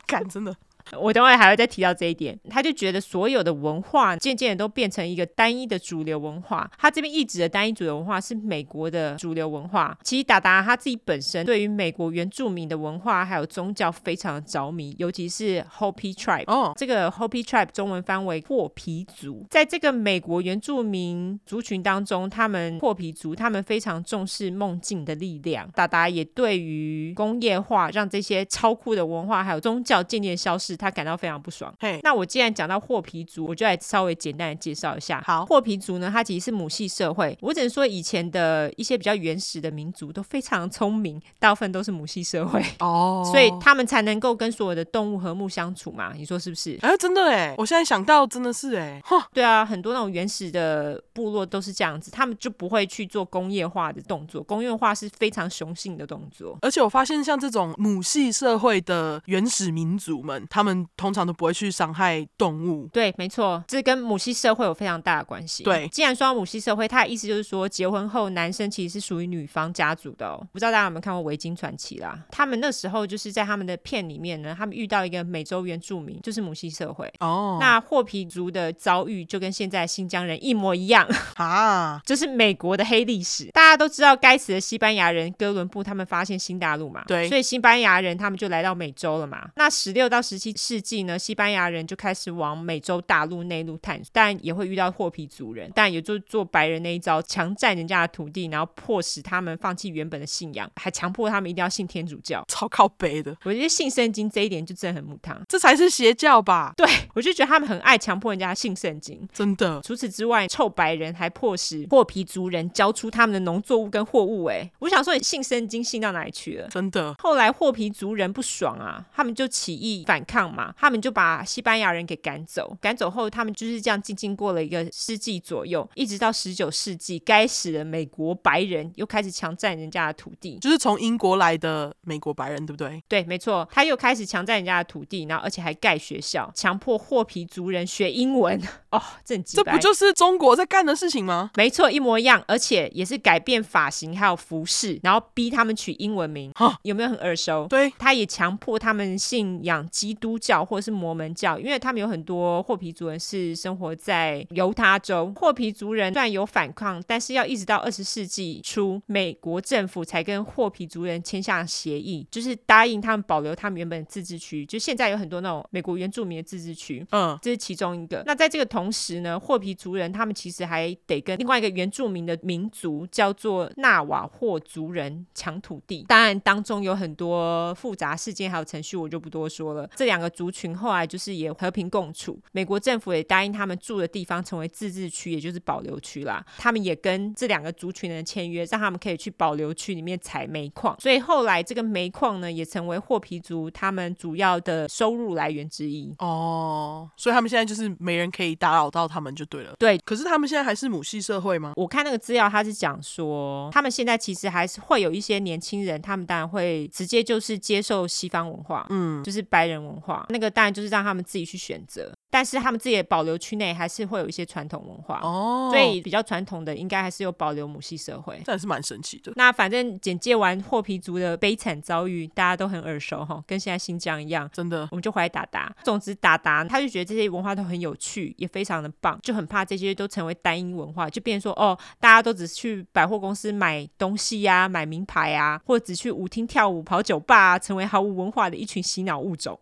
Speaker 1: 干，真的。
Speaker 2: 我等会还会再提到这一点。他就觉得所有的文化渐渐的都变成一个单一的主流文化。他这边一直的单一主流文化是美国的主流文化。其实达达他自己本身对于美国原住民的文化还有宗教非常的着迷，尤其是 Hopi Tribe。
Speaker 1: 哦，
Speaker 2: 这个 Hopi Tribe 中文翻为霍皮族，在这个美国原住民族群当中，他们霍皮族他们非常重视梦境的力量。达达也对于工业化让这些超酷的文化还有宗教渐渐消失，他感到非常不爽。
Speaker 1: 嘿，
Speaker 2: 那我既然讲到霍皮族，我就来稍微简单的介绍一下。
Speaker 1: 好
Speaker 2: 霍皮族呢，它其实是母系社会。我只能说，以前的一些比较原始的民族都非常聪明，大部分都是母系社会，
Speaker 1: 哦，
Speaker 2: 所以他们才能够跟所有的动物和睦相处嘛。你说是不是？
Speaker 1: 哎，真的哎，我现在想到真的是哎，哼，
Speaker 2: 对啊，很多那种原始的部落都是这样子，他们就不会去做工业化的动作，工业化是非常雄性的动作。
Speaker 1: 而且我发现像这种母系社会的原始民族们，他们通常都不会去伤害动物。
Speaker 2: 对，没错，这跟母系社会有非常大的关系。
Speaker 1: 对
Speaker 2: 既然说到母系社会，它的意思就是说，结婚后男生其实是属于女方家族的哦。不知道大家有没有看过《维京传奇》啦？他们那时候就是在他们的片里面呢，他们遇到一个美洲原住民，就是母系社会。
Speaker 1: 哦，
Speaker 2: 那霍皮族的遭遇就跟现在新疆人一模一样，
Speaker 1: 啊，
Speaker 2: 这是美国的黑历史。大家都知道，该死的西班牙人哥伦布他们发现新大陆嘛，
Speaker 1: 对
Speaker 2: 所以西班牙人他们就来到美洲了嘛。那十六到十七世纪呢，西班牙人就开始往美洲大陆内陆探索，但也会遇到霍皮族人，但也就做白人那一招，强占人家的土地，然后迫使他们放弃原本的信仰，还强迫他们一定要信天主教。
Speaker 1: 超靠北的，
Speaker 2: 我觉得信圣经这一点就真的很母汤。
Speaker 1: 这才是邪教吧？
Speaker 2: 对，我就觉得他们很爱强迫人家信圣经。
Speaker 1: 真 的，
Speaker 2: 除此之外，臭白人还迫使霍皮族人交出他们的农作物跟货物。哎，我想说，你信圣经信到哪里去了？
Speaker 1: 真的，
Speaker 2: 后来霍皮族人不爽啊，他们就起义反抗嘛，他们就把西班牙人给赶走。赶走后，他们就是这样静静过了一个世纪左右，一直到十九世纪，该死的美国白人又开始强占人家的土地。
Speaker 1: 就是从英国来的美国白人，对不对？
Speaker 2: 对，没错，他又开始强占人家的土地，然后而且还盖学校，强迫霍皮族人学英文。 哦，这很鸡
Speaker 1: 这
Speaker 2: 掰
Speaker 1: 不就是中国在干的事情吗？
Speaker 2: 没错，一模一样，而且也是改变发型还有服饰，然后逼他们取英文名
Speaker 1: 哈，
Speaker 2: 有没有很耳熟？
Speaker 1: 对，
Speaker 2: 他也强迫他们信仰基督教或者是摩门教，因为他们有很多霍皮族人是生活在犹他州。霍皮族人虽然有反抗，但是要一直到二十世纪初，美国政府才跟霍皮族人签下协议，就是答应他们保留他们原本的自治区。就现在有很多那种美国原住民的自治区，
Speaker 1: 嗯，
Speaker 2: 这是其中一个。那在这个同时呢，霍皮族人他们其实还得跟另外一个原住民的民族叫做纳瓦霍族人抢土地。当然，当中有很多复杂事件还有程序，我就不多说了。这两个族群后来就是也和平共处。美国政府也答应他们住的地方成为自治区，也就是保留区啦。他们也跟这两个族群的人签约，让他们可以去保留区里面采煤矿。所以后来这个煤矿呢，也成为霍皮族他们主要的收入来源之一。
Speaker 3: 哦，所以他们现在就是没人可以打扰到他们就对了。
Speaker 2: 对，
Speaker 3: 可是他们现在还是母系社会吗？
Speaker 2: 我看那个资料，他是讲说，他们现在其实还是会有一些年轻人，他们当然会直接就是接受西方文化，嗯，就是白人文化。那个当然就是让他们自己去选择，但是他们自己的保留区内还是会有一些传统文化，
Speaker 3: 哦，
Speaker 2: 所以比较传统的应该还是有保留母系社会。
Speaker 3: 这还是蛮神奇的。
Speaker 2: 那反正简介完霍皮族的悲惨遭遇，大家都很耳熟哈，跟现在新疆一样。
Speaker 3: 真 的，
Speaker 2: 我们就回来达达。总之，达达他就觉得这些文化都很有趣，也非常的棒，就很怕这些都成为单一文化，就变成说哦，大家都只去百货公司买东西呀、买名牌啊，或者只去舞厅跳舞、跑酒吧、啊，成为毫无文化的一群洗脑物种。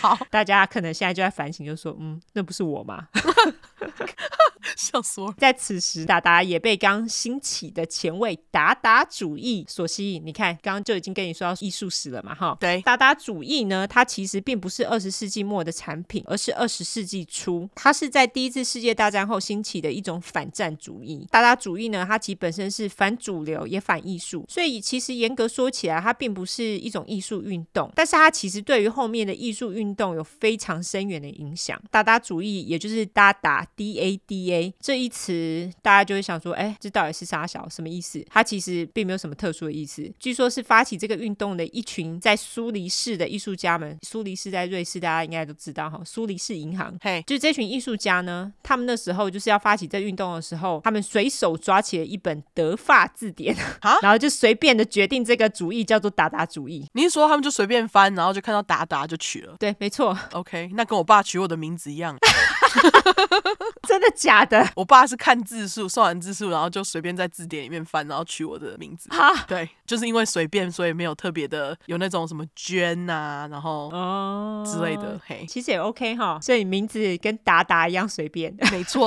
Speaker 3: 好，
Speaker 2: 大家可能现在就在反省，就说嗯，那不是我吗？
Speaker 3: 笑死我了。
Speaker 2: 在此时，达达也被刚兴起的前卫达达主义所吸引。你看，刚刚就已经跟你说到艺术史了嘛，哈。
Speaker 3: 对
Speaker 2: 达达主义呢，它其实并不是二十世纪末的产品，而是二十世纪初，它是在第一次世界大战后兴起的一种反战主义。达达主义呢，它其实本身是反主流也反艺术，所以其实严格说起来，它并不是一种艺术运动，但是它其实对于后面的艺术运动有非常深远的影响。达达主义，也就是达达 D A D A 这一词，大家就会想说，哎，这到底是啥小什么意思？它其实并没有什么特殊的意思。据说是发起这个运动的一群在苏黎世的艺术家们，苏黎世在瑞士，大家应该都知道哈，苏黎世银行。
Speaker 3: 嘿，
Speaker 2: 就是这群艺术家呢，他们那时候就是要发起这运动的时候，他们随手抓起了一本德法字典
Speaker 3: 啊，
Speaker 2: 然后就随便的决定这个主义叫做达达主义。
Speaker 3: 你一说他们就随便翻，然后就看到达达就取了。
Speaker 2: 对，没错，
Speaker 3: OK，那跟我爸取我的名字一样，
Speaker 2: 真的假的？
Speaker 3: 我爸是看字数，算完字数，然后就随便在字典里面翻，然后取我的名 字。
Speaker 2: 哈，
Speaker 3: 对，就是因为随便，所以没有特别的有那种什么娟呐、然 后
Speaker 2: 哦
Speaker 3: 之类的。。嘿，
Speaker 2: 其实也 OK 哈，所以名字跟达达一样随便。
Speaker 3: 没错，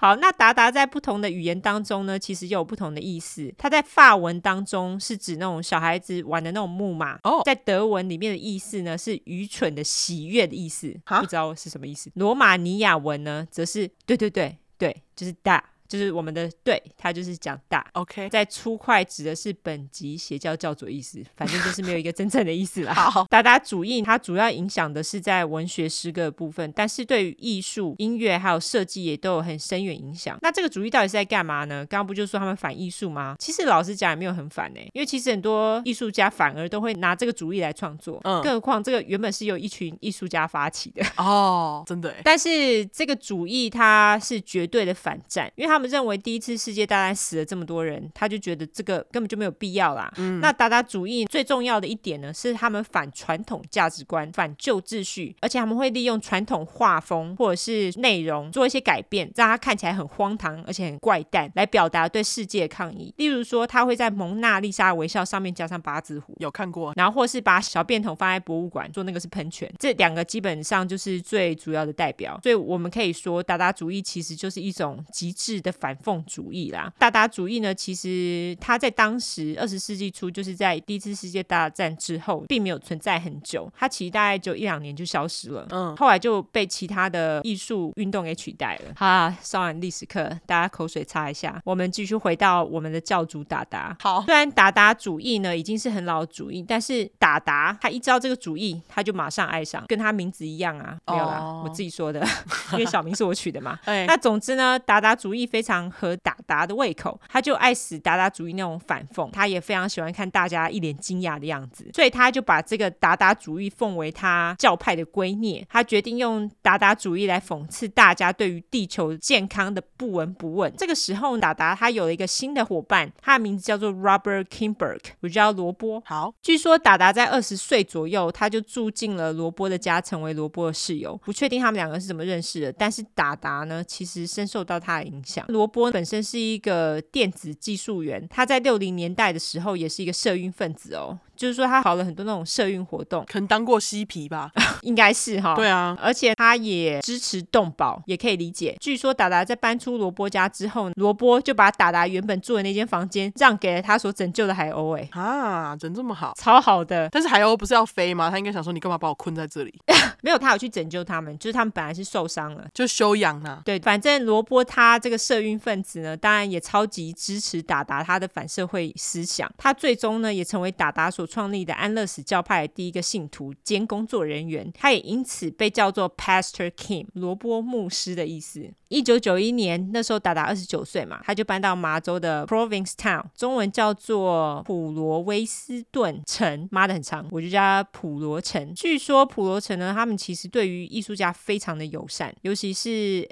Speaker 2: 好，那达达在不同的语言当中呢，其实又有不同的意思。它在法文当中是指那种小孩子玩的那种木马，
Speaker 3: 哦
Speaker 2: 在德文里面的意思呢是愚蠢的喜悦的意思，
Speaker 3: 哈
Speaker 2: 不知道是什么意思。罗马尼亚文呢，则是对对对对，就是大，就是我们的对，它就是讲大。
Speaker 3: OK，
Speaker 2: 在粗快指的是本级邪教教主意思，反正就是没有一个真正的意思啦。
Speaker 3: 好，
Speaker 2: 达达主义它主要影响的是在文学诗歌的部分，但是对于艺术、音乐还有设计也都有很深远影响。那这个主义到底是在干嘛呢？刚刚不就说他们反艺术吗？其实老实讲也没有很反呢、欸因为其实很多艺术家反而都会拿这个主义来创作，
Speaker 3: 嗯
Speaker 2: 更何况这个原本是由一群艺术家发起的。
Speaker 3: 哦，真的耶，
Speaker 2: 但是这个主义它是绝对的反战，因为他们认为第一次世界大战死了这么多人，他就觉得这个根本就没有必要啦。那达达主义最重要的一点呢，是他们反传统价值观、反旧秩序，而且他们会利用传统画风或者是内容做一些改变，让它看起来很荒唐而且很怪诞，来表达对世界的抗议。例如说，他会在蒙娜丽莎的微笑上面加上八字胡，
Speaker 3: 有看过，
Speaker 2: 然后或是把小便桶放在博物馆，做那个是喷泉，这两个基本上就是最主要的代表。所以我们可以说，达达主义其实就是一种极致的反讽主义啦。达达主义呢，其实它在当时二十世纪初，就是在第一次世界大战之后，并没有存在很久，它其实大概就一两年就消失了。
Speaker 3: 嗯，
Speaker 2: 后来就被其他的艺术运动给取代了。好啊，上完历史课，大家口水擦一下，我们继续回到我们的教主达达。
Speaker 3: 好
Speaker 2: 虽然达达主义呢已经是很老的主义，但是达达他一知道这个主义，他就马上爱上，跟他名字一样啊，没有啦，
Speaker 3: 哦
Speaker 2: 我自己说的，因为小名是我取的嘛。
Speaker 3: 哎、
Speaker 2: 那总之呢，达达主义非常合达达的胃口，他就爱死达达主义那种反讽，他也非常喜欢看大家一脸惊讶的样子，所以他就把这个达达主义奉为他教派的圭臬。他决定用达达主义来讽刺大家对于地球健康的不闻不问。这个时候，达达他有了一个新的伙伴，他的名字叫做 Robert Kinberg，我叫罗波。
Speaker 3: 好，
Speaker 2: 据说达达在二十岁左右，他就住进了罗波的家，成为罗波的室友。不确定他们两个是怎么认识的，但是达达呢，其实深受到他的影响。罗波本身是一个电子技术员，他在六零年代的时候也是一个社运分子哦。就是说他跑了很多那种社运活动，
Speaker 3: 可能当过嬉皮吧？
Speaker 2: 应该是哈。
Speaker 3: 对啊，
Speaker 2: 而且他也支持动保，也可以理解。据说达达在搬出罗波家之后，罗波就把达达原本住的那间房间让给了他所拯救的海鸥、欸，哎，
Speaker 3: 啊，人这么好。
Speaker 2: 超好的。
Speaker 3: 但是海鸥不是要飞吗？他应该想说你干嘛把我困在这里？
Speaker 2: 没有，他有去拯救他们，就是他们本来是受伤了。
Speaker 3: 就修养啊啦、
Speaker 2: 对，反正罗波他这个社运分子呢，当然也超级支持达达他的反社会思想。他最终呢，也成为达达所创立的安乐死教派的第一个信徒兼工作人员。他也因此被叫做 Pastor Kim，罗波牧师的意思。一九九一年，那时候达达二十九岁嘛，他就搬到麻州的 Provincetown，中文叫做普罗威斯顿城，妈的很长，我就叫它普罗城。据说普罗城呢，他们其实对于艺术家非常的友善，尤其是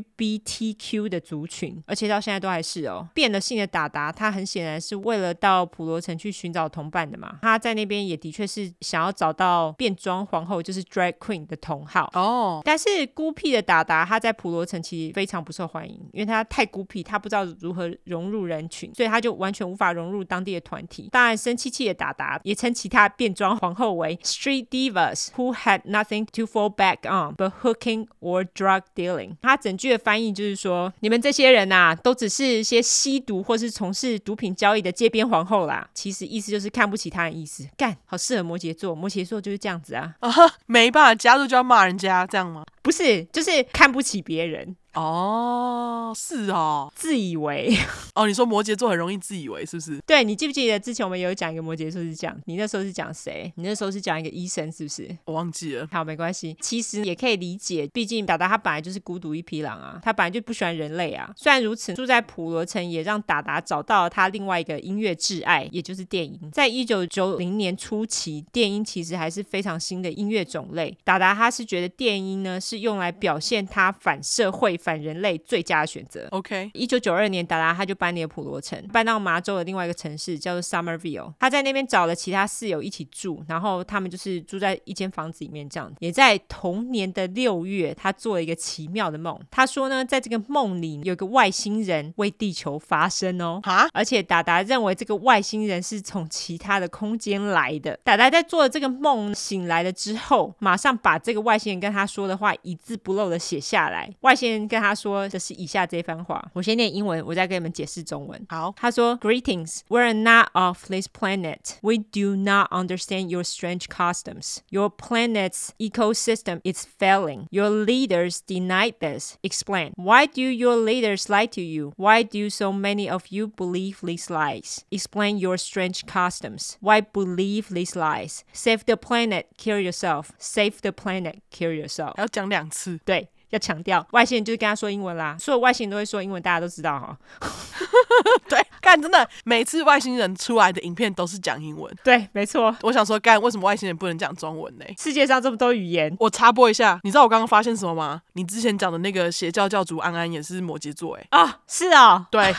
Speaker 2: LGBTQ 的族群，而且到现在都还是哦。变了性的达达，他很显然是为了到普罗城去寻找同伴的嘛，他在那边也的确是想要找到变装皇后，就是 drag queen 的同好。
Speaker 3: 哦，
Speaker 2: 但是孤僻的达达，他在普罗城其实非常不受欢迎，因为他太孤僻，他不知道如何融入人群，所以他就完全无法融入当地的团体。当然，生气气的达达也称其他变装皇后为 street divas who had nothing to fall back on but hooking or drug dealing。他整句的翻译就是说，你们这些人呐、都只是些吸毒或是从事毒品交易的街边皇后啦。其实意思就是看不起他人意思。干，好适合摩羯座，摩羯座就是这样子啊。
Speaker 3: 没办法，加入就要骂人家，这样吗？
Speaker 2: 不是，就是看不起别人，
Speaker 3: 哦，是哦，
Speaker 2: 自以为。
Speaker 3: 哦，你说摩羯座很容易自以为是不是？
Speaker 2: 对你记不记得之前我们有讲一个摩羯座是讲，你那时候是讲谁？你那时候是讲一个医生是不是？
Speaker 3: 我忘记了，
Speaker 2: 好，没关系，其实也可以理解，毕竟达达他本来就是孤独一匹狼啊，他本来就不喜欢人类啊。虽然如此，住在普罗城也让达达找到了他另外一个音乐挚爱，也就是电音。在一九九零年初期，电音其实还是非常新的音乐种类。达达他是觉得电音呢是用来表现他反社会、反人类最佳的选择。
Speaker 3: OK，
Speaker 2: 一九九二年，达达他就搬离了普罗城，搬到麻州的另外一个城市叫做 Somerville。他在那边找了其他室友一起住，然后他们就是住在一间房子里面这样。也在同年的六月，他做了一个奇妙的梦。他说呢，在这个梦里有个外星人为地球发声哦。
Speaker 3: 哈，
Speaker 2: 而且达达认为这个外星人是从其他的空间来的。达达在做了这个梦醒来了之后，马上把这个外星人跟他说的话一字不漏的写下来。外星人跟他说的是以下这番话，我先念英文，我再给你们解释中文。
Speaker 3: 好，
Speaker 2: 他说：“Greetings, we're not of this planet. We do not understand your strange customs. Your planet's ecosystem is failing. Your leaders deny this. Explain. Why do your leaders lie to you? Why do so many of you believe these lies? Explain your strange customs. Why believe these lies? Save the planet, kill yourself. Save the planet, kill yourself.”
Speaker 3: 还要讲两次，
Speaker 2: 对，要强调外星人就是跟他说英文啦，所有外星人都会说英文，大家都知道哈。
Speaker 3: 对，干真的，每次外星人出来的影片都是讲英文。
Speaker 2: 对，没错，
Speaker 3: 我想说，干为什么外星人不能讲中文呢？
Speaker 2: 世界上这么多语言，
Speaker 3: 我插播一下，你知道我刚刚发现什么吗？你之前讲的那个邪教教主安安也是摩羯座，哎，
Speaker 2: 啊，是哦，
Speaker 3: 对，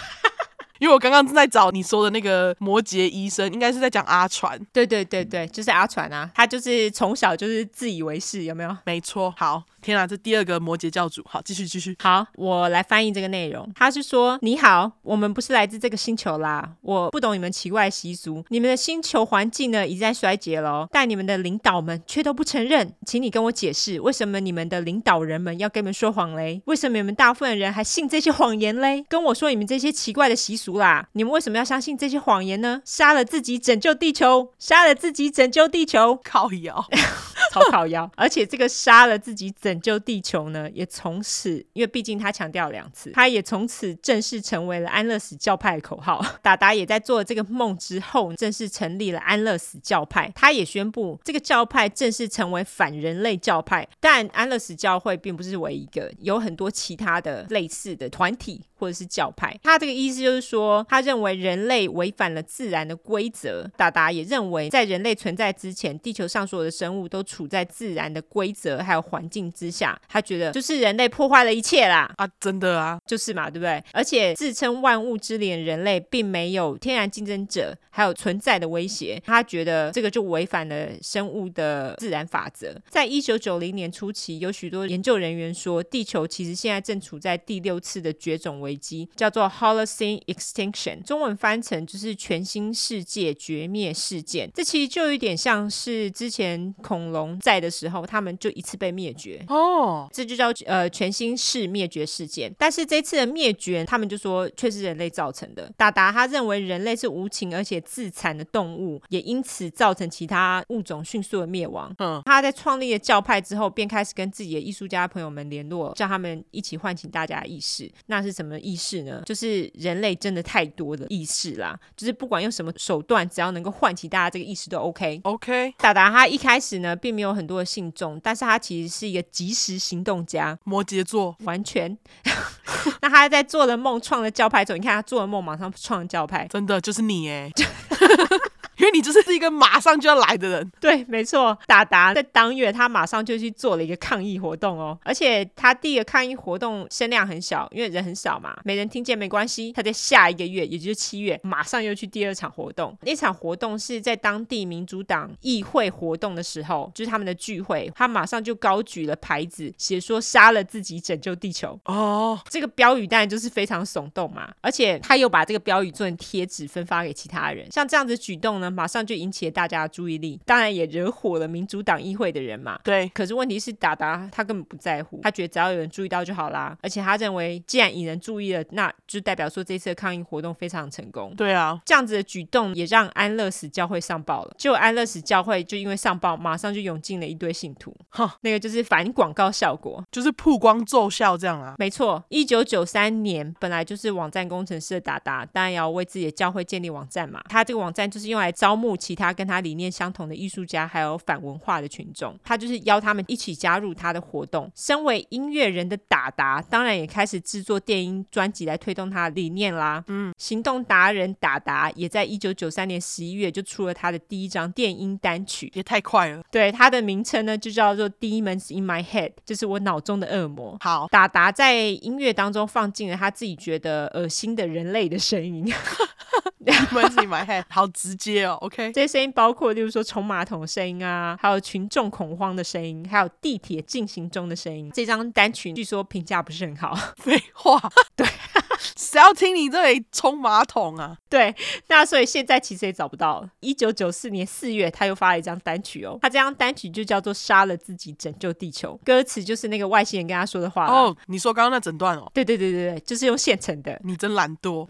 Speaker 3: 因为我刚刚正在找你说的那个摩羯医生，应该是在讲阿传，
Speaker 2: 对对对对，就是阿传啊，他就是从小就是自以为是，有没有？
Speaker 3: 没错。好，天啊，这第二个摩羯教主，好，继续继续。
Speaker 2: 好，我来翻译这个内容。他是说：“你好，我们不是来自这个星球啦，我不懂你们奇怪的习俗。你们的星球环境呢已经在衰竭了哦，但你们的领导们却都不承认。请你跟我解释，为什么你们的领导人们要跟你们说谎嘞？为什么你们大部分人还信这些谎言嘞？跟我说你们这些奇怪的习俗啦！你们为什么要相信这些谎言呢？杀了自己拯救地球，杀了自己拯救地球。”
Speaker 3: 靠摇，
Speaker 2: 超烤腰， 而且这个杀了自己拯救地球呢，也从此，因为毕竟他强调两次，他也从此正式成为了安乐死教派的口号。 达达也在做了这个梦之后，正式成立了安乐死教派，他也宣布这个教派正式成为反人类教派。但安乐死教会并不是唯一一个，有很多其他的类似的团体或者是教派。他这个意思就是说，他认为人类违反了自然的规则。达达也认为，在人类存在之前，地球上所有的生物都处处在自然的规则还有环境之下，他觉得就是人类破坏了一切啦，
Speaker 3: 啊，真的啊，
Speaker 2: 就是嘛，对不对？而且自称万物之灵，人类并没有天然竞争者，还有存在的威胁。他觉得这个就违反了生物的自然法则。在一九九零年初期，有许多研究人员说，地球其实现在正处在第六次的绝种危机，叫做 Holocene Extinction，中文翻成就是全新世界绝灭事件。这其实就有点像是之前恐龙在的时候，他们就一次被灭绝。
Speaker 3: 哦，
Speaker 2: 这就叫呃全新式灭绝事件。但是这次的灭绝，他们就说却是人类造成的。达达他认为人类是无情而且自残的动物，也因此造成其他物种迅速的灭亡。
Speaker 3: 嗯，
Speaker 2: 他在创立了教派之后，便开始跟自己的艺术家朋友们联络，叫他们一起唤醒大家的意识。那是什么意识呢？就是人类真的太多的意识啦，就是不管用什么手段，只要能够唤起大家这个意识都 OK。
Speaker 3: OK，
Speaker 2: 达达他一开始呢，并没有很多的信众，但是他其实是一个及时行动家，
Speaker 3: 摩羯座，
Speaker 2: 完全。 那他在做了梦，创了教派之后，你看他做了梦，马上创了教派，
Speaker 3: 真的就是你哎， 因为你就是一个马上就要来的人，
Speaker 2: 对，没错，达达在当月他马上就去做了一个抗议活动哦，而且他第一个抗议活动声量很小，因为人很少嘛，没人听见没关系。他在下一个月，也就是七月，马上又去第二场活动。那场活动是在当地民主党议会活动的时候，就是他们的聚会，他马上就高举了牌子，写说杀了自己拯救地球。
Speaker 3: 哦，
Speaker 2: 这个标语当然就是非常耸动嘛，而且他又把这个标语做成贴纸分发给其他人，像这样子举动呢，马上就引起了大家的注意力，当然也惹火了民主党议会的人嘛。
Speaker 3: 对，
Speaker 2: 可是问题是，达达他根本不在乎，他觉得只要有人注意到就好啦。而且他认为，既然引人注意了，那就代表说这次的抗议活动非常成功。
Speaker 3: 对啊，
Speaker 2: 这样子的举动也让安乐死教会上报了，就安乐死教会就因为上报，马上就涌进了一堆信徒
Speaker 3: 哼，
Speaker 2: 那个就是反广告效果。
Speaker 3: 就是曝光奏效这样啊，
Speaker 2: 没错，一九九三年本来就是网站工程师的达达，当然也要为自己的教会建立网站嘛。他这个网站就是用来招募其他跟他理念相同的艺术家，还有反文化的群众。他就是邀他们一起加入他的活动。身为音乐人的达达，当然也开始制作电音专辑来推动他的理念啦。嗯，行动达人达达也在一九九三年十一月就出了他的第一张电音单曲，
Speaker 3: 也太快了，
Speaker 2: 对，它的名称呢就叫做《Demons in My Head》，就是我脑中的恶魔。
Speaker 3: 好，
Speaker 2: 达达在音乐当中放进了他自己觉得恶心的人类的声音，
Speaker 3: 门是 my head，好直接哦，OK，
Speaker 2: 这些声音包括，例如说冲马桶的声音啊，还有群众恐慌的声音，还有地铁进行中的声音。这张单曲据说评价不是很好。
Speaker 3: 废话，
Speaker 2: 对，
Speaker 3: 谁要听你这里冲马桶啊？
Speaker 2: 对，那所以现在其实也找不到了。一九九四年四月，他又发了一张单曲哦，他这张单曲就叫做《杀了自己拯救地球》，歌词就是那个外星人跟他说的话啦。
Speaker 3: 哦，你说刚刚那诊断哦，
Speaker 2: 对对对对对，就是用现成的，
Speaker 3: 你真懒 惰，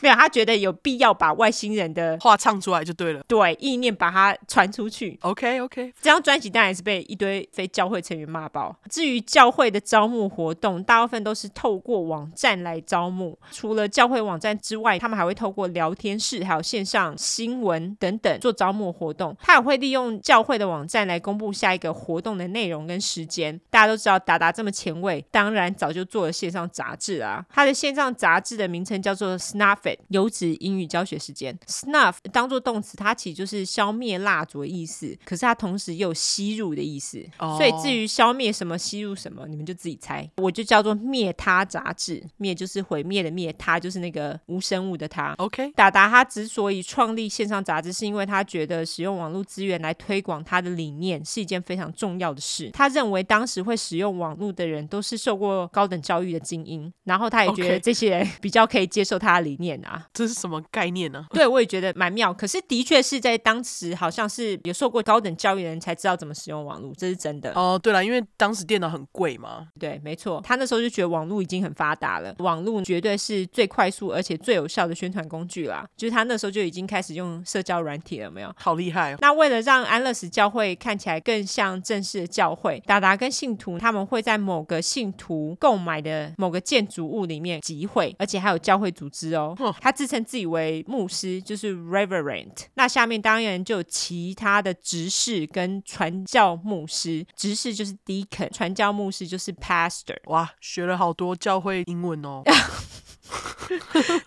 Speaker 2: 没有他觉得有必要把外星人的
Speaker 3: 话唱出来就对了。
Speaker 2: 对意念把它传出去。
Speaker 3: OK OK，
Speaker 2: 这张专辑当然也是被一堆非教会成员骂爆。至于教会的招募活动，大部分都是透过网站来招募。除了教会网站之外，他们还会透过聊天室、还有线上新闻等等做招募活动。他也会利用教会的网站来公布下一个活动的内容跟时间。大家都知道达达这么前卫，当然早就做了线上杂志啊。他的线上杂志的名称叫做 Snuff It，有指英语教学时间。Snuff 当做动词，它其实就是消灭蜡烛的意思，可是它同时也有吸入的意思。
Speaker 3: 哦
Speaker 2: 所以至于消灭什么、吸入什么，你们就自己猜。我就叫做灭他杂志，灭就是毁灭的灭，他就是那个无生物的他。
Speaker 3: OK，
Speaker 2: 达达他之所以创立线上杂志，是因为他觉得使用网络资源来推广他的理念是一件非常重要的事。他认为当时会使用网络的人都是受过高等教育的精英，然后他也觉得
Speaker 3: OK
Speaker 2: 这些人比较可以接受他的理念啊。
Speaker 3: 这是什么概念呢、
Speaker 2: 对，我也觉得蛮妙。可是的确是在当时，好像是有受过高等教育的人才知道怎么使用网络，这是真的。
Speaker 3: 哦，对了，因为当时电脑很贵嘛，
Speaker 2: 对，没错，他那时候就觉得网络已经很发达了，网络绝对是最快速而且最有效的宣传工具啦。就是他那时候就已经开始用社交软体了，有没有？
Speaker 3: 好厉害哦。
Speaker 2: 那为了让安乐死教会看起来更像正式的教会，达达跟信徒他们会在某个信徒购买的某个建筑物里面集会，而且还有教会组织哦
Speaker 3: 哼。
Speaker 2: 他自称自己为牧师，就是 Reverend。那下面当然就有其他的执事跟传教牧师，执事就是 Deacon，传教牧师就是 Pastor。
Speaker 3: 哇，学了好多教会英文哦。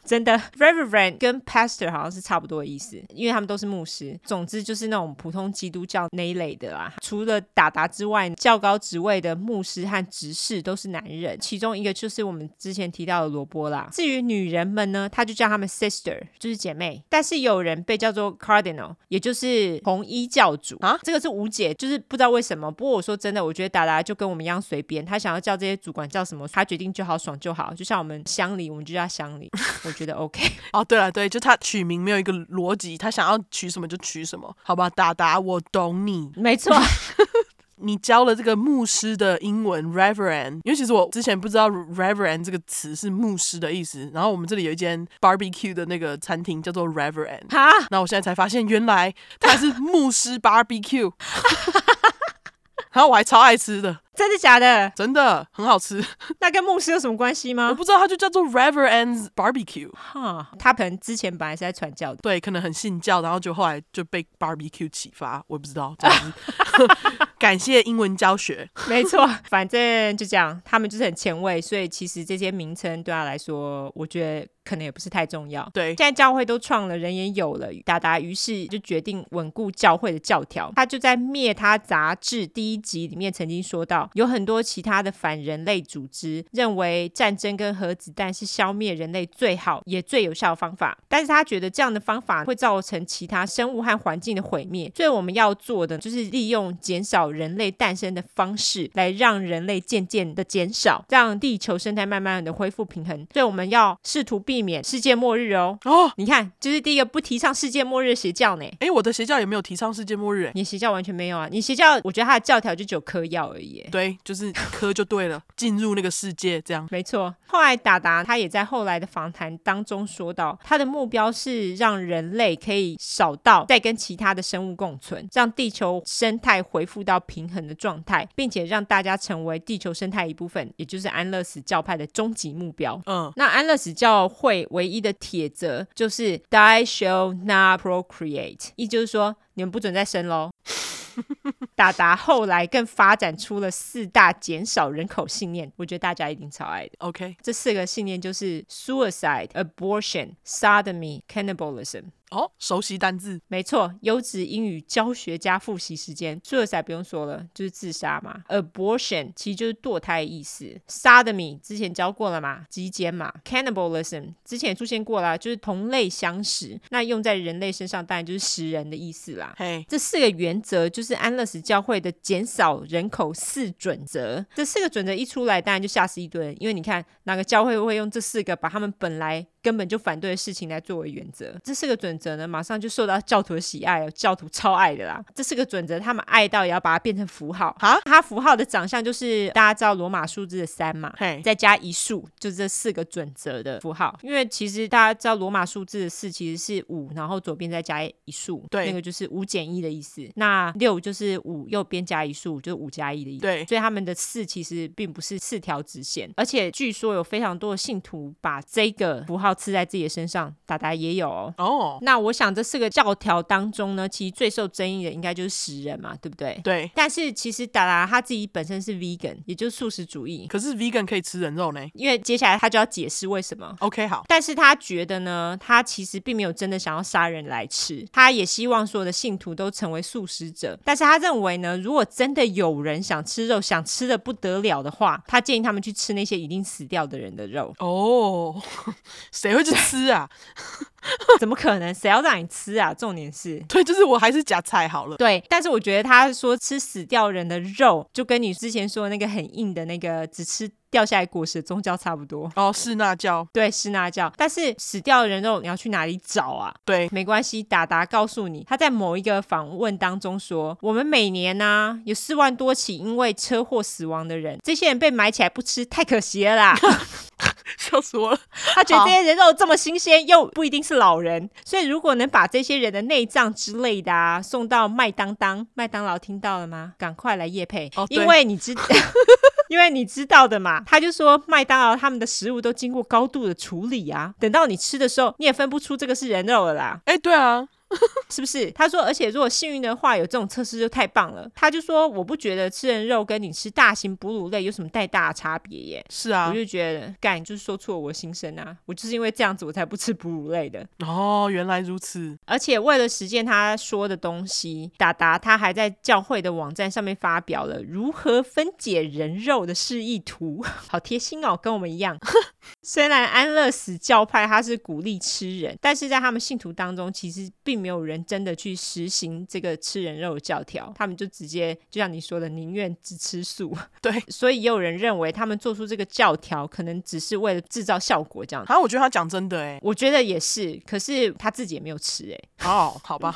Speaker 2: 真的，Reverend 跟 Pastor 好像是差不多的意思，因为他们都是牧师。总之就是那种普通基督教那一类的啦。除了达达之外，较高职位的牧师和执事都是男人，其中一个就是我们之前提到的罗波啦。至于女人们呢，他就叫她们 Sister，就是姐妹。但是有人被叫做 Cardinal，也就是红衣教主
Speaker 1: 啊
Speaker 2: 这个是无解，就是不知道为什么。不过我说真的，我觉得达达就跟我们一样随便，他想要叫这些主管叫什么，他决定就好，爽就好。就像我们乡里，我们就叫乡里，我觉得 OK。
Speaker 1: 哦，对了，对，就他取名没有一个逻辑，他想要取什么就取什么，好吧？达达，我懂你。
Speaker 2: 没错，
Speaker 1: 你教了这个牧师的英文 Reverend，因为其实我之前不知道 Reverend 这个词是牧师的意思。然后我们这里有一间 barbecue 的那个餐厅叫做 Reverend，
Speaker 2: 哈，
Speaker 1: 那我现在才发现原来它是牧师 barbecue。然后我还超爱吃的，
Speaker 2: 真的假的？
Speaker 1: 真的很好吃。
Speaker 2: 那跟牧师有什么关系
Speaker 1: 我
Speaker 2: 吗？
Speaker 1: 不知道它就叫做 Reverend Barbecue，
Speaker 2: 哈，他可能之前本来是在传教的。
Speaker 1: 对，可能很信教，然后就后来就被 Barbecue 启发，我也不知道。总之 感谢英文教学。
Speaker 2: 没错，反正就这样，他们就是很前卫，所以其实这些名称对他来说，我觉得可能也不是太重要。
Speaker 1: 对
Speaker 2: 现，在教会都创了，人也有了，达达于是就决定稳固教会的教条。他就在《灭他》杂志第一集里面曾经说到，有很多其他的反人类组织认为战争跟核子弹是消灭人类最好也最有效的方法，但是他觉得这样的方法会造成其他生物和环境的毁灭，所以我们要做的就是利用减少人类诞生的方式，来让人类渐渐的减少，让地球生态慢慢的恢复平衡。所以我们要试图避免世界末日哦。
Speaker 1: 哦，
Speaker 2: 你看，就是第一个不提倡世界末日的邪教呢。
Speaker 1: 诶，我的邪教也没有提倡世界末日，诶。
Speaker 2: 你邪教完全没有啊！你邪教，我觉得它的教条就只有嗑药而已耶。
Speaker 1: 对，就是磕就对了，进入那个世界这样。
Speaker 2: 没错，后来达达他也在后来的访谈当中说到，他的目标是让人类可以少到再跟其他的生物共存，让地球生态恢复到平衡的状态，并且让大家成为地球生态一部分，也就是安乐死教派的终极目标。
Speaker 1: 嗯，
Speaker 2: 那安乐死教会唯一的铁则就是 “Die shall not procreate”，意思就是说你们不准再生 喽。达达后来更发展出了四大减少人口信念，我觉得大家一定超爱的。
Speaker 1: OK，
Speaker 2: 这四个信念就是 suicide、abortion、sodomy、cannibalism。
Speaker 1: 哦，熟悉单字，
Speaker 2: 没错，优质英语教学加复习时间。suicide 不用说了，就是自杀嘛。abortion 其实就是堕胎的意思。sodomy 之前教过了嘛，极简嘛。cannibalism 之前也出现过啦，就是同类相食。那用在人类身上，当然就是食人的意思啦。
Speaker 1: 嘿，
Speaker 2: 这四个原则就是安乐死教会的减少人口四准则。这四个准则一出来，当然就吓死一堆人，因为你看哪个教会会用这四个把他们本来根本就反对的事情来作为原则？这四个准则呢，马上就受到教徒的喜爱哦，教徒超爱的啦。这四个准则他们爱到也要把它变成符号
Speaker 1: 啊
Speaker 2: 它符号的长相就是大家知道罗马数字的三嘛，
Speaker 1: 嘿，
Speaker 2: 再加一数，就这四个准则的符号。因为其实大家知道罗马数字的四其实是五，然后左边再加一数，
Speaker 1: 对
Speaker 2: 那个就是五减一的意思。那六就是五右边加一数，就是五加一的意思。
Speaker 1: 对
Speaker 2: 所以他们的四其实并不是四条直线，而且据说有非常多的信徒把这个符号刺在自己的身上，达达也有、哦。
Speaker 1: 哦，
Speaker 2: 那我想这四个教条当中呢，其实最受争议的应该就是食人嘛，对不对？
Speaker 1: 对。
Speaker 2: 但是其实达达他自己本身是 vegan，也就是素食主义，
Speaker 1: 可是 vegan 可以吃人肉呢
Speaker 2: 因为接下来他就要解释为什么。
Speaker 1: ？OK，好，。
Speaker 2: 但是他觉得呢，他其实并没有真的想要杀人来吃，他也希望所有的信徒都成为素食者。但是他认为呢，如果真的有人想吃肉，想吃的不得了的话，他建议他们去吃那些已经死掉的人的肉
Speaker 1: 哦， 谁会去吃啊？
Speaker 2: 怎么可能？谁要让你吃啊？重点是
Speaker 1: 对，就是我还是夹菜好了。
Speaker 2: 对，但是我觉得他说吃死掉人的肉，就跟你之前说的那个很硬的那个只吃掉下来果实的宗教差不多。
Speaker 1: 哦，是那叫
Speaker 2: 对，是那教，但是死掉的人肉你要去哪里找啊？
Speaker 1: 对，
Speaker 2: 没关系，达达告诉你，他在某一个访问当中说，我们每年呢、有四万多起因为车祸死亡的人，这些人被埋起来不吃，太可惜了 啦。
Speaker 1: 笑死我了。
Speaker 2: 他觉得这些人肉这么新鲜，又不一定是老人，所以如果能把这些人的内脏之类的啊送到麦当当，麦当劳听到了吗？赶快来夜配，
Speaker 1: 哦对
Speaker 2: 因为 你知。因为你知道的嘛，他就说麦当劳他们的食物都经过高度的处理啊，等到你吃的时候，你也分不出这个是人肉了啦。
Speaker 1: 哎，对啊，
Speaker 2: 是不是？他说，而且如果幸运的话，有这种测试就太棒了。他就说，我不觉得吃人肉跟你吃大型哺乳类有什么太大的差别耶。
Speaker 1: 是啊
Speaker 2: 我，就觉得，干，你就是说出了我的心声啊！我就是因为这样子，我才不吃哺乳类的。
Speaker 1: 哦，原来如此，
Speaker 2: 而且为了实践他说的东西，达达他还在教会的网站上面发表了如何分解人肉的示意图， 好贴心哦，跟我们一样。 虽然安乐死教派他是鼓励吃人，但是在他们信徒当中，其实并没有人真的去实行这个吃人肉的教条，他们就直接就像你说的，宁愿只吃素。
Speaker 1: 对，
Speaker 2: 所以也有人认为他们做出这个教条，可能只是为了制造效果这样。
Speaker 1: 好、啊，我觉得他讲真的哎，
Speaker 2: 我觉得也是，可是他自己也没有吃哎、
Speaker 1: 哦，好吧，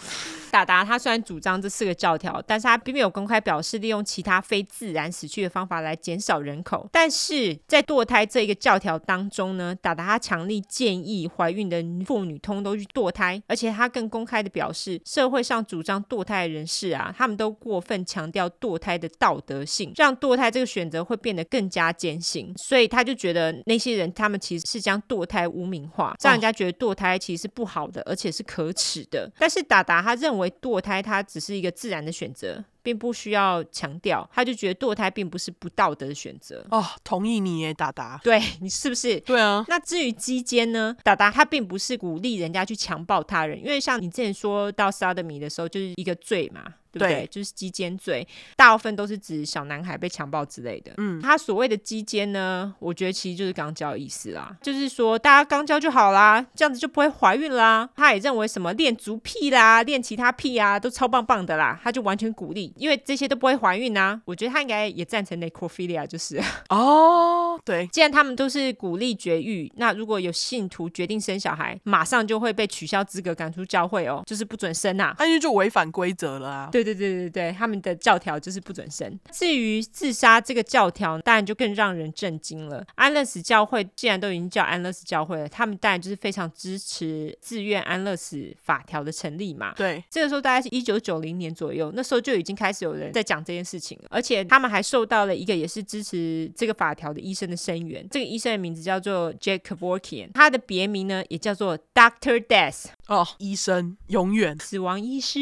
Speaker 2: 达达他虽然主张这四个教条，但是他并没有公开表示利用其他非自然死去的方法来减少人口。但是在堕胎这一个教条当中呢，达达他强力建议怀孕的妇女通都去堕胎，而且他更公开的表示，社会上主张堕胎的人士啊，他们都过分强调堕胎的道德性，让堕胎这个选择会变得更加艰辛。所以他就觉得那些人他们其实是将堕胎污名化，让人家觉得堕胎其实是不好的，而且是可耻的。但是达达他认为堕胎它只是一个自然的选择，并不需要强调，他就觉得堕胎并不是不道德的选择。
Speaker 1: 哦，同意你耶，达达，
Speaker 2: 对 你是不是？
Speaker 1: 对啊，
Speaker 2: 那至于基间呢，达达他并不是鼓励人家去强暴他人，因为像你之前说到萨德米的时候，就是一个罪嘛，对不对？
Speaker 1: 对
Speaker 2: 就是基间罪，大部分都是指小男孩被强暴之类的。嗯，他所谓的基间呢，我觉得其实就是肛交的意思啦，就是说大家肛交就好啦，这样子就不会怀孕啦。他也认为什么练足癖啦、练其他癖啊，都超棒棒的啦，他就完全鼓励，因为这些都不会怀孕啊。我觉得他应该也赞成 necrophilia，就是。
Speaker 1: 哦，对，
Speaker 2: 既然他们都是鼓励绝育，那如果有信徒决定生小孩，马上就会被取消资格，赶出教会哦，就是不准生啊。
Speaker 1: 那就就违反规则了啊。
Speaker 2: 对对对对对，他们的教条就是不准生。至于自杀这个教条，当然就更让人震惊了。安乐死教会既然都已经叫安乐死教会了，他们当然就是非常支持自愿安乐死法条的成立嘛。
Speaker 1: 对，
Speaker 2: 这个时候大概是一九九零年左右，那时候就已经开始有人在讲这件事情了，而且他们还受到了一个也是支持这个法条的医生的声援。这个医生的名字叫做 Jack Kevorkian，他的别名呢也叫做 Doctor Death，
Speaker 1: 哦，医生永远
Speaker 2: 死亡医师。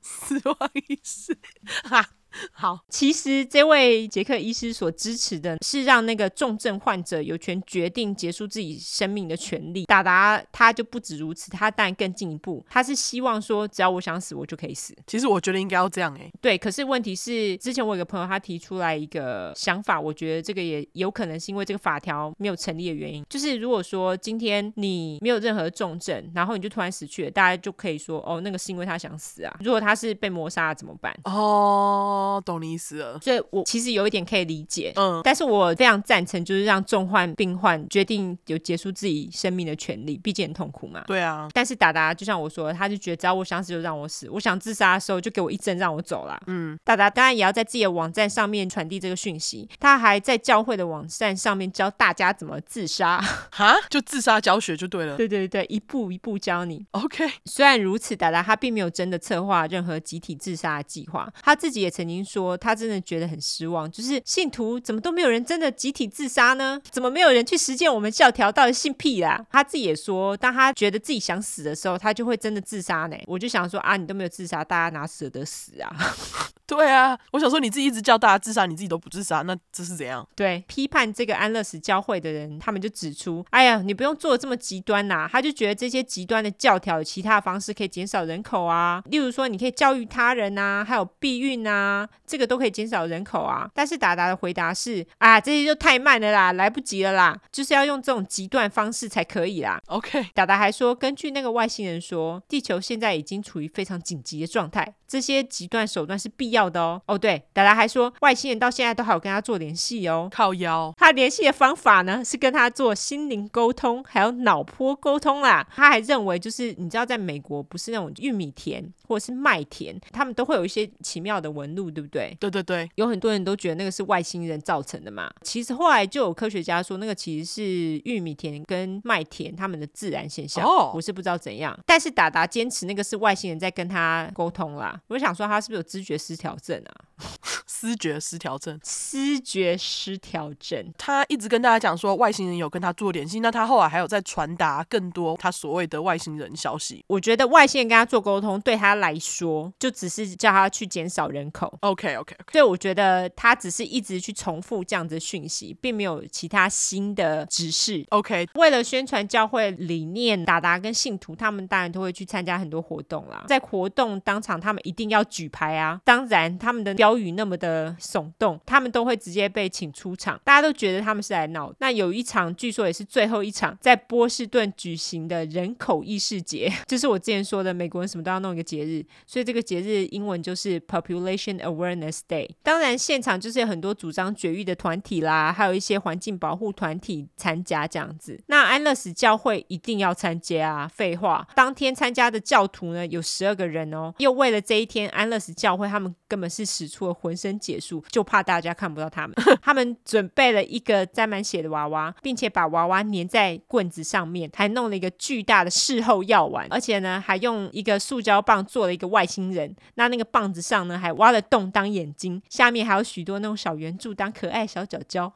Speaker 1: 死亡医师，哈，好，
Speaker 2: 其实这位杰克医师所支持的是让那个重症患者有权决定结束自己生命的权利。达达他就不止如此，他当然更进一步，他是希望说只要我想死，我就可以死。
Speaker 1: 其实我觉得应该要这样哎、
Speaker 2: 对，可是问题是，之前我有个朋友他提出来一个想法，我觉得这个也有可能是因为这个法条没有成立的原因。就是如果说今天你没有任何重症，然后你就突然死去了，大家就可以说哦，那个是因为他想死啊。如果他是被谋杀了怎么办？
Speaker 1: 哦，懂你意思了。
Speaker 2: 所以我其实有一点可以理解，
Speaker 1: 嗯，
Speaker 2: 但是我非常赞成，就是让重患病患决定有结束自己生命的权利，毕竟很痛苦嘛。
Speaker 1: 对啊，
Speaker 2: 但是达达就像我说的，他就觉得只要我想死就让我死，我想自杀的时候就给我一针让我走啦。嗯，达达当然也要在自己的网站上面传递这个讯息，他还在教会的网站上面教大家怎么自杀。
Speaker 1: 哈，就自杀教学就对了。
Speaker 2: 对对对，一步一步教你。
Speaker 1: OK，
Speaker 2: 虽然如此，达达他并没有真的策划任何集体自杀的计划。他自己也曾经说，他真的觉得很失望，就是信徒怎么都没有人真的集体自杀呢？怎么没有人去实践我们教条？到底信屁啦！他自己也说，当他觉得自己想死的时候，他就会真的自杀呢。我就想说啊，你都没有自杀，大家哪舍得死啊？
Speaker 1: 对啊，我想说你自己一直叫大家自杀，你自己都不自杀，那这是怎样？
Speaker 2: 对，批判这个安乐死教会的人，他们就指出，哎呀，你不用做的这么极端呐、他就觉得这些极端的教条有其他的方式可以减少人口啊，例如说你可以教育他人啊，还有避孕啊，这个都可以减少人口啊。但是达达的回答是，啊，这些就太慢了啦，来不及了啦，就是要用这种极端方式才可以啦。
Speaker 1: OK，
Speaker 2: 达达还说，根据那个外星人说，地球现在已经处于非常紧急的状态，这些极端手段是必要的哦。哦，对，达达还说，外星人到现在都还有跟他做联系哦。
Speaker 1: 靠腰，
Speaker 2: 他联系的方法呢，是跟他做心灵沟通，还有脑波沟通啦。他还认为，就是你知道，在美国不是那种玉米田或者是麦田，他们都会有一些奇妙的纹路，对不对？
Speaker 1: 对对对，
Speaker 2: 有很多人都觉得那个是外星人造成的嘛。其实后来就有科学家说，那个其实是玉米田跟麦田他们的自然现象。
Speaker 1: 哦
Speaker 2: 我是不知道怎样，但是达达坚持那个是外星人在跟他沟通啦。我就想说，他是不是有知觉失调症啊？
Speaker 3: 思觉失调症。
Speaker 2: 思觉失调症，
Speaker 3: 他一直跟大家讲说外星人有跟他做联系，那他后来还有在传达更多他所谓的外星人消息。
Speaker 2: 我觉得外星人跟他做沟通，对他来说就只是叫他去减少人口。
Speaker 3: OK OK OK，
Speaker 2: 对，我觉得他只是一直去重复这样子的讯息，并没有其他新的指示。
Speaker 3: OK，
Speaker 2: 为了宣传教会理念，达达跟信徒他们当然都会去参加很多活动啦。在活动当场，他们一定要举牌啊。当然，他们的标语那么的耸动，他们都会直接被请出场。大家都觉得他们是来闹。那有一场，据说也是最后一场，在波士顿举行的人口意识节， 就是我之前说的美国人什么都要弄一个节日，所以这个节日英文就是 Population Awareness Day。当然，现场就是有很多主张绝育的团体啦，还有一些环境保护团体参加这样子。那安乐死教会一定要参加啊！废话，当天参加的教徒呢有十二个人哦。又为了这一天，安乐死教会他们根本是使出了浑身解数，就怕大家看不到他们。他们准备了一个沾满血的娃娃，并且把娃娃粘在棍子上面，还弄了一个巨大的事后药丸，而且呢还用一个塑胶棒做了一个外星人。那那个棒子上呢还挖了洞当眼睛，下面还有许多那种小圆柱当可爱小脚脚。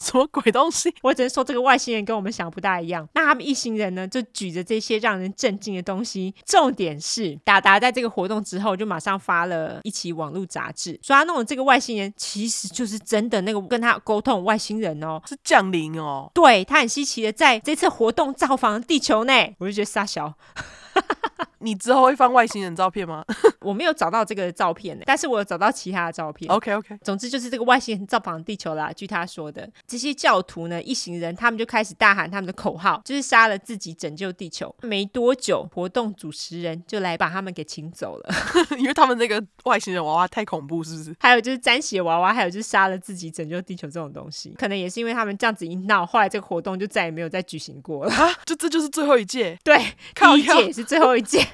Speaker 3: 什么鬼东西？
Speaker 2: 我只能说这个外星人跟我们想不大一样。那他们一行人呢，就举着这些让人震惊的东西。重点是，达达在这个活动之后就马上发了一期网络杂志，说他弄的这个外星人其实就是真的那个跟他沟通的外星人哦。
Speaker 3: 是降临哦。
Speaker 2: 对他很稀奇的，在这次活动造访地球呢，我就觉得傻小。
Speaker 3: 你之后会放外星人照片吗
Speaker 2: 我没有找到这个照片、欸，但是我有找到其他的照片。
Speaker 3: OK OK，
Speaker 2: 总之就是这个外星人造访地球啦。据 他说的，这些教徒呢，一行人他们就开始大喊他们的口号， 就是杀了自己，拯救地球。没多久，活动主持人就来把他们给请走了，
Speaker 3: 因为他们那个外星人娃娃太恐怖，是不是？
Speaker 2: 还有就是沾血娃娃，还有就是杀了自己，拯救地球这种东西，可能也是因为他们这样子一闹，后来这个活动就再也没有再举行过了。
Speaker 3: 啊，就这就是最后一届，
Speaker 2: 对，
Speaker 3: 靠
Speaker 2: 第一
Speaker 3: 腰
Speaker 2: 届也是最后一届。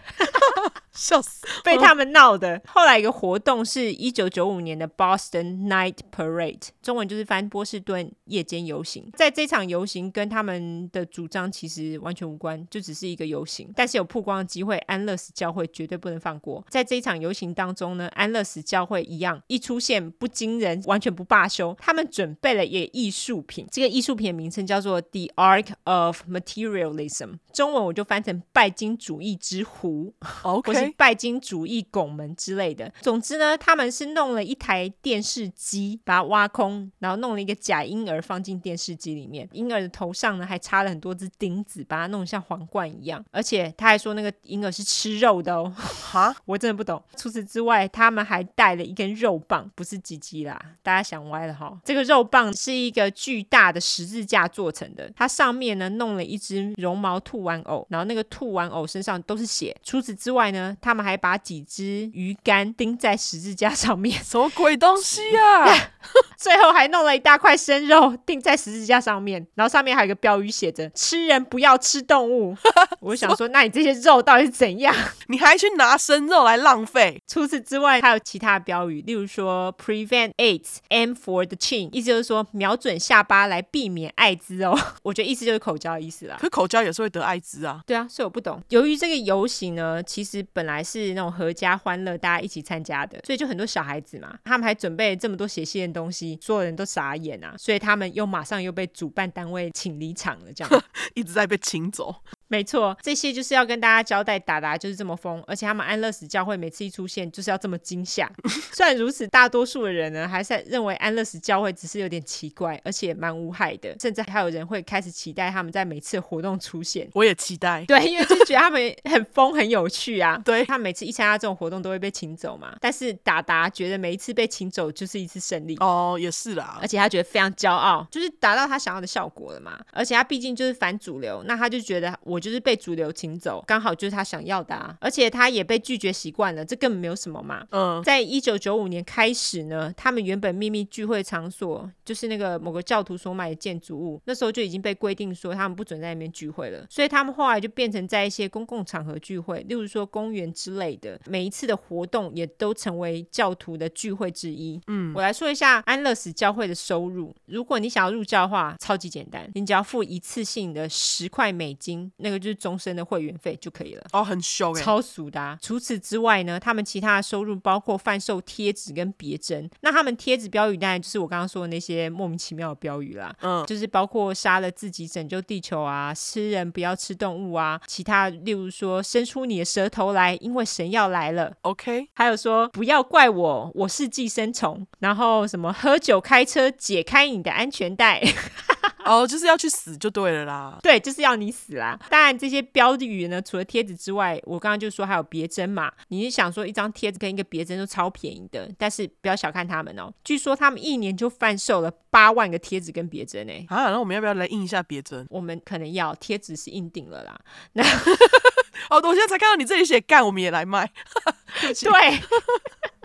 Speaker 3: 笑死！
Speaker 2: 被他们闹的。后来一个活动是一九九五年的 Boston Night Parade，中文就是翻波士顿夜间游行。在这场游行跟他们的主张其实完全无关，就只是一个游行，但是有曝光的机会，安乐死教会绝对不能放过。在这一场游行当中呢，安乐死教会一样一出现不惊人，完全不罢休。他们准备了一个艺术品，这个艺术品的名称叫做 The Ark of Materialism，中文我就翻成拜金主义之湖。或是
Speaker 3: OK，
Speaker 2: 拜金主义拱门之类的。总之呢，他们是弄了一台电视机，把它挖空，然后弄了一个假婴儿放进电视机里面，婴儿的头上呢还插了很多只钉子，把它弄得像皇冠一样。而且他还说那个婴儿是吃肉的哦，
Speaker 3: 哈，
Speaker 2: 我真的不懂。除此之外，他们还带了一根肉棒，不是鸡鸡啦，大家想歪了哈。这个肉棒是一个巨大的十字架做成的，它上面呢弄了一只绒毛兔玩偶，然后那个兔玩偶身上都是血。除此之外呢，他们还把几只鱼竿钉在十字架上面，
Speaker 3: 什么鬼东西啊？
Speaker 2: 最后还弄了一大块生肉钉在十字架上面，然后上面还有一个标语写着“吃人不要吃动物” 。我就想说，那你这些肉到底是怎样？
Speaker 3: 你还去拿生肉来浪费？
Speaker 2: 除此之外，还有其他的标语，例如说 “Prevent AIDS, aim for the chin”，意思就是说瞄准下巴来避免艾滋哦。 我觉得意思就是口交的意思啦。
Speaker 3: 可口交也是会得艾滋啊。
Speaker 2: 对啊，所以我不懂。由于这个游行呢，其实本来是那种合家欢乐，大家一起参加的，所以就很多小孩子嘛，他们还准备了这么多血腥的东西，所有人都傻眼啊，所以他们又马上又被主办单位请离场了，这样。
Speaker 3: 一直在被请走。
Speaker 2: 没错，这些就是要跟大家交代，达达就是这么疯，而且他们安乐死教会每次一出现就是要这么惊吓。虽然如此，大多数的人呢还是认为安乐死教会只是有点奇怪，而且也蛮无害的，甚至还有人会开始期待他们在每次活动出现。
Speaker 3: 我也期待。
Speaker 2: 对，因为就觉得他们很疯很有趣啊。
Speaker 3: 对
Speaker 2: 他们每次一参加这种活动都会被请走嘛，但是达达觉得每一次被请走就是一次胜利。
Speaker 3: 哦，也是啦
Speaker 2: 而。且他觉得非常骄傲，就是达到他想要的效果了嘛。而且他毕竟就是反主流，那他就觉得我就是被主流请走，刚好就是他想要的啊。而且他也被拒绝习惯了，这根本没有什么嘛。
Speaker 3: 嗯，
Speaker 2: 在一九九五年开始呢，他们原本秘密聚会场所，就是那个某个教徒所买的建筑物，那时候就已经被规定说他们不准在那边聚会了，所以他们后来就变成在一些公共场合聚会，例如说公园之类的。每一次的活动也都成为教徒的聚会之一。嗯，我来说一下安乐死教会的收入。如果你想要入教的话，超级简单，你只要付一次性的十块美金，那那个就是终身的会员费就可以了。
Speaker 3: 哦，很凶哎、
Speaker 2: 超俗的、啊。除此之外呢，他们其他的收入包括贩售贴纸跟别针。那他们贴纸标语当然就是我刚刚说的那些莫名其妙的标语啦，
Speaker 3: 嗯
Speaker 2: 就是包括杀了自己拯救地球啊，吃人不要吃动物啊，其他例如说伸出你的舌头来，因为神要来了。
Speaker 3: OK，
Speaker 2: 还有说不要怪我，我是寄生虫。然后什么喝酒开车，解开你的安全带，
Speaker 3: 哦，就是要去死就对了啦。
Speaker 2: 对，就是要你死啦。当然这些标语呢，除了贴纸之外，我刚刚就说还有别针嘛。你是想说一张贴纸跟一个别针都超便宜的，但是不要小看他们哦。据说他们一年就贩售了八万个贴纸跟别针诶。
Speaker 3: 啊，那我们要不要来印一下别针？
Speaker 2: 我们可能要贴纸是印定了啦，
Speaker 3: 哦，我现在才看到你这里写干，我们也来卖，
Speaker 2: 对，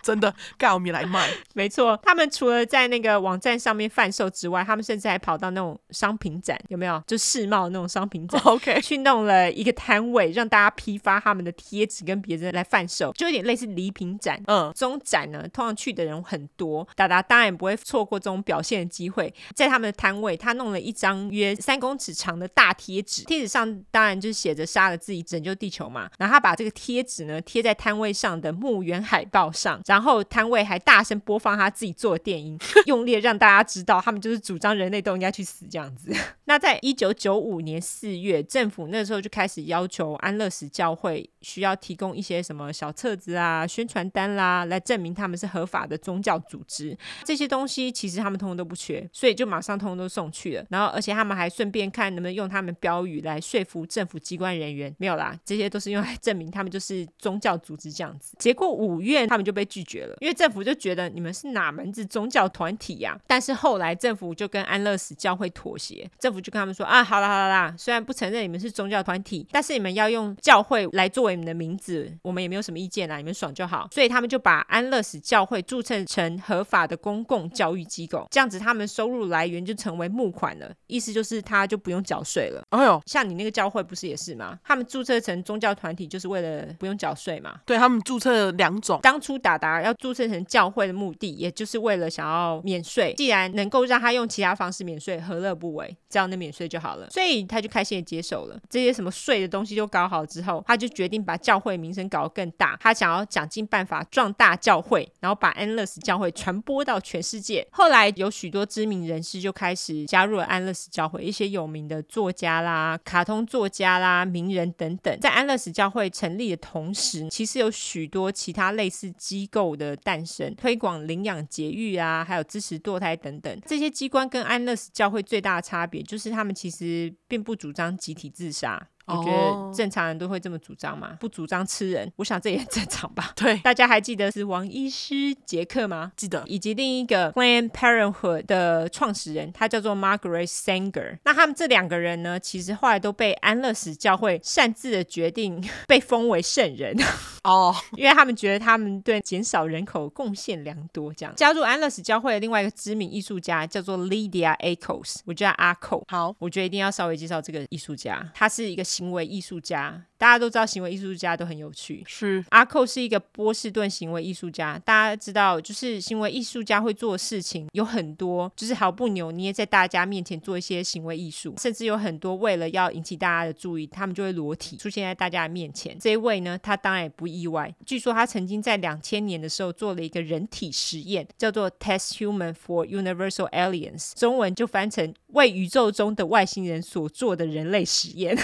Speaker 3: 真的干，我们也来卖。
Speaker 2: 没错，他们除了在那个网站上面贩售之外，他们甚至还跑到那种商品展，有没有？就世贸那种商品
Speaker 1: 哦
Speaker 2: 展。
Speaker 3: OK，
Speaker 2: 去弄了一个摊位，让大家批发他们的贴纸跟别人来贩售，就有点类似礼品展。
Speaker 3: 嗯，
Speaker 2: 中展呢，通常去的人很多，达达当然不会错过这种表现的机会。在他们的摊位，他弄了一张约三公尺长的大贴纸，贴纸上当然就写着“杀了自己，拯救地球”嘛。然后他把这个贴纸呢贴在摊位上的墓园海报上，然后摊位还大声播放他自己做的电音，用力地让大家知道他们就是主张人类都应该去死这样子。那在一九九五年四月，政府那时候就开始要求安乐死教会需要提供一些什么小册子啊、宣传单啦，来证明他们是合法的宗教组织。这些东西其实他们通通都不缺，所以就马上通通都送去了。然后，而且他们还顺便看能不能用他们标语来说服政府机关人员。没有啦，这些都是用来证明他们就是宗教组织这样子。结果五月他们就被拒绝了，因为政府就觉得你们是哪门子宗教团体呀、但是后来政府就跟安乐死教会妥协，政府就跟他们说啊，好啦好啦好啦，虽然不承认你们是宗教团体，但是你们要用教会来作为你们的名字，我们也没有什么意见啦，你们爽就好。所以他们就把安乐死教会注册成合法的公共教育机构，这样子他们收入来源就成为募款了，意思就是他就不用缴税了。
Speaker 3: 哎呦，
Speaker 2: 像你那个教会不是也是吗？他们注册成宗教团体就是为了不用缴税嘛。
Speaker 3: 对他们注册两种，
Speaker 2: 当初达达要注册成教会的目的，也就是为了想要免税。既然能够让他用其他方式免税，何乐不为？只要能免税就好了。所以他就开心的接受了这些什么税的东西都搞好之后，他就决定把教会名声搞得更大。他想要想尽办法壮大教会，然后把安乐死教会传播到全世界。后来有许多知名人士就开始加入了安乐死教会，一些有名的作家啦、卡通作家啦、名人等等。在安乐死教会成立的同时，其实有许多其他类似机构的诞生，推广领养、节育啊，还有支持堕胎等等。这些机关跟安乐死教会最大的差别就是，他们其实并不主张集体自杀。我觉
Speaker 3: 哦
Speaker 2: 得正常人都会这么主张嘛，不主张吃人，我想这也很正常吧。
Speaker 3: 对，
Speaker 2: 大家还记得是王医师杰克吗？
Speaker 3: 记得
Speaker 2: 以及另一个 Planned Parenthood 的创始人，他叫做 Margaret Sanger。那他们这两个人呢，其实后来都被安乐死教会擅自的决定 被封为圣人，
Speaker 3: 哦，
Speaker 2: 因为他们觉得他们对减少人口贡献良多。这样加入安乐死教会的另外一个知名艺术家叫做 Lydia Echoes，我叫她阿寇。
Speaker 3: 好，
Speaker 2: 我觉得一定要稍微介绍这个艺术家，他是一个行为艺术家。大家都知道行为艺术家都很有趣，
Speaker 3: 是
Speaker 2: 阿寇是一个波士顿行为艺术家，大家知道，就是行为艺术家会做的事情有很多，就是毫不扭捏在大家面前做一些行为艺术，甚至有很多为了要引起大家的注意，他们就会裸体出现在大家的面前。这一位呢，他当然也不意外。据说他曾经在两千年的时候做了一个人体实验，叫做 Test Human for Universal Aliens，中文就翻成为宇宙中的外星人所做的人类实验。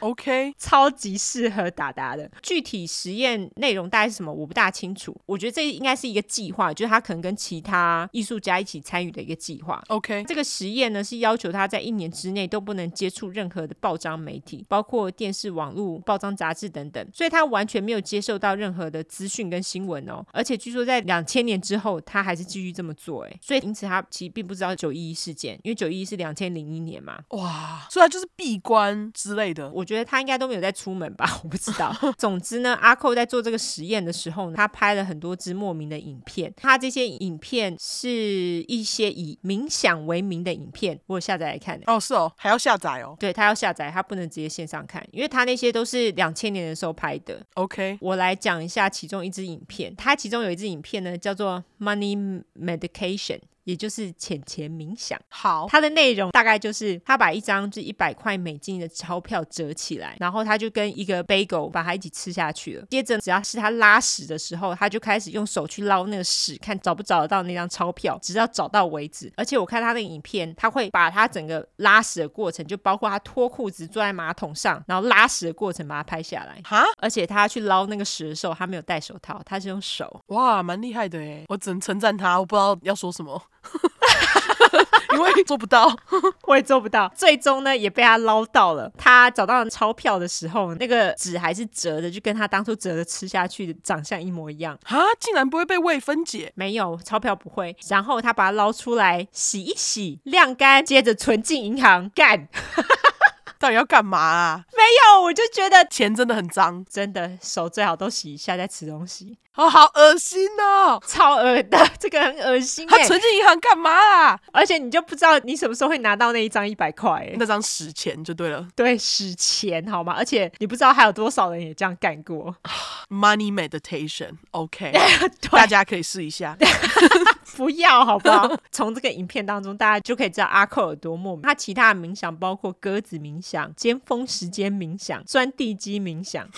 Speaker 3: OK，
Speaker 2: 超级适合达达的。具体实验内容大概是什么，我不大清楚。我觉得这应该是一个计划，就是他可能跟其他艺术家一起参与的一个计划。
Speaker 3: OK，
Speaker 2: 这个实验呢是要求他在一年之内都不能接触任何的报章媒体，包括电视、网络、报章、杂志等等，所以他完全没有接受到任何的资讯跟新闻哦。而且据说在两千年之后，他还是继续这么做，哎，所以因此他其实并不知道九一一事件，因为九一一是两千零一年嘛，
Speaker 3: 哇，所以他就是闭关之类的，
Speaker 2: 我觉得他应该都没有在出门吧， 我不知道。总之呢，阿寇在做这个实验的时候呢，他拍了很多支莫名的影片。他这些影片是一些以冥想为名的影片，我有下载来看的。
Speaker 3: 哦，是哦，还要下载哦
Speaker 2: 对他要下载，他不能直接线上看，因为他那些都是两千年的时候拍的。
Speaker 3: ，OK，
Speaker 2: 我来讲一下其中一支影片，它其中有一支影片呢叫做《Money Medication》，也就是浅浅冥想。
Speaker 1: 好，
Speaker 2: 它的内容大概就是他把一张就一百块美金的钞票折起来，然后他就跟一个 bagel 把它一起吃下去了。接着只要是他拉屎的时候，他就开始用手去捞那个屎，看找不找得到那张钞票，直到找到为止。而且我看他那个影片，他会把他整个拉屎的过程，就包括他脱裤子坐在马桶上，然后拉屎的过程把它拍下来。
Speaker 1: 哈，
Speaker 2: 而且他去捞那个屎的时候，他没有戴手套，他是用手。
Speaker 1: 哇，蛮厉害的哎，我只能称赞他，我不知道要说 什么。因为做不到，
Speaker 2: 我也做不到。最终呢，也被他捞到了。他找到钞票的时候，那个纸还是折的，就跟他当初折的吃下去的长相一模一样。
Speaker 1: 啊，竟然不会被胃分解？
Speaker 2: 没有，钞票不会。然后他把它捞出来，洗一洗，晾干，接着存进银行。干，
Speaker 1: 到底要干嘛啊？
Speaker 2: 没有，我就觉得
Speaker 1: 钱真的很脏
Speaker 2: 真的手最好都洗一下再吃东西，
Speaker 1: 哦，好恶心哦！
Speaker 2: 超恶的，这个很恶心、
Speaker 1: 他
Speaker 2: 欸。
Speaker 1: 存进银行干嘛啊啦？
Speaker 2: 而且你就不知道你什么时候会拿到那一张一百块、 欸。
Speaker 1: 那张屎钱就对了
Speaker 2: 对，史前好吗？而且你不知道还有多少人也这样干 过，
Speaker 1: ，Money Meditation，OK，、大
Speaker 2: 大家
Speaker 1: 家可以试一下。
Speaker 2: 不要好不好？ 从这个影片当中，大家就可以知道阿寇有多么。他其他的冥想包括鸽子冥想、尖峰时间冥想、钻地基冥想。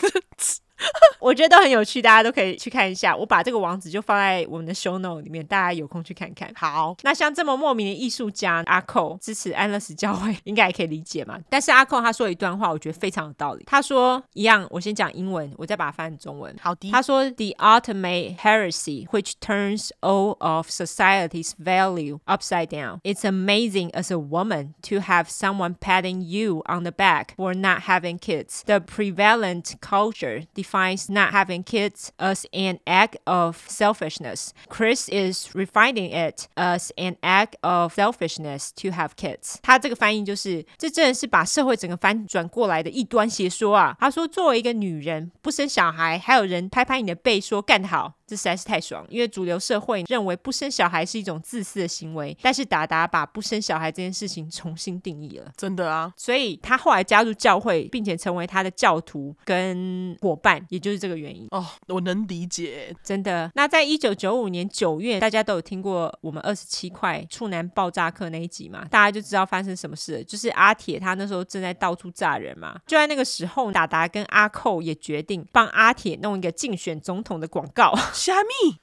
Speaker 2: 我觉得都很有趣，大家都可以去看一下。我把这个网址就放在我们的 show note 里面，大家有空去看看。
Speaker 1: 好，
Speaker 2: 那像这么莫名的艺术家阿寇支持安乐死教会，应该也可以理解嘛。但是阿寇他说一段话，我觉得非常有道理。他说一样，我先讲英文，我再把它翻成中文。
Speaker 1: 好的，
Speaker 2: 他说：“The ultimate heresy, which turns all of society's value upside down. It's amazing as a woman to have someone patting you on the back for not having kids. The prevalent culture defines not having kids as an act of selfishness. Chris is refining it as an act of selfishness to have kids.” 他这个翻译就是，这真的是把社会整个翻转过来的异端邪说啊。他说，作为一个女人，不生小孩，还有人拍拍你的背说干得好，这实在是太爽。因为主流社会认为不生小孩是一种自私的行为，但是达达把不生小孩这件事情重新定义了。
Speaker 1: 真的啊，
Speaker 2: 所以他后来加入教会，并且成为他的教徒跟伙伴，也就是这个原因。
Speaker 1: 哦，我能理解。
Speaker 2: 真的。那在一九九五年九月，大家都有听过我们二十七块处男爆炸课那一集嘛，大家就知道发生什么事了。就是阿铁他那时候正在到处炸人嘛，就在那个时候，达达跟阿寇也决定帮阿铁弄一个竞选总统的广告。
Speaker 1: 虾米。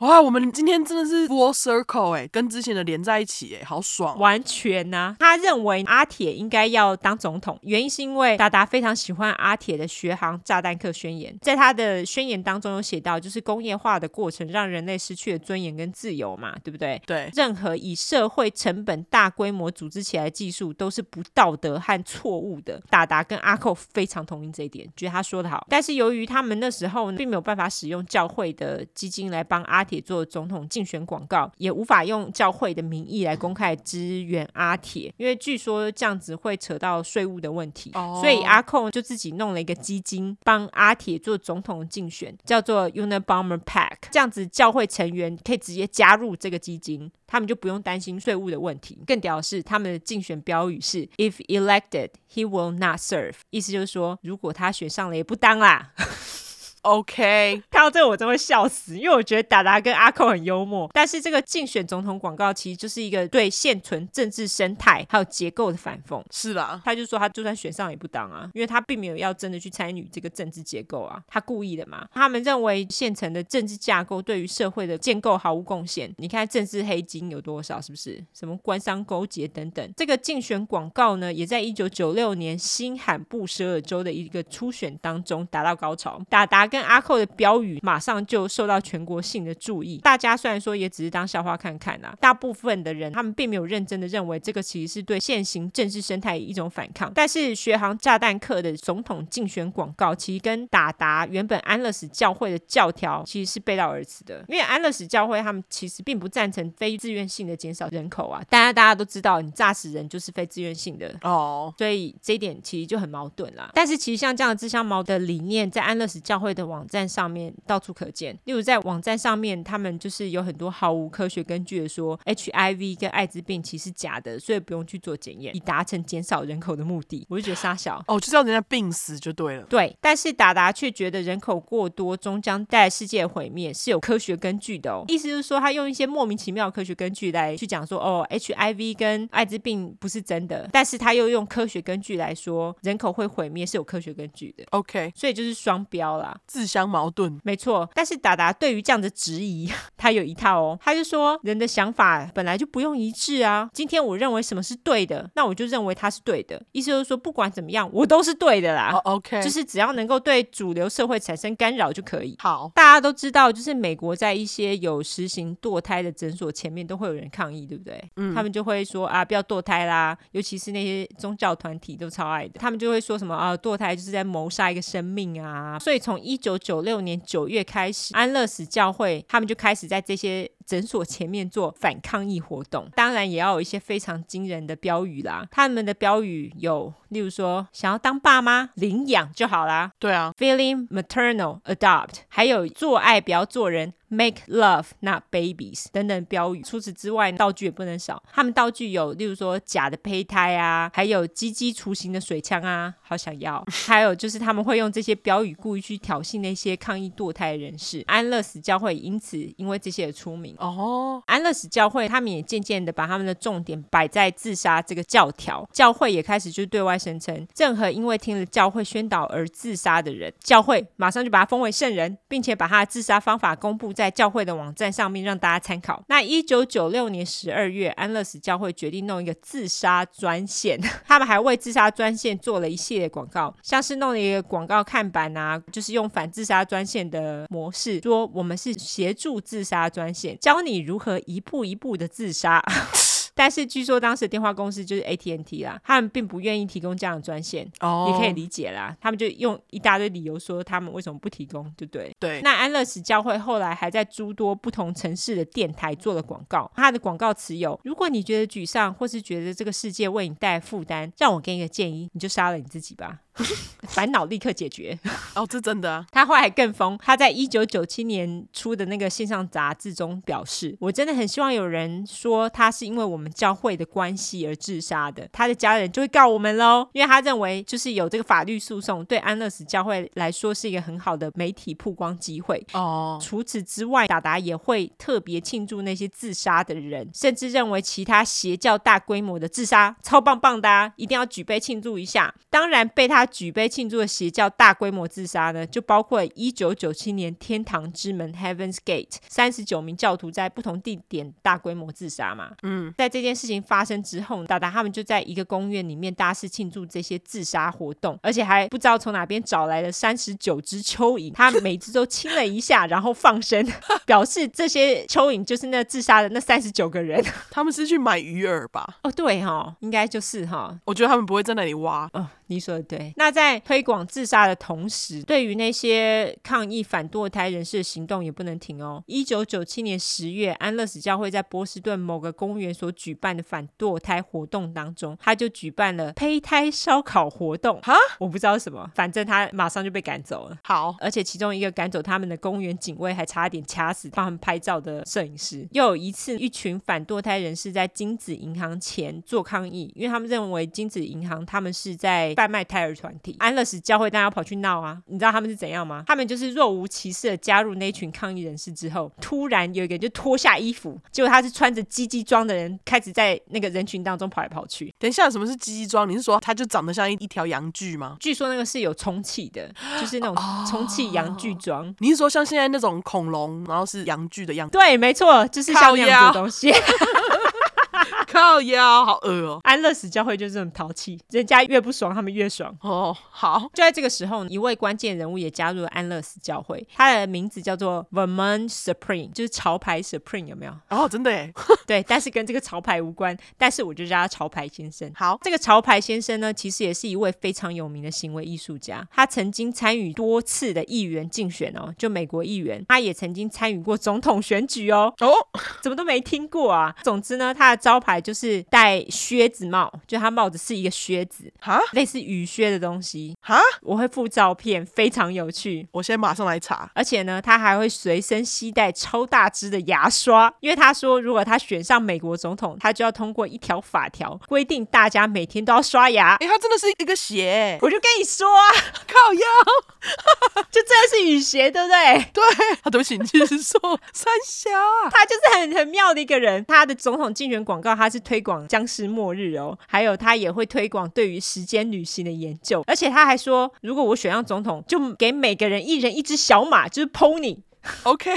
Speaker 1: 哇，我们今天真的是 full circle 哎、跟之前的连在一起哎、好爽！
Speaker 2: 完全呐、他认为阿铁应该要当总统，原因是因为达达非常喜欢阿铁的学行炸弹客宣言，在他的宣言当中有写到，就是工业化的过程让人类失去了尊严跟自由嘛，对不对？
Speaker 1: 对，
Speaker 2: 任何以社会成本大规模组织起来的技术都是不道德和错误的。达达跟阿寇非常同意这一点，觉得他说的好。但是由于他们那时候呢并没有办法使用教会的基金来帮阿铁做总统竞选广告，也无法用教会的名义来公开支援阿铁，因为据说这样子会扯到税务的问题。
Speaker 1: 哦
Speaker 2: 所以阿寇就自己弄了一个基金，帮阿铁做总统竞选，叫做 Unabomber Pack。这样子，教会成员可以直接加入这个基金，他们就不用担心税务的问题。更屌的是，他们的竞选标语是 “If elected, he will not serve”，意思就是说，如果他选上了，也不当啦。
Speaker 1: OK，
Speaker 2: 看到这个我真会笑死，因为我觉得达达跟阿寇很幽默。但是这个竞选总统广告其实就是一个对现存政治生态还有结构的反讽。
Speaker 1: 是啦，
Speaker 2: 他就说他就算选上也不当啊，因为他并没有要真的去参与这个政治结构啊，他故意的嘛。他们认为现成的政治架构对于社会的建构毫无贡献。你看政治黑金有多少，是不是？什么官商勾结等等。这个竞选广告呢，也在一九九六年新罕布什尔州的一个初选当中达到高潮。达达跟阿寇的标语马上就受到全国性的注意。大家虽然说也只是当笑话看看啊，大部分的人他们并没有认真的认为这个其实是对现行政治生态一种反抗。但是学行炸弹客的总统竞选广告，其实跟达达原本安乐死教会的教条其实是背道而驰的，因为安乐死教会他们其实并不赞成非自愿性的减少人口啊。当然大家都知道，你炸死人就是非自愿性的，
Speaker 1: 哦，
Speaker 2: 所以这一点其实就很矛盾啦。但是其实像这样的自相矛盾的理念，在安乐死教会的的网站上面到处可见。例如在网站上面，他们就是有很多毫无科学根据的说 HIV 跟艾滋病其实假的，所以不用去做检验，以达成减少人口的目的。我就觉得傻小。
Speaker 3: 哦，就是要人家病死就对了。
Speaker 2: 对，但是达达却觉得人口过多终将带来世界的毁灭是有科学根据的哦。意思就是说，他用一些莫名其妙的科学根据来去讲说，哦，HIV 跟艾滋病不是真的，但是他又用科学根据来说人口会毁灭是有科学根据的，
Speaker 3: OK，
Speaker 2: 所以就是双标啦。
Speaker 3: 自相矛盾。
Speaker 2: 没错，但是达达对于这样的质疑， 他有一套哦。他就说，人的想法本来就不用一致啊。今天我认为什么是对的，那我就认为它是对的。意思就是说，不管怎么样，我都是对的啦。
Speaker 3: 哦，OK，
Speaker 2: 啊就是只要能够对主流社会产生干扰就可以。
Speaker 3: 好，
Speaker 2: 大家都知道，就是美国在一些有实行堕胎的诊所前面都会有人抗议，对不对？嗯，他们就会说啊，不要堕胎啦，尤其是那些宗教团体都超爱的，他们就会说什么啊，堕胎就是在谋杀一个生命啊。所以从一九九六年九月开始，安乐死教会他们就开始在这些诊所前面做反抗议活动，当然也要有一些非常惊人的标语啦。他们的标语有，例如说想要当爸妈，领养就好啦。
Speaker 3: 对啊，
Speaker 2: feeling maternal adopt，还有做爱不要做人。Make love, not babies 等等标语。除此之外，道具也不能少。他们道具有，例如说假的胚胎啊，还有鸡鸡雏形的水枪啊，好想要。还有就是他们会用这些标语故意去挑衅那些抗议堕胎的人士。安乐死教会因此因为这些而出名。
Speaker 3: 哦，
Speaker 2: 安乐死教会，他们也渐渐的把他们的重点摆在自杀这个教条。教会也开始就对外声称，任何因为听了教会宣导而自杀的人，教会马上就把他封为圣人，并且把他的自杀方法公布在教会的网站上面让大家参考。那一九九六年十二月，安乐死教会决定弄一个自杀专线，他们还为自杀专线做了一系列广告，像是弄了一个广告看板啊，就是用反自杀专线的模式，说我们是协助自杀专线，教你如何一步一步的自杀。 但是据说当时电话公司就是 AT&T 啦，他们并不愿意提供这样的专线，
Speaker 3: 哦，
Speaker 2: 也可以理解啦。他们就用一大堆理由说他们为什么不提供，对不对？
Speaker 3: 对，
Speaker 2: 那安乐死教会后来还在诸多不同城市的电台做了广告，它的广告词有：如果你觉得沮丧，或是觉得这个世界为你带来负担，让我给你个建议，你就杀了你自己吧， 烦恼立刻解决。
Speaker 3: 哦，这真的啊，
Speaker 2: 他后来更疯，他在一九九七年出的那个线上杂志中表示：“我真的很希望有人说他是因为我们教会的关系而自杀的，他的家人就会告我们喽，因为他认为就是有这个法律诉讼对安乐死教会来说是一个很好的媒体曝光机会。”
Speaker 3: 哦，
Speaker 2: 除此之外，达达也会特别庆祝那些自杀的人，甚至认为其他邪教大规模的自杀超棒棒的、啊，一定要举杯庆祝一下。当然，被他举杯庆祝的邪教大规模自杀呢，就包括一九九七年天堂之门 （Heaven's Gate） 三十九名教徒在不同地点大规模自杀嘛。
Speaker 3: 嗯，
Speaker 2: 在这件事情发生之后，达达他们就在一个公园里面大肆庆祝这些自杀活动，而且还不知道从哪边找来了三十九只蚯蚓，他每只都亲了一下，然后放生， 表示这些蚯蚓就是那自杀的那三十九个人。
Speaker 3: 他们是去买鱼饵吧？
Speaker 2: 哦，对哈、哦，应该就是哈、
Speaker 3: 我觉得他们不会在那里挖。
Speaker 2: 哦，你说的对。那在推广自杀的同时，对于那些抗议反堕胎人士的行动也不能停哦。一九九七年十月，安乐死教会在波士顿某个公园所举办的反堕胎活动当中，他就举办了胚胎烧烤活动。
Speaker 3: 哈，
Speaker 2: 我不知道是什么，反正他马上就被赶走了。
Speaker 3: 好，
Speaker 2: 而且其中一个赶走他们的公园警卫还差点掐死帮他们拍照的摄影师。又有一次，一群反堕胎人士在金子银行前做抗议，因为他们认为金子银行他们是在贩卖胎儿团体。安乐死教会大家跑去闹啊，你知道他们是怎样吗？他们就是若无其事的加入那群抗议人士之后，突然有一个人就脱下衣服，结果他是穿着鸡鸡装的人，开始在那个人群当中跑来跑去。
Speaker 3: 等一下，什么是鸡鸡装？你是说它就长得像一一条羊具吗？
Speaker 2: 据说那个是有充气的，就是那种充气洋具装。
Speaker 3: 你是说像现在那种恐龙，然后是羊具的样子？
Speaker 2: 对，没错，就是像那样
Speaker 3: 靠腰
Speaker 2: 子的东西。
Speaker 3: 靠腰，好恶哦、
Speaker 2: 安乐死教会就是这么淘气，人家越不爽，他们越爽。
Speaker 3: 哦，好，
Speaker 2: 就在这个时候，一位关键人物也加入了安乐死教会，他的名字叫做 Vermont Supreme，就是潮牌 Supreme，有没有？
Speaker 3: 然、哦后真的耶，
Speaker 2: 对，但是跟这个潮牌无关，但是我就叫他潮牌先生。
Speaker 3: 好，
Speaker 2: 这个潮牌先生呢，其实也是一位非常有名的行为艺术家，他曾经参与多次的议员竞选哦，就美国议员，他也曾经参与过总统选举哦，
Speaker 3: 哦，
Speaker 2: 怎么都没听过啊。总之呢，他的招牌就是戴靴子帽，就他帽子是一个靴子，
Speaker 3: 哈
Speaker 2: 类似雨靴的东西。
Speaker 3: 哈，
Speaker 2: 我会附照片，非常有趣。
Speaker 3: 我先马上来查。
Speaker 2: 而且呢，他还会随身携带超大支的牙刷，因为他说，如果他选上美国总统，他就要通过一条法条规定大家每天都要刷牙。
Speaker 3: 哎、它真的是一个鞋、欸，
Speaker 2: 我就跟你说、啊，
Speaker 3: 靠腰。
Speaker 2: 就真的是雨鞋，对不对？
Speaker 3: 对，啊，对不起，你继续说。三小啊，
Speaker 2: 他就是很很妙的一个人。他的总统竞选广告，他是推广僵尸末日哦，还有他也会推广对于时间旅行的研究，而且他还说，如果我选上总统，就给每个人一人一只小马，就是 pony。
Speaker 3: OK，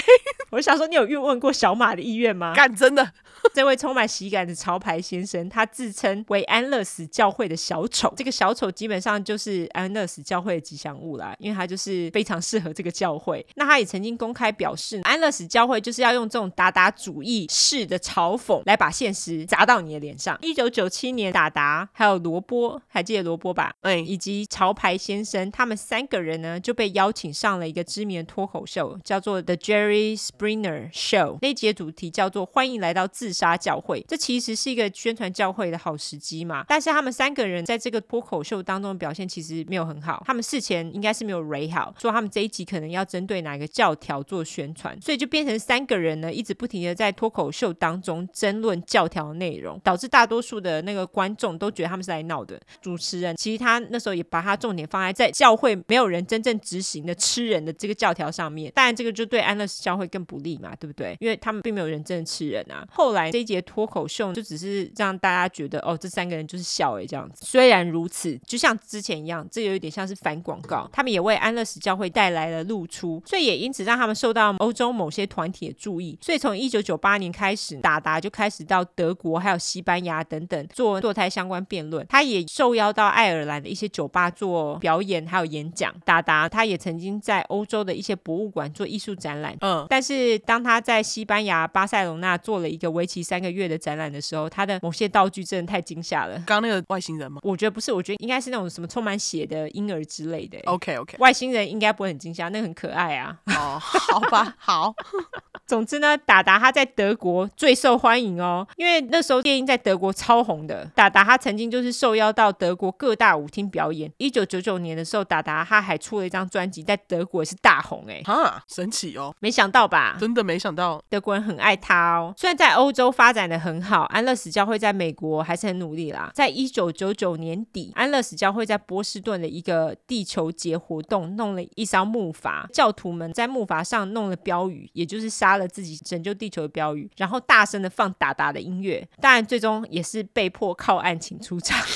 Speaker 2: 我就想说，你有问问过小马的意愿吗？
Speaker 3: 干真的，
Speaker 2: 这位充满喜感的潮牌先生，他自称为安乐死教会的小丑。这个小丑基本上就是安乐死教会的吉祥物啦，因为他就是非常适合这个教会。那他也曾经公开表示，安乐死教会就是要用这种达达主义式的嘲讽来把现实砸到你的脸上。一九九七年，达达还有罗波，还记得罗波吧？
Speaker 3: 哎、
Speaker 2: 以及潮牌先生，他们三个人呢就被邀请上了一个知名的脱口秀，叫做 The Jerry Springer Show。那一节主题叫做“欢迎来到自杀教会”，这其实是一个宣传教会的好时机嘛。但是他们三个人在这个脱口秀当中的表现其实没有很好，他们事前应该是没有 r 好，说他们这一集可能要针对哪个教条做宣传，所以就变成三个人呢一直不停的在脱口秀当中争论教条内容，导致大多数的那个观众都觉得他们是来闹的。主持人其实他那时候也把他重点放在在教会没有人真正执行的吃人的这个教条上面，当然这个就对安乐死教会更不利嘛，对不对？因为他们并没有人真的吃人啊。后来这一节脱口秀就只是让大家觉得哦，这三个人就是笑欸诶、这样子。虽然如此，就像之前一样，这有一点像是反广告，他们也为安乐死教会带来了露出，所以也因此让他们受到欧洲某些团体的注意。所以从一九九八年开始，达达就开始到德国还有西班牙等等做堕胎相关辩论。他也受邀到爱尔兰的一些酒吧做表演还有演讲。达达他也曾经在欧洲的一些博物馆做艺术展览，
Speaker 3: 嗯，
Speaker 2: 但是当他在西班牙巴塞隆纳做了一个为期三个月的展览的时候，他的某些道具真的太惊吓了。
Speaker 3: 刚刚那个外星人吗
Speaker 2: 我觉得不是，我觉得应该是那种什么充满血的婴儿之类的。欸
Speaker 1: 哦
Speaker 3: ？OK OK，
Speaker 2: 外星人应该不会很惊吓，那个很可爱啊。
Speaker 3: 哦，好吧，好，
Speaker 2: 总之呢，达达他在德国最受欢迎哦，因为那时候电音在德国超红的。达达他曾经就是受邀到德国各大舞厅表演。一九九九年的时候，达达他还出了一张专辑，在德国也是大红哎，
Speaker 3: 哈，神奇哦，
Speaker 2: 没想到吧？
Speaker 3: 真的没想到，
Speaker 2: 德国人很爱他哦。虽然在欧洲发展的很好，安乐死教会在美国还是很努力啦。在一九九九年底，安乐死教会在波士顿的一个地球节活动弄了一艘木筏，教徒们在木筏上弄了标语，也就是杀了自己拯救地球的标语，然后大声的放达达的音乐。当然，最终也是被迫靠岸请出场。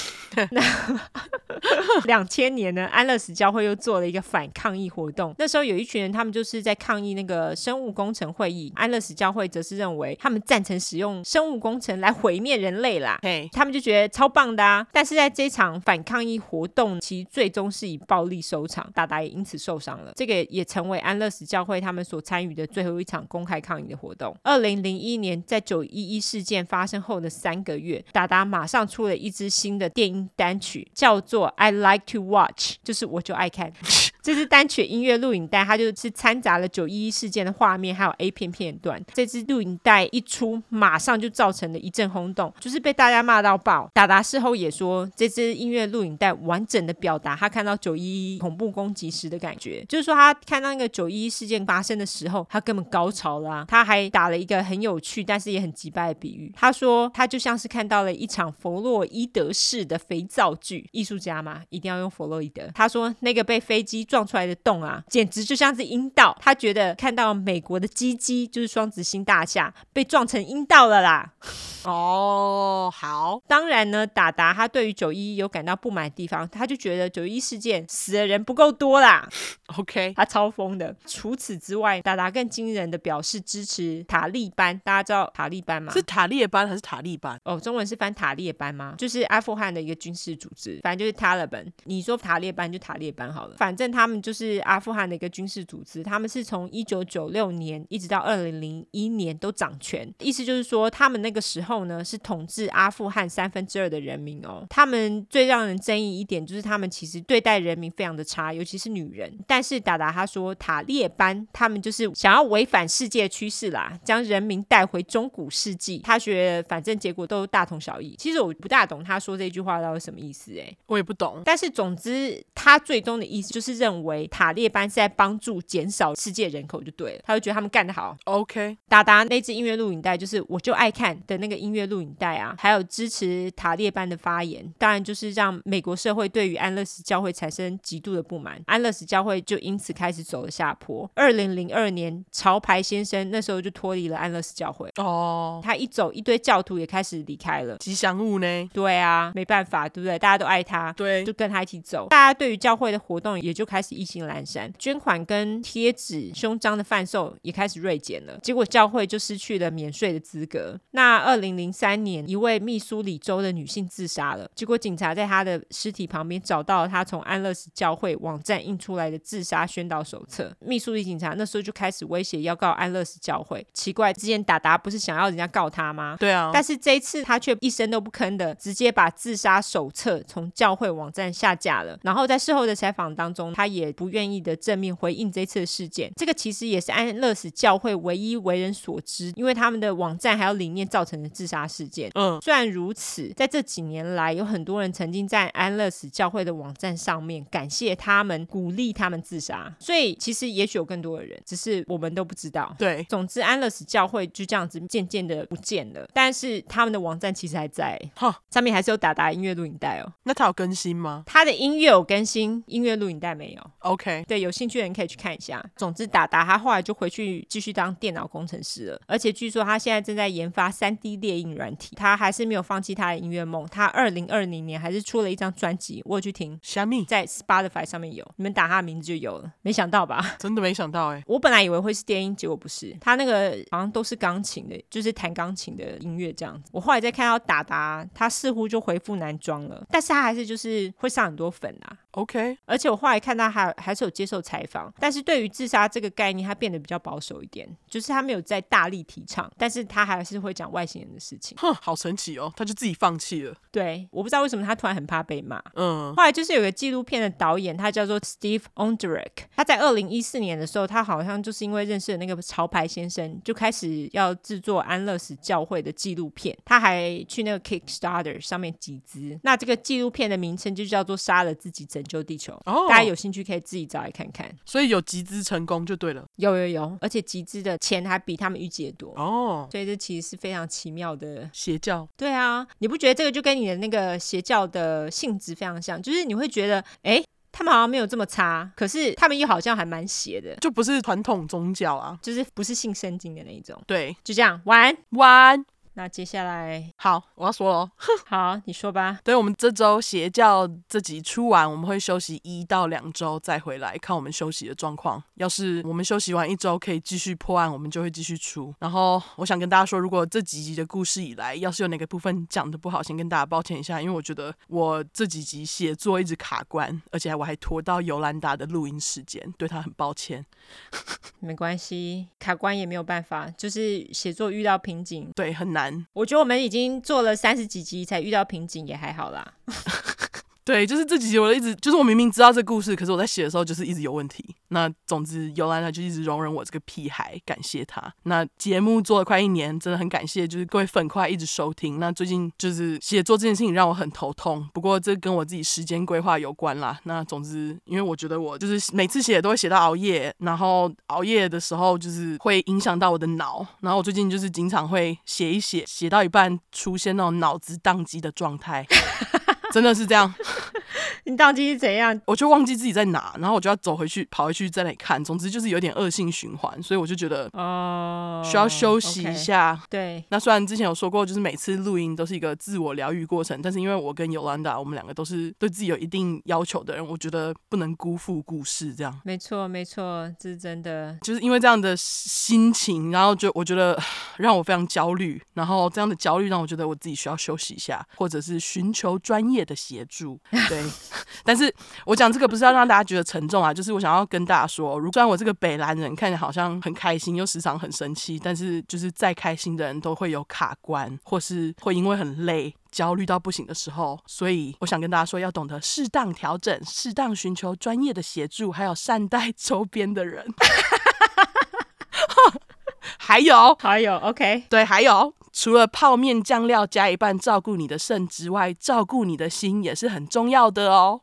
Speaker 2: 两千年呢，安乐死教会又做了一个反抗议活动。那时候有一群人，他们就是在抗议那个生物工程会议。安乐死教会则是认为他们赞成使用生物工程来毁灭人类啦。
Speaker 3: 嘿，
Speaker 2: 他们就觉得超棒的啊！但是在这一场反抗议活动，其实最终是以暴力收场，达达也因此受伤了。这个也成为安乐死教会他们所参与的最后一场公开抗议的活动。二零零一年，在九一一事件发生后的三个月，达达马上出了一支新的电音单曲，叫做《I Like to Watch》，就是我就爱看。这支单曲的音乐录影带，它就是掺杂了九一一事件的画面，还有 A 片片段。这支录影带一出，马上就造成了一阵轰动，就是被大家骂到爆。达达事后也说，这支音乐录影带完整的表达他看到九一一恐怖攻击时的感觉，就是说他看到那个九一一事件发生的时候，他根本高潮啦、他还打了一个很有趣，但是也很击败的比喻，他说他就像是看到了一场弗洛伊德式的肥皂剧，艺术家嘛，一定要用弗洛伊德。他说那个被飞机撞出来的洞啊，简直就像是阴道。他觉得看到美国的鸡鸡，就是双子星大厦被撞成阴道了啦。
Speaker 3: 哦，好，
Speaker 2: 当然呢，达达他对于九一一有感到不满的地方，他就觉得九一事件死的人不够多啦。
Speaker 3: OK，
Speaker 2: 他超疯的。除此之外，达达更惊人的表示支持塔利班。大家知道塔利班吗？
Speaker 3: 是塔利班还是塔利班？
Speaker 2: 哦，中文是翻塔列班吗？就是阿富汗的一个军事组织，反正就是塔勒班。你说塔列班就塔列班好了，反正他他们就是阿富汗的一个军事组织，他们是从一九九六年一直到二零零一年都掌权，意思就是说他们那个时候呢是统治阿富汗三分之二的人民哦。他们最让人争议一点就是他们其实对待人民非常的差，尤其是女人。但是达达他说塔列班他们就是想要违反世界趋势啦，将人民带回中古世纪。他觉得反正结果都大同小异。其实我不大懂他说这句话到底什么意思哎、
Speaker 1: 我也不懂。
Speaker 2: 但是总之，他最终的意思就是认为塔列班是在帮助减少世界人口就对了，他就觉得他们干得好。
Speaker 1: OK，
Speaker 2: 达达那支音乐录影带就是我就爱看的那个音乐录影带啊，还有支持塔列班的发言，当然就是让美国社会对于安乐死教会产生极度的不满，安乐死教会就因此开始走了下坡。二零零二年，潮牌先生那时候就脱离了安乐死教会，
Speaker 1: 哦，
Speaker 2: 他一走，一堆教徒也开始离开了。
Speaker 1: 吉祥物呢？
Speaker 2: 对啊，没办法，对不对？大家都爱他，
Speaker 1: 对
Speaker 2: 就，跟他一起走。大家对于教会的活动也就开始意兴阑珊，捐款跟贴纸、胸章的贩售也开始锐减了。结果教会就失去了免税的资格。那二零零三年，一位密苏里州的女性自杀了，结果警察在她的尸体旁边找到了她从安乐死教会网站印出来的自杀宣导手册。密苏里警察那时候就开始威胁要告安乐死教会。奇怪，之前达达不是想要人家告他吗？
Speaker 1: 对啊，
Speaker 2: 但是这一次他却一声都不吭的，直接把自杀手册从教会网站下架了。然后在事后的采访当中，他也不愿意的正面回应这次的事件。这个其实也是安乐死教会唯一为人所知，因为他们的网站还有理念造成的自杀事件。
Speaker 1: 嗯，
Speaker 2: 虽然如此，在这几年来，有很多人曾经在安乐死教会的网站上面感谢他们，鼓励他们自杀。所以其实也许有更多的人，只是我们都不知道。
Speaker 1: 对，
Speaker 2: 总之，安乐死教会就这样子渐渐的不见了，但是他们的网站其实还在，
Speaker 1: 哈，
Speaker 2: 上面还是有达达音乐录影带哦。
Speaker 1: 那它有更新吗
Speaker 2: 他的音乐有更新，音乐录影带没有。
Speaker 1: ？OK，
Speaker 2: 对，有兴趣的人可以去看一下。总之，达达他后来就回去继续当电脑工程师了，而且据说他现在正在研发三 D 猎印软体，他还是没有放弃他的音乐梦。他二零二零年还是出了一张专辑，我有去听，
Speaker 1: 虾米，
Speaker 2: 在 Spotify 上面有，你们打他的名字就有了，没想到吧？
Speaker 1: 真的没想到哎、
Speaker 2: 我本来以为会是电音，结果不是。他那个好像都是钢琴的，就是弹钢琴的音乐这样子。我后来再看到达达，他似乎就恢复男装了，但是他还是就是会上很多粉啊。
Speaker 1: OK，
Speaker 2: 而且我后来看到还还是有接受采访，但是对于自杀这个概念，他变得比较保守一点，就是他没有在大力提倡，但是他还是会讲外星人的事情。
Speaker 1: 哼，好神奇哦，他就自己放弃了。
Speaker 2: 对，我不知道为什么他突然很怕被骂，
Speaker 1: 嗯，
Speaker 2: 后来就是有个纪录片的导演，他叫做 Steve Ondrek。他在二零一四年的时候，他好像就是因为认识了那个潮牌先生，就开始要制作安乐死教会的纪录片。他还去那个 Kickstarter 上面集资。那这个纪录片的名称就叫做《杀了自己拯救地球》。
Speaker 1: 哦，
Speaker 2: 大家有兴趣可以自己找来看看，
Speaker 1: 所以有集资成功就对了。
Speaker 2: 有有有，而且集资的钱还比他们预计的多，
Speaker 1: 哦，
Speaker 2: 所以这其实是非常奇妙的
Speaker 1: 邪教，
Speaker 2: 对啊，你不觉得这个就跟你的那个邪教的性质非常像？就是你会觉得，哎、他们好像没有这么差，可是他们又好像还蛮邪的，
Speaker 1: 就不是传统宗教啊。
Speaker 2: 就是不是性圣经的那一种。
Speaker 1: 对，
Speaker 2: 就这样，晚安。
Speaker 1: 晚安。
Speaker 2: 那接下来，
Speaker 1: 好，我要说了哦。
Speaker 2: 好，你说吧。
Speaker 1: 对，我们这周邪教这集出完，我们会休息一到两周再回来看我们休息的状况。要是我们休息完一周可以继续破案，我们就会继续出。然后我想跟大家说，如果这几集的故事以来，要是有哪个部分讲的不好，先跟大家抱歉一下，因为我觉得我这几集写作一直卡关，而且我还拖到尤兰达的录音时间，对他很抱歉。
Speaker 2: 没关系，卡关也没有办法，就是写作遇到瓶颈。
Speaker 1: 对，很难。
Speaker 2: 我觉得我们已经做了三十几集才遇到瓶颈，也还好啦。
Speaker 1: 对，就是这几集我一直就是我明明知道这故事，可是我在写的时候就是一直有问题。那总之，尤兰达就一直容忍我这个屁孩，感谢他。那节目做了快一年，真的很感谢，就是各位粉块一直收听。那最近就是写作这件事情让我很头痛，不过这跟我自己时间规划有关啦。那总之，因为我觉得我就是每次写都会写到熬夜，然后熬夜的时候就是会影响到我的脑，然后我最近就是经常会写一写，写到一半出现那种脑子宕机的状态， 真的是这样。
Speaker 2: 你到底是怎样？
Speaker 1: 我就忘记自己在哪，然后我就要走回去，跑回去再来看。总之就是有点恶性循环，所以我就觉得
Speaker 2: 哦，
Speaker 1: 需要休息一
Speaker 2: OK。
Speaker 1: 下。
Speaker 2: 对，
Speaker 1: 那虽然之前有说过，就是每次录音都是一个自我疗愈过程，但是因为我跟尤兰达，我们两个都是对自己有一定要求的人，我觉得不能辜负故事，这样
Speaker 2: 没错，没错，这是真的。
Speaker 1: 就是因为这样的心情，然后就我觉得 让我非常焦虑，然后这样的焦虑让我觉得我自己需要休息一下，或者是寻求专业的协助。对，但是我讲这个不是要让大家觉得沉重啊，就是我想要跟大家说，如虽然我这个北兰人看起来好像很开心，又时常很生气，但是就是再开心的人都会有卡关，或是会因为很累。焦虑到不行的时候，所以我想跟大家说，要懂得适当调整，适当寻求专业的协助，还有善待周边的人。还有，
Speaker 2: 还有，OK，
Speaker 1: 对，还有，除了泡面酱料加一半照顾你的肾之外，照顾你的心也是很重要的哦。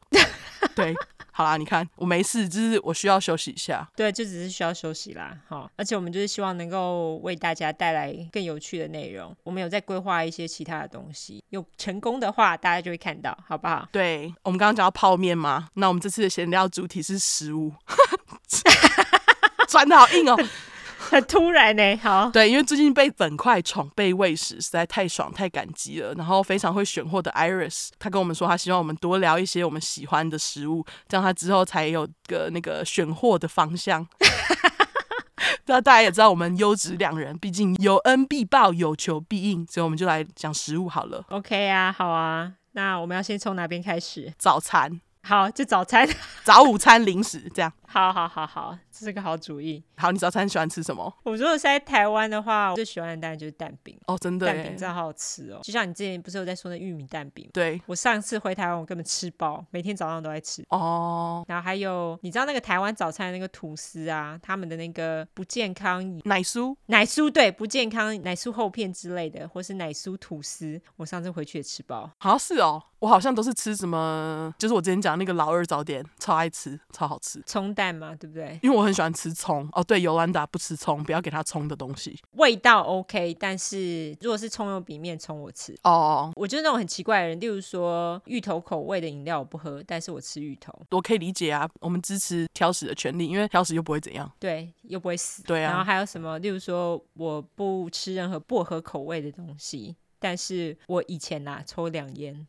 Speaker 1: 对。好啦，你看我没事，就是我需要休息一下。
Speaker 2: 对，就只是需要休息啦。好，而且我们就是希望能够为大家带来更有趣的内容。我们有在规划一些其他的东西，有成功的话，大家就会看到，好不好？
Speaker 1: 对，我们刚刚讲到泡面嘛，那我们这次的闲聊主题是食物， 转的好硬哦。
Speaker 2: 很突然呢、欸，好，
Speaker 1: 对，因为最近被粉块宠被喂食，实在太爽太感激了。然后非常会选货的 Iris，他跟我们说，他希望我们多聊一些我们喜欢的食物，这样他之后才有个那个选货的方向。 那大家也知道，我们优质两人，毕竟有恩必报，有求必应，所以我们就来讲食物好了。
Speaker 2: OK 啊，好啊，那我们要先从哪边开始？
Speaker 1: 早餐。
Speaker 2: 好，就早餐、
Speaker 1: 早午餐、零食这样。
Speaker 2: 好好好好，这是个好主意。
Speaker 1: 好，你早餐喜欢吃什么？
Speaker 2: 我如果是在台湾的话，我最喜欢的当然就是蛋饼。
Speaker 1: 哦，真的，
Speaker 2: 蛋饼真的好好吃哦。就像你之前不是有在说那玉米蛋饼？
Speaker 1: 对，
Speaker 2: 我上次回台湾，我根本吃饱，每天早上都在吃。
Speaker 1: 哦，
Speaker 2: 然后还有，你知道那个台湾早餐那个吐司啊，他们的那个不健康
Speaker 1: 奶酥、
Speaker 2: 奶酥对不健康奶酥厚片之类的，或是奶酥吐司，我上次回去也吃饱。
Speaker 1: 好像是哦。我好像都是吃什么，就是我之前讲那个老二早点，超爱吃，超好吃，
Speaker 2: 葱蛋嘛，对不对？
Speaker 1: 因为我很喜欢吃葱。哦，对，尤兰达不吃葱，不要给他葱的东西。
Speaker 2: 味道 OK，但是如果是葱油饼面葱，我吃。
Speaker 1: 哦，
Speaker 2: 我就是那种很奇怪的人，例如说芋头口味的饮料我不喝，但是我吃芋头，
Speaker 1: 我可以理解啊。我们支持挑食的权利，因为挑食又不会怎样，
Speaker 2: 对，又不会死。
Speaker 1: 对啊。
Speaker 2: 然后还有什么？例如说，我不吃任何薄荷口味的东西。但是我以前呐、啊、抽两烟，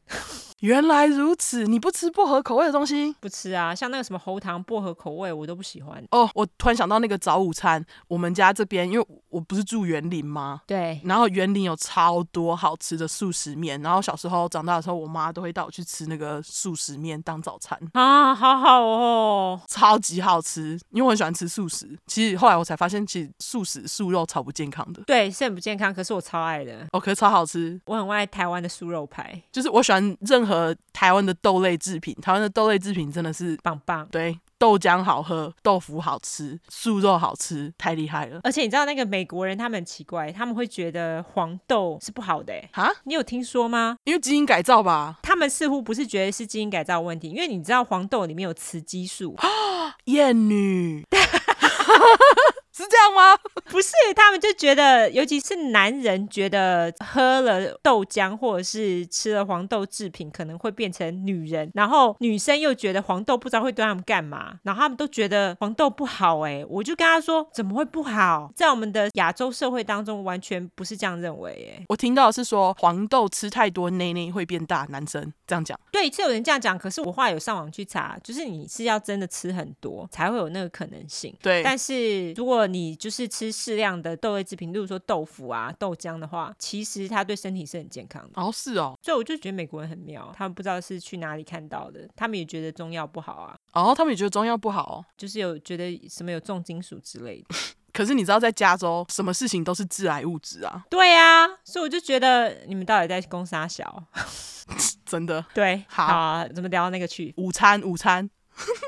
Speaker 1: 原来如此，你不吃薄荷口味的东西？
Speaker 2: 不吃啊，像那个什么喉糖薄荷口味我都不喜欢。
Speaker 1: 哦，我突然想到那个早午餐，我们家这边因为我不是住园林吗？
Speaker 2: 对。
Speaker 1: 然后园林有超多好吃的素食面，然后小时候长大的时候，我妈都会带我去吃那个素食面当早餐
Speaker 2: 啊，好好哦，
Speaker 1: 超级好吃，因为我很喜欢吃素食。其实后来我才发现，其实素食素肉超不健康的。
Speaker 2: 对，是很不健康，可是我超爱的。
Speaker 1: 哦，可是超好吃。
Speaker 2: 我很爱台湾的酥肉排，
Speaker 1: 就是我喜欢任何台湾的豆类制品。台湾的豆类制品真的是
Speaker 2: 棒棒，
Speaker 1: 对，豆浆好喝，豆腐好吃，素肉好吃，太厉害了。
Speaker 2: 而且你知道那个美国人他们很奇怪，他们会觉得黄豆是不好的、欸，
Speaker 1: 哈，
Speaker 2: 你有听说吗？
Speaker 1: 因为基因改造吧？
Speaker 2: 他们似乎不是觉得是基因改造问题，因为你知道黄豆里面有雌激素，
Speaker 1: 艳女。 是这样吗？
Speaker 2: 不是，他们就觉得，尤其是男人觉得喝了豆浆或者是吃了黄豆制品，可能会变成女人。然后女生又觉得黄豆不知道会对他们干嘛，然后他们都觉得黄豆不好、欸。哎，我就跟他说，怎么会不好？在我们的亚洲社会当中，完全不是这样认为、欸。哎，
Speaker 1: 我听到是说黄豆吃太多内内会变大，男生这样讲。
Speaker 2: 对，是有人这样讲。可是我后来有上网去查，就是你是要真的吃很多才会有那个可能性。
Speaker 1: 对，
Speaker 2: 但是如果你就是吃适量的豆类制品，例如说豆腐啊、豆浆的话，其实它对身体是很健康的。
Speaker 1: 哦，是哦，
Speaker 2: 所以我就觉得美国人很妙，他们不知道是去哪里看到的，他们也觉得中药不好啊。
Speaker 1: 哦，他们也觉得中药不好、哦，
Speaker 2: 就是有觉得什么有重金属之类的。
Speaker 1: 可是你知道，在加州什么事情都是致癌物质啊！
Speaker 2: 对啊，所以我就觉得你们到底在攻杀小，
Speaker 1: 真的
Speaker 2: 对，
Speaker 1: 好、
Speaker 2: 啊，怎么聊到那个去？
Speaker 1: 午餐，午餐。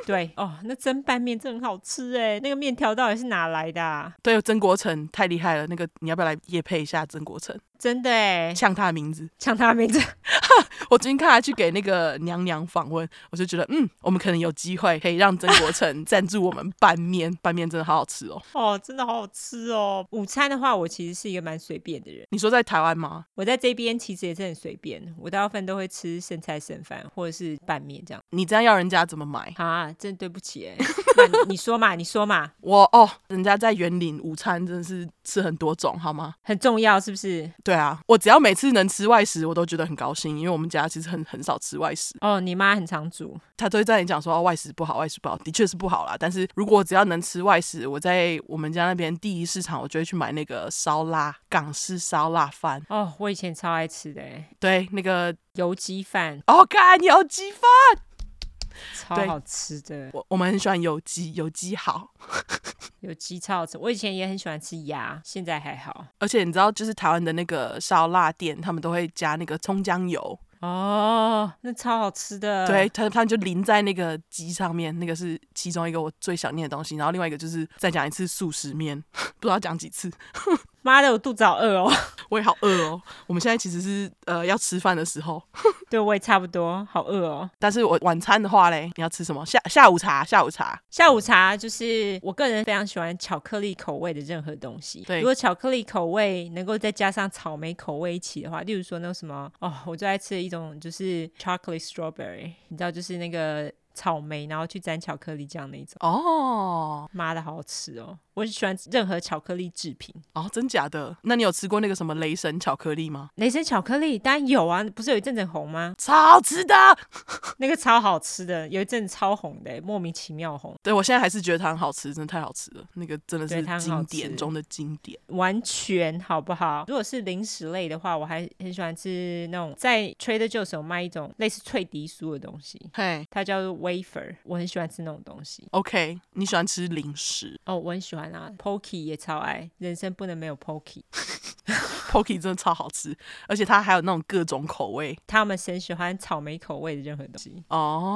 Speaker 2: 对哦，那蒸拌面真很好吃哎，那个面条到底是哪来的、啊？
Speaker 1: 对，曾国成太厉害了，那个你要不要来夜配一下曾国成？
Speaker 2: 真的哎，
Speaker 1: 抢他的名字，
Speaker 2: 抢他的名字。
Speaker 1: 我最近看他去给那个娘娘访问，我就觉得，嗯，我们可能有机会可以让曾国成赞助我们拌面，拌面真的好好吃哦。
Speaker 2: 哦，真的好好吃哦。午餐的话，我其实是一个蛮随便的人。
Speaker 1: 你说在台湾吗？
Speaker 2: 我在这边其实也是很随便，我大部分都会吃剩菜剩饭或者是拌面这样。
Speaker 1: 你这样要人家怎么买？
Speaker 2: 啊，真对不起哎、欸。 那你说嘛，你说嘛。
Speaker 1: 我哦，人家在园林午餐真的是吃很多种，好吗？
Speaker 2: 很重要是不是？
Speaker 1: 对啊，我只要每次能吃外食，我都觉得很高兴，因为我们家其实很很少吃外食。
Speaker 2: 哦，你妈很常煮，
Speaker 1: 她都会在你讲说、哦、外食不好，外食不好，的确是不好啦。但是如果只要能吃外食，我在我们家那边第一市场，我就会去买那个烧腊，港式烧腊饭。
Speaker 2: 哦，我以前超爱吃的、欸，
Speaker 1: 对，那个
Speaker 2: 油鸡饭。
Speaker 1: 哦，干油鸡饭。
Speaker 2: 超
Speaker 1: 对
Speaker 2: 好吃的，
Speaker 1: 我我们很喜欢有机，有机好。
Speaker 2: 有鸡超好吃。我以前也很喜欢吃鸭，现在还好。
Speaker 1: 而且你知道，就是台湾的那个烧腊店，他们都会加那个葱姜油，
Speaker 2: 哦，那超好吃的。
Speaker 1: 对，他他们就淋在那个鸡上面，那个是其中一个我最想念的东西。然后另外一个就是再讲一次素食面， 不知道讲几次，
Speaker 2: 妈的，我肚子好饿哦。
Speaker 1: 我也好饿哦。我们现在其实是呃要吃饭的时候，
Speaker 2: 对，我也差不多，好饿哦。
Speaker 1: 但是我晚餐的话嘞，你要吃什么？下下午茶，下午茶，
Speaker 2: 下午茶就是我个人非常喜欢巧克力口味的任何东西。
Speaker 1: 对
Speaker 2: 如果巧克力口味能够再加上草莓口味一起的话，例如说那种什么哦，我最爱吃的一种就是 chocolate strawberry，你知道，就是那个草莓，然后去沾巧克力酱那一种。
Speaker 1: 哦
Speaker 2: 妈的，好好吃哦！我喜欢任何巧克力制品。
Speaker 1: 哦，真假的？那你有吃过那个什么雷神巧克力吗？
Speaker 2: 雷神巧克力当然有啊，不是有一阵子很红吗？
Speaker 1: 超好吃的，
Speaker 2: 那个超好吃的，有一阵子超红的，欸莫名其妙红，
Speaker 1: 对我现在还是觉得它很好吃，真的太好吃了，那个真的
Speaker 2: 对
Speaker 1: 是
Speaker 2: 它很好
Speaker 1: 经
Speaker 2: 吃
Speaker 1: 典中的经典。
Speaker 2: 完全好不好？如果是零食类的话，我还很喜欢吃那种在 Trader Joe's 有卖一种类似脆迪酥的东西，
Speaker 1: 嘿
Speaker 2: 它叫做 wafer，我很喜欢吃那种东西。
Speaker 1: ，OK，你喜欢吃零食
Speaker 2: 哦，我很喜欢啊，Pokey 也超爱，人生不能没有 Pokey。
Speaker 1: ，Pocky 真的超好吃，而且它还有那种各种口味。
Speaker 2: 他们很喜欢草莓口味的任何东西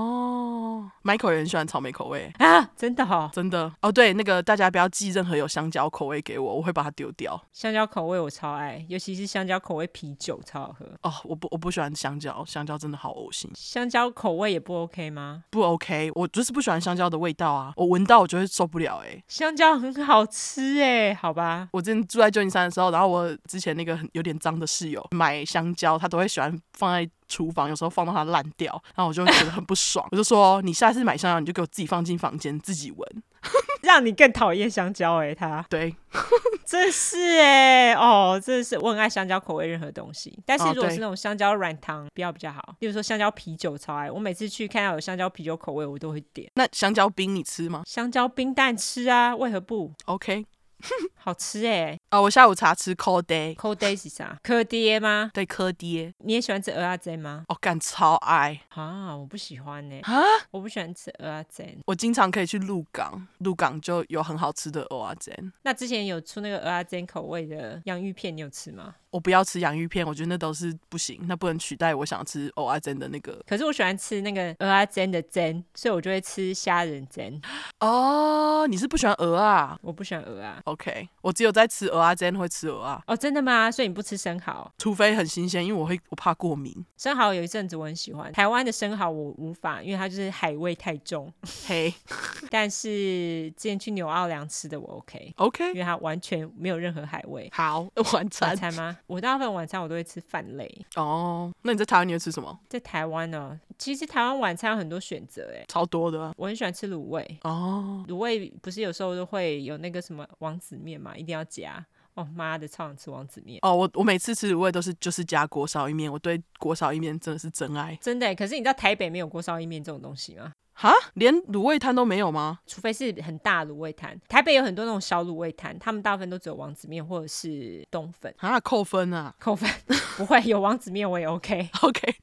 Speaker 1: 哦，Michael 也很喜欢草莓口味，
Speaker 2: 啊，真的哦，
Speaker 1: 真的。哦，对，那个大家不要寄任何有香蕉口味给我，我会把它丢掉。
Speaker 2: 香蕉口味我超爱，尤其是香蕉口味啤酒超好喝。
Speaker 1: 哦，我不，我不喜欢香蕉，香蕉真的好恶心，
Speaker 2: 香蕉口味也不 OK 吗？
Speaker 1: 不 OK，我就是不喜欢香蕉的味道啊，我闻到我就会受不了哎、
Speaker 2: 香蕉很好吃哎，好吧，
Speaker 1: 我之前住在旧金山的时候，然后我之前那个很有点脏的室友买香蕉，他都会喜欢放在厨房，有时候放到它烂掉，然后我就觉得很不爽，我就说你下次买香蕉你就给我自己放进房间自己闻。
Speaker 2: 让你更讨厌香蕉哎，它。
Speaker 1: 对，
Speaker 2: 真是哎、哦，真的是我很爱香蕉口味任何东西，但是
Speaker 1: 哦
Speaker 2: 如果
Speaker 1: 对
Speaker 2: 是那种香蕉软糖，比较比较好。例如说香蕉啤酒超爱，我每次去看到有香蕉啤酒口味，我都会点。
Speaker 1: 那香蕉冰你吃吗
Speaker 2: 香蕉冰蛋吃啊，为何不
Speaker 1: ？OK，
Speaker 2: 好吃哎、
Speaker 1: 啊、我下午茶吃 cold day，
Speaker 2: Cold Days 是啥？柯爹吗？
Speaker 1: 对，柯爹，
Speaker 2: 你也喜欢吃鹅阿珍吗？
Speaker 1: 哦，干超爱
Speaker 2: 啊，我不喜欢呢、
Speaker 1: 啊！
Speaker 2: 我不喜欢吃鹅阿珍。
Speaker 1: 我经常可以去鹿港，鹿港就有很好吃的蚵仔煎。
Speaker 2: 那之前有出那个鹅阿珍口味的洋芋片，你有吃吗？
Speaker 1: 我不要吃洋芋片，我觉得那都是不行，那不能取代我想吃蚵仔煎的那个
Speaker 2: 可是我喜欢吃那个鹅阿珍的蒸，所以我就会吃虾仁蒸。
Speaker 1: 哦，你是不喜欢鹅啊
Speaker 2: 我不喜欢鹅啊。
Speaker 1: ？OK，我只有在吃鹅啊煎会吃鹅啊，
Speaker 2: 哦，真的吗？所以你不吃生蚝？
Speaker 1: 除非很新鲜，因为我会我怕过敏。
Speaker 2: 生蚝有一阵子我很喜欢，台湾的生蚝我无法，因为它就是海味太重。
Speaker 1: 嘿、
Speaker 2: 但是之前去纽奥良吃的我 OK，
Speaker 1: o
Speaker 2: 因
Speaker 1: k
Speaker 2: 为它完全没有任何海味。
Speaker 1: 好， 晚
Speaker 2: 晚
Speaker 1: 餐
Speaker 2: 餐吗？我大部分晚餐我都会吃饭类。
Speaker 1: 哦。那你在台湾你会吃什么？
Speaker 2: 在台湾呢、其实台湾晚餐有很多选择诶，
Speaker 1: 超多的啊
Speaker 2: 我很喜欢吃卤味，
Speaker 1: 哦。
Speaker 2: 卤味不是有时候都会有那个什么王子面嘛，一定要加。哦妈的，超想吃王子面。
Speaker 1: 哦，我我每次吃卤味都是就是加锅烧意面，我对锅烧意面真的是真爱
Speaker 2: 真的欸诶，可是你知道台北没有锅烧意面这种东西吗？
Speaker 1: 哈，连卤味摊都没有吗？
Speaker 2: 除非是很大的卤味摊，台北有很多那种小卤味摊，他们大部分都只有王子面或者是冬粉。
Speaker 1: 啊，扣分啊
Speaker 2: 扣分不会有王子面我也 OK。
Speaker 1: ，OK，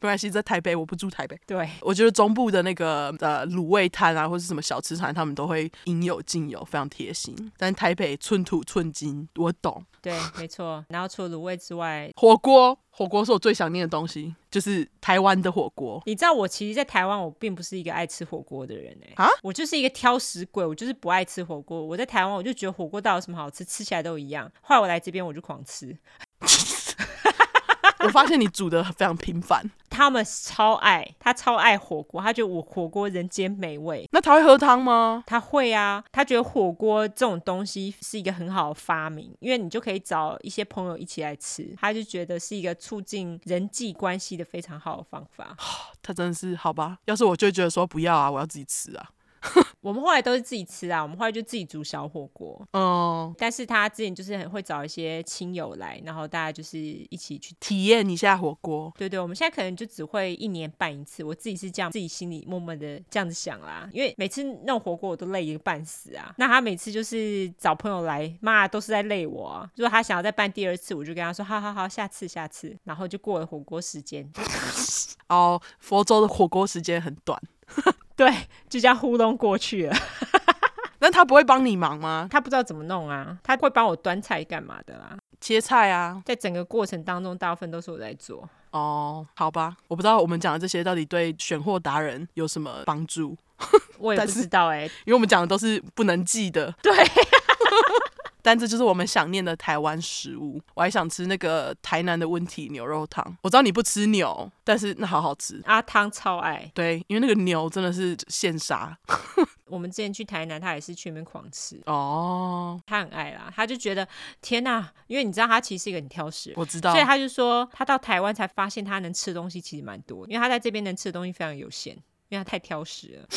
Speaker 1: 没关系，在台北我不住台北，
Speaker 2: 对，
Speaker 1: 我觉得中部的那个呃卤味摊啊，或是什么小吃摊，他们都会应有尽有，非常贴心。但台北寸土寸金，我懂。
Speaker 2: 对，没错。然后除了卤味之外，
Speaker 1: 火锅，火锅是我最想念的东西，就是台湾的火锅。
Speaker 2: 你知道我其实，在台湾我并不是一个爱吃火锅的人哎、
Speaker 1: 啊
Speaker 2: 我就是一个挑食鬼，我就是不爱吃火锅。我在台湾我就觉得火锅到底有什么好吃，吃起来都一样。后来我来这边我就狂吃，
Speaker 1: 我发现你煮的非常频繁，
Speaker 2: 他们超爱，他超爱火锅，他觉得我火锅人间美味。
Speaker 1: 那他会喝汤吗？
Speaker 2: 他会啊，他觉得火锅这种东西是一个很好的发明，因为你就可以找一些朋友一起来吃，他就觉得是一个促进人际关系的非常好的方法。
Speaker 1: 他真的是好吧？要是我就会觉得说不要啊，我要自己吃啊。
Speaker 2: 我们后来都是自己吃啊，我们后来就自己煮小火锅。
Speaker 1: 嗯，
Speaker 2: 但是他之前就是很会找一些亲友来，然后大家就是一起去。
Speaker 1: 体验一下火锅。
Speaker 2: 对对，我们现在可能就只会一年办一次，我自己是这样，自己心里默默的这样子想啦。因为每次弄火锅我都累一个半死啊。那他每次就是找朋友来，妈都是在累我啊。如果他想要再办第二次，我就跟他说好好好，下次下次，然后就过了火锅时间。
Speaker 1: 哦，佛州的火锅时间很短，
Speaker 2: 对，就这样糊弄过去了。
Speaker 1: 那他不会帮你忙吗？
Speaker 2: 他不知道怎么弄啊，他会帮我端菜干嘛的啦。
Speaker 1: 切菜啊？
Speaker 2: 在整个过程当中，大部分都是我在做。
Speaker 1: 哦，好吧，我不知道我们讲的这些到底对选货达人有什么帮助，
Speaker 2: 我也
Speaker 1: 但
Speaker 2: 不
Speaker 1: 是
Speaker 2: 知道哎、
Speaker 1: 因为我们讲的都是不能记的，
Speaker 2: 对，
Speaker 1: 但这就是我们想念的台湾食物。我还想吃那个台南的温体牛肉汤，我知道你不吃牛，但是那好好吃。
Speaker 2: 阿汤超爱。
Speaker 1: 对，因为那个牛真的是现杀
Speaker 2: 我们之前去台南，他也是去那边狂吃，
Speaker 1: 哦，
Speaker 2: 他很爱啦。他就觉得天哪、因为你知道他其实是一个很挑食的人，
Speaker 1: 我知道
Speaker 2: 所以。他就说他到台湾才发现他能吃的东西其实蛮多，因为他在这边能吃的东西非常有限，因为他太挑 食了。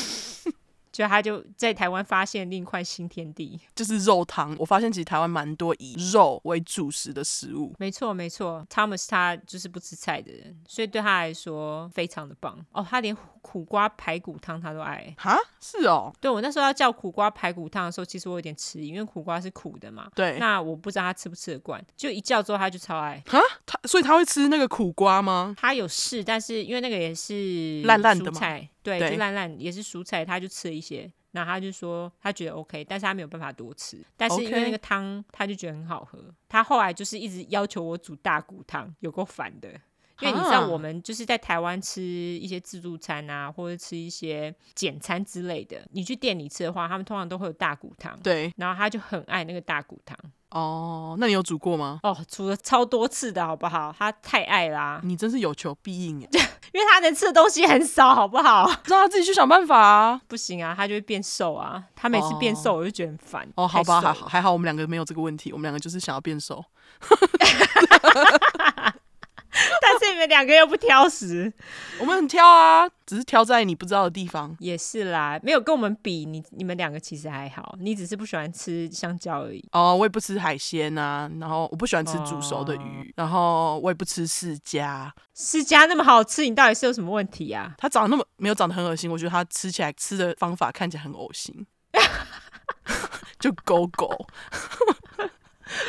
Speaker 2: 就他就在台湾发现另一块新天地，
Speaker 1: 就是肉汤，我发现其实台湾蛮多以肉为主食的食物。
Speaker 2: 没错没错，Thomas 他就是不吃菜的人，所以对他来说非常的棒哦。他连苦瓜排骨汤他都爱。
Speaker 1: 哈，是哦，
Speaker 2: 对我那时候要叫苦瓜排骨汤的时候，其实我有点迟疑，因为苦瓜是苦的嘛。
Speaker 1: 对，
Speaker 2: 那我不知道他吃不吃得惯，就一叫之后他就超爱。
Speaker 1: 哈，他所以他会吃那个苦瓜吗？
Speaker 2: 他有试，但是因为那个也是
Speaker 1: 烂烂的
Speaker 2: 蔬
Speaker 1: 嘛
Speaker 2: 菜，对，
Speaker 1: 对
Speaker 2: 就烂烂也是蔬菜，他就吃了一些。那他就说他觉得 OK，但是他没有办法多吃。但是因为
Speaker 1: OK
Speaker 2: 那个汤，他就觉得很好喝。他后来就是一直要求我煮大骨汤，有够烦的。因为你知道
Speaker 1: 哈
Speaker 2: 我们就是在台湾吃一些自助餐啊，或者吃一些简餐之类的，你去店里吃的话，他们通常都会有大骨汤。
Speaker 1: 对，
Speaker 2: 然后他就很爱那个大骨汤
Speaker 1: 哦，那你有煮过吗？
Speaker 2: 哦，煮了超多次的好不好？他太爱啦、
Speaker 1: 你真是有求必 应耶！
Speaker 2: 因为他能吃的东西很少，好不好？
Speaker 1: 让他自己去想办法啊。
Speaker 2: 不行啊，他就会变瘦啊。他每次变瘦，我就觉得很烦。
Speaker 1: 哦，好吧，
Speaker 2: 太瘦
Speaker 1: 还
Speaker 2: 了
Speaker 1: 好还好，我们两个没有这个问题，我们两个就是想要变瘦。
Speaker 2: 但是你们两个又不挑食，
Speaker 1: 我们很挑啊，只是挑在你不知道的地方。
Speaker 2: 也是啦，没有跟我们比，你你们两个其实还好，你只是不喜欢吃香蕉而已。
Speaker 1: 哦，我也不吃海鲜啊，然后我不喜欢吃煮熟的鱼，然后我也不吃释迦。
Speaker 2: 释迦那么好吃，你到底是有什么问题啊？
Speaker 1: 它长得那么没有长得很恶心，我觉得它吃起来吃的方法看起来很恶 心，就狗 狗。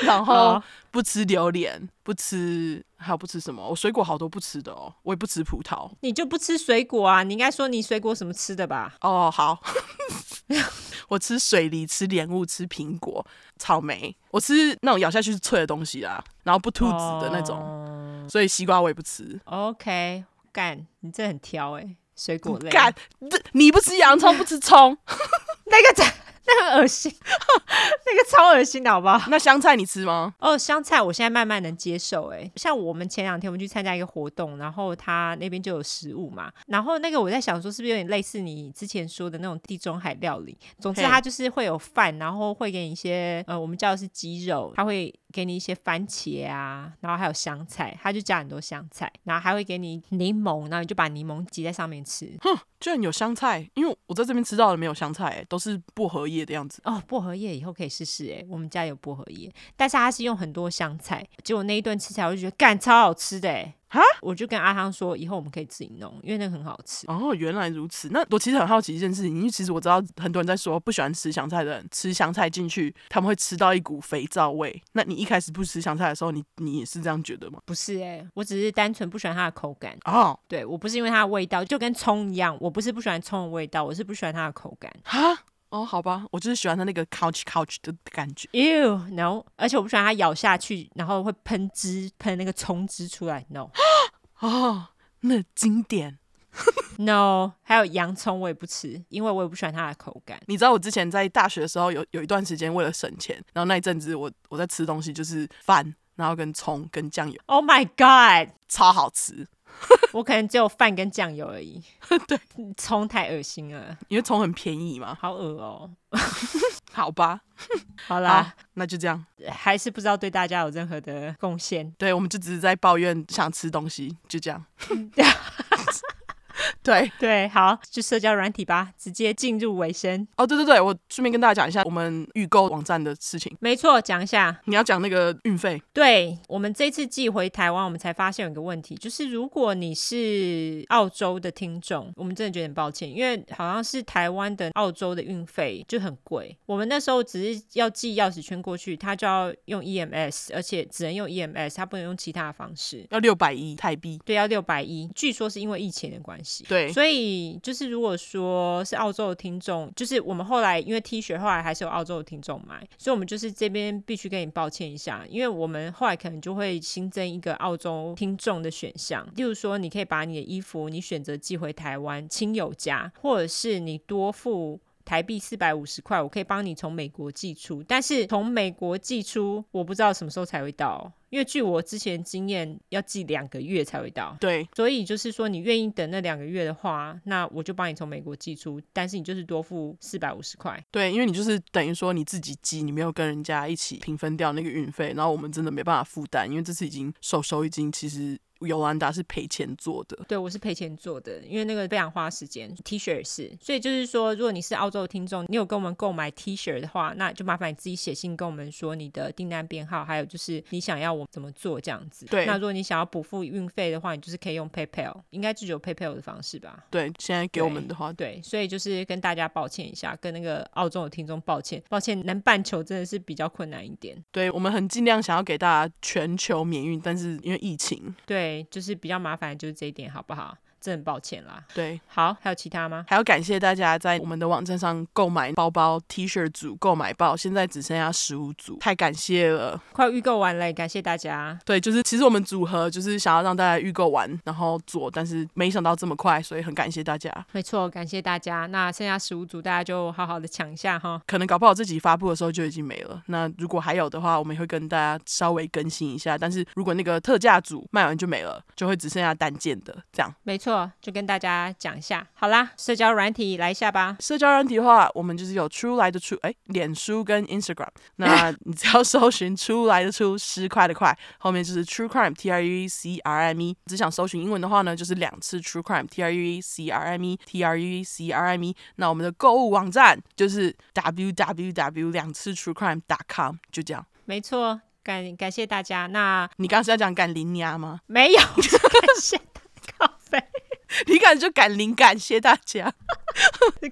Speaker 1: 然后
Speaker 2: 好
Speaker 1: 不吃榴莲，不吃还有不吃什么？我水果好多不吃的哦，我也不吃葡萄。
Speaker 2: 你就不吃水果啊？你应该说你水果什么吃的吧？
Speaker 1: 哦，好， 我吃水梨，吃莲雾，吃苹果、草莓，我吃那种咬下去是脆的东西啦，然后不吐籽的那种，
Speaker 2: 哦
Speaker 1: 所以西瓜我也不吃。
Speaker 2: OK，干，你这很挑哎、水果类
Speaker 1: 干，这你不吃洋葱，不吃葱，
Speaker 2: 那个真 那个很恶心， 那个超恶心的好不好？
Speaker 1: 那香菜你吃吗？
Speaker 2: 哦，香菜我现在慢慢能接受哎，像我们前两天我们去参加一个活动，然后他那边就有食物嘛，然后那个我在想说是不是有点类似你之前说的那种地中海料理，总之
Speaker 1: 嘿
Speaker 2: 它就是会有饭，然后会给你一些呃我们叫的是鸡肉，它会给你一些番茄啊，然后还有香菜，它就加很多香菜，然后还会给你柠檬，然后你就把柠檬挤在上面吃，
Speaker 1: 居然有香菜，因为我在这边吃到的没有香菜、欸，都是薄荷叶的样子。
Speaker 2: 哦，薄荷叶以后可以试试哎，我们家有薄荷叶，但是它是用很多香菜，结果那一顿吃起来我就觉得干超好吃的哎，
Speaker 1: 哈，
Speaker 2: 我就跟阿汤说以后我们可以自己弄，因为那个很好吃。
Speaker 1: 哦，原来如此。那我其实很好奇一件事情，因为其实我知道很多人在说不喜欢吃香菜的人吃香菜进去，他们会吃到一股肥皂味。那你一开始不吃香菜的时候，你你也是这样觉得吗？
Speaker 2: 不是哎，我只是单纯不喜欢它的口感，
Speaker 1: 哦，
Speaker 2: 对我不是因为它的味道，就跟葱一样，我不是不喜欢葱的味道，我是不喜欢它的口感。
Speaker 1: 哈，哦，好吧，我就是喜欢它那个 couch couch 的感觉。
Speaker 2: You no，而且我不喜欢它咬下去，然后会喷汁，喷那个葱汁出来。No
Speaker 1: 哦，那经典。
Speaker 2: no，还有洋葱我也不吃，因为我也不喜欢它的口感。
Speaker 1: 你知道我之前在大学的时候有有一段时间为了省钱，然后那一阵子我我在吃东西就是饭，然后跟葱跟酱油，
Speaker 2: Oh my god！
Speaker 1: 超好吃，
Speaker 2: 我可能只有饭跟酱油而已。对，葱太恶心了，
Speaker 1: 因为葱很便宜嘛。
Speaker 2: 好恶哦、
Speaker 1: 好吧，
Speaker 2: 好
Speaker 1: 好
Speaker 2: 啦，，
Speaker 1: 那就这样。
Speaker 2: 还是不知道对大家有任何的贡献。
Speaker 1: 对，我们就只是在抱怨想吃东西，就这样。
Speaker 2: 嗯啊
Speaker 1: 对，
Speaker 2: 对，好，就社交软体吧，直接进入尾声。
Speaker 1: 哦，对对对，我顺便跟大家讲一下我们预购网站的事情。
Speaker 2: 没错，讲一下。
Speaker 1: 你要讲那个运费，
Speaker 2: 对我们这次寄回台湾，我们才发现有一个问题，就是如果你是澳洲的听众，我们真的觉得很抱歉，因为好像是台湾的澳洲的运费就很贵。我们那时候只是要寄钥匙圈过去，它就要用 E EMS，而且只能用 E EMS，它不能用其他的方式。
Speaker 1: 要六百一台币。
Speaker 2: 对，要六百一，据说是因为疫情的关西。
Speaker 1: 对
Speaker 2: 所以就是如果说是澳洲的听众，就是我们后来因为 T 恤后来还是有澳洲的听众买，所以我们就是这边必须跟你抱歉一下，因为我们后来可能就会新增一个澳洲听众的选项，例如说你可以把你的衣服你选择寄回台湾亲友家，或者是你多付。台币四百五十块，我可以帮你从美国寄出，但是从美国寄出，我不知道什么时候才会到，因为据我之前经验，要寄两个月才会到。
Speaker 1: 对
Speaker 2: 所以就是说，你愿意等那两个月的话，那我就帮你从美国寄出，但是你就是多付四百五十块。
Speaker 1: 对，因为你就是等于说你自己寄，你没有跟人家一起平分掉那个运费，然后我们真的没办法负担，因为这次已经手手已经其实尤兰达是赔钱做的，
Speaker 2: 对我是赔钱做的，因为那个非常花时间。T 恤也是，所以就是说，如果你是澳洲的听众，你有跟我们购买 T 恤的话，那就麻烦你自己写信跟我们说你的订单编号，还有就是你想要我们怎么做这样子。
Speaker 1: 对
Speaker 2: 那如果你想要补付运费的话，你就是可以用 PayPal，应该就只有 PayPal 的方式吧。
Speaker 1: 对，现在给我们的话，
Speaker 2: 对，所以就是跟大家抱歉一下，跟那个澳洲的听众抱歉，抱歉，南半球真的是比较困难一点。
Speaker 1: 对我们很尽量想要给大家全球免运，但是因为疫情，
Speaker 2: 对，就是比较麻烦，就是这一点，好不好？真的抱歉啦。
Speaker 1: 对，
Speaker 2: 好，还有其他吗？
Speaker 1: 还要感谢大家在我们的网站上购买包包、T 恤组购买报，现在只剩下十五组，太感谢了。
Speaker 2: 快预购完了，感谢大家。
Speaker 1: 对，就是其实我们组合就是想要让大家预购完，然后做，但是没想到这么快，所以很感谢大家。
Speaker 2: 没错，感谢大家。那剩下十五组，大家就好好的抢一下哈。
Speaker 1: 可能搞不好这集发布的时候就已经没了。那如果还有的话，我们也会跟大家稍微更新一下。但是如果那个特价组卖完就没了，就会只剩下单件的这样。
Speaker 2: 没错，就跟大家讲一下。好啦，社交软体来一下吧。
Speaker 1: 社交软体的话，我们就是有出来的出，哎，脸书跟 Instagram。那你只要搜寻“出来的出”，十块的块，后面就是 True Crime T R U E C R M E。只想搜寻英文的话呢，就是两次 True Crime T R U E C R M E T R U E C R M E。那我们的购物网站就是 W W W 两次 True Crime com，就这样。
Speaker 2: 没错，感感谢大家。那
Speaker 1: 你刚刚是要讲赶林牙吗？
Speaker 2: 没有， 感谢大咖啡。
Speaker 1: 你感就感灵感谢大家。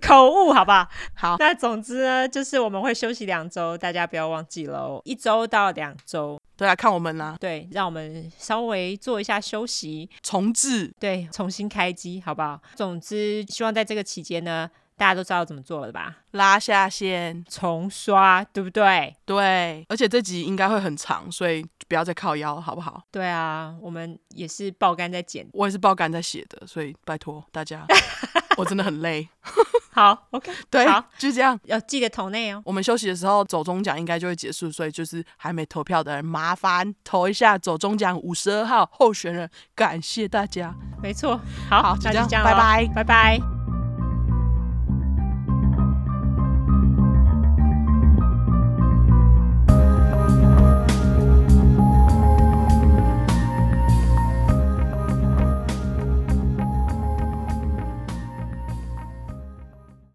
Speaker 2: 口误，好吧。
Speaker 1: 好
Speaker 2: 那总之呢，就是我们会休息两周，大家不要忘记喽，一周到两周，
Speaker 1: 对啊，看我们啦、
Speaker 2: 对，让我们稍微做一下休息，
Speaker 1: 重置。
Speaker 2: 对，重新开机，好不好？总之，希望在这个期间呢，大家都知道怎么做了吧？
Speaker 1: 拉下线，
Speaker 2: 重刷，对不对？
Speaker 1: 对，而且这集应该会很长，所以不要再靠腰，好不好？
Speaker 2: 对啊，我们也是爆肝在剪。
Speaker 1: 我也是爆肝在写的，所以拜托大家，我真的很累。
Speaker 2: 好，OK，
Speaker 1: 对
Speaker 2: 好，，
Speaker 1: 就这样。
Speaker 2: 要记得投内哦。
Speaker 1: 我们休息的时候，走中奖应该就会结束，所以就是还没投票的人，麻烦投一下走中奖五十二号候选人，感谢大家。
Speaker 2: 没错，好，
Speaker 1: 好就
Speaker 2: 那
Speaker 1: 这
Speaker 2: 就
Speaker 1: 样
Speaker 2: 这样，
Speaker 1: 拜拜，
Speaker 2: 拜拜。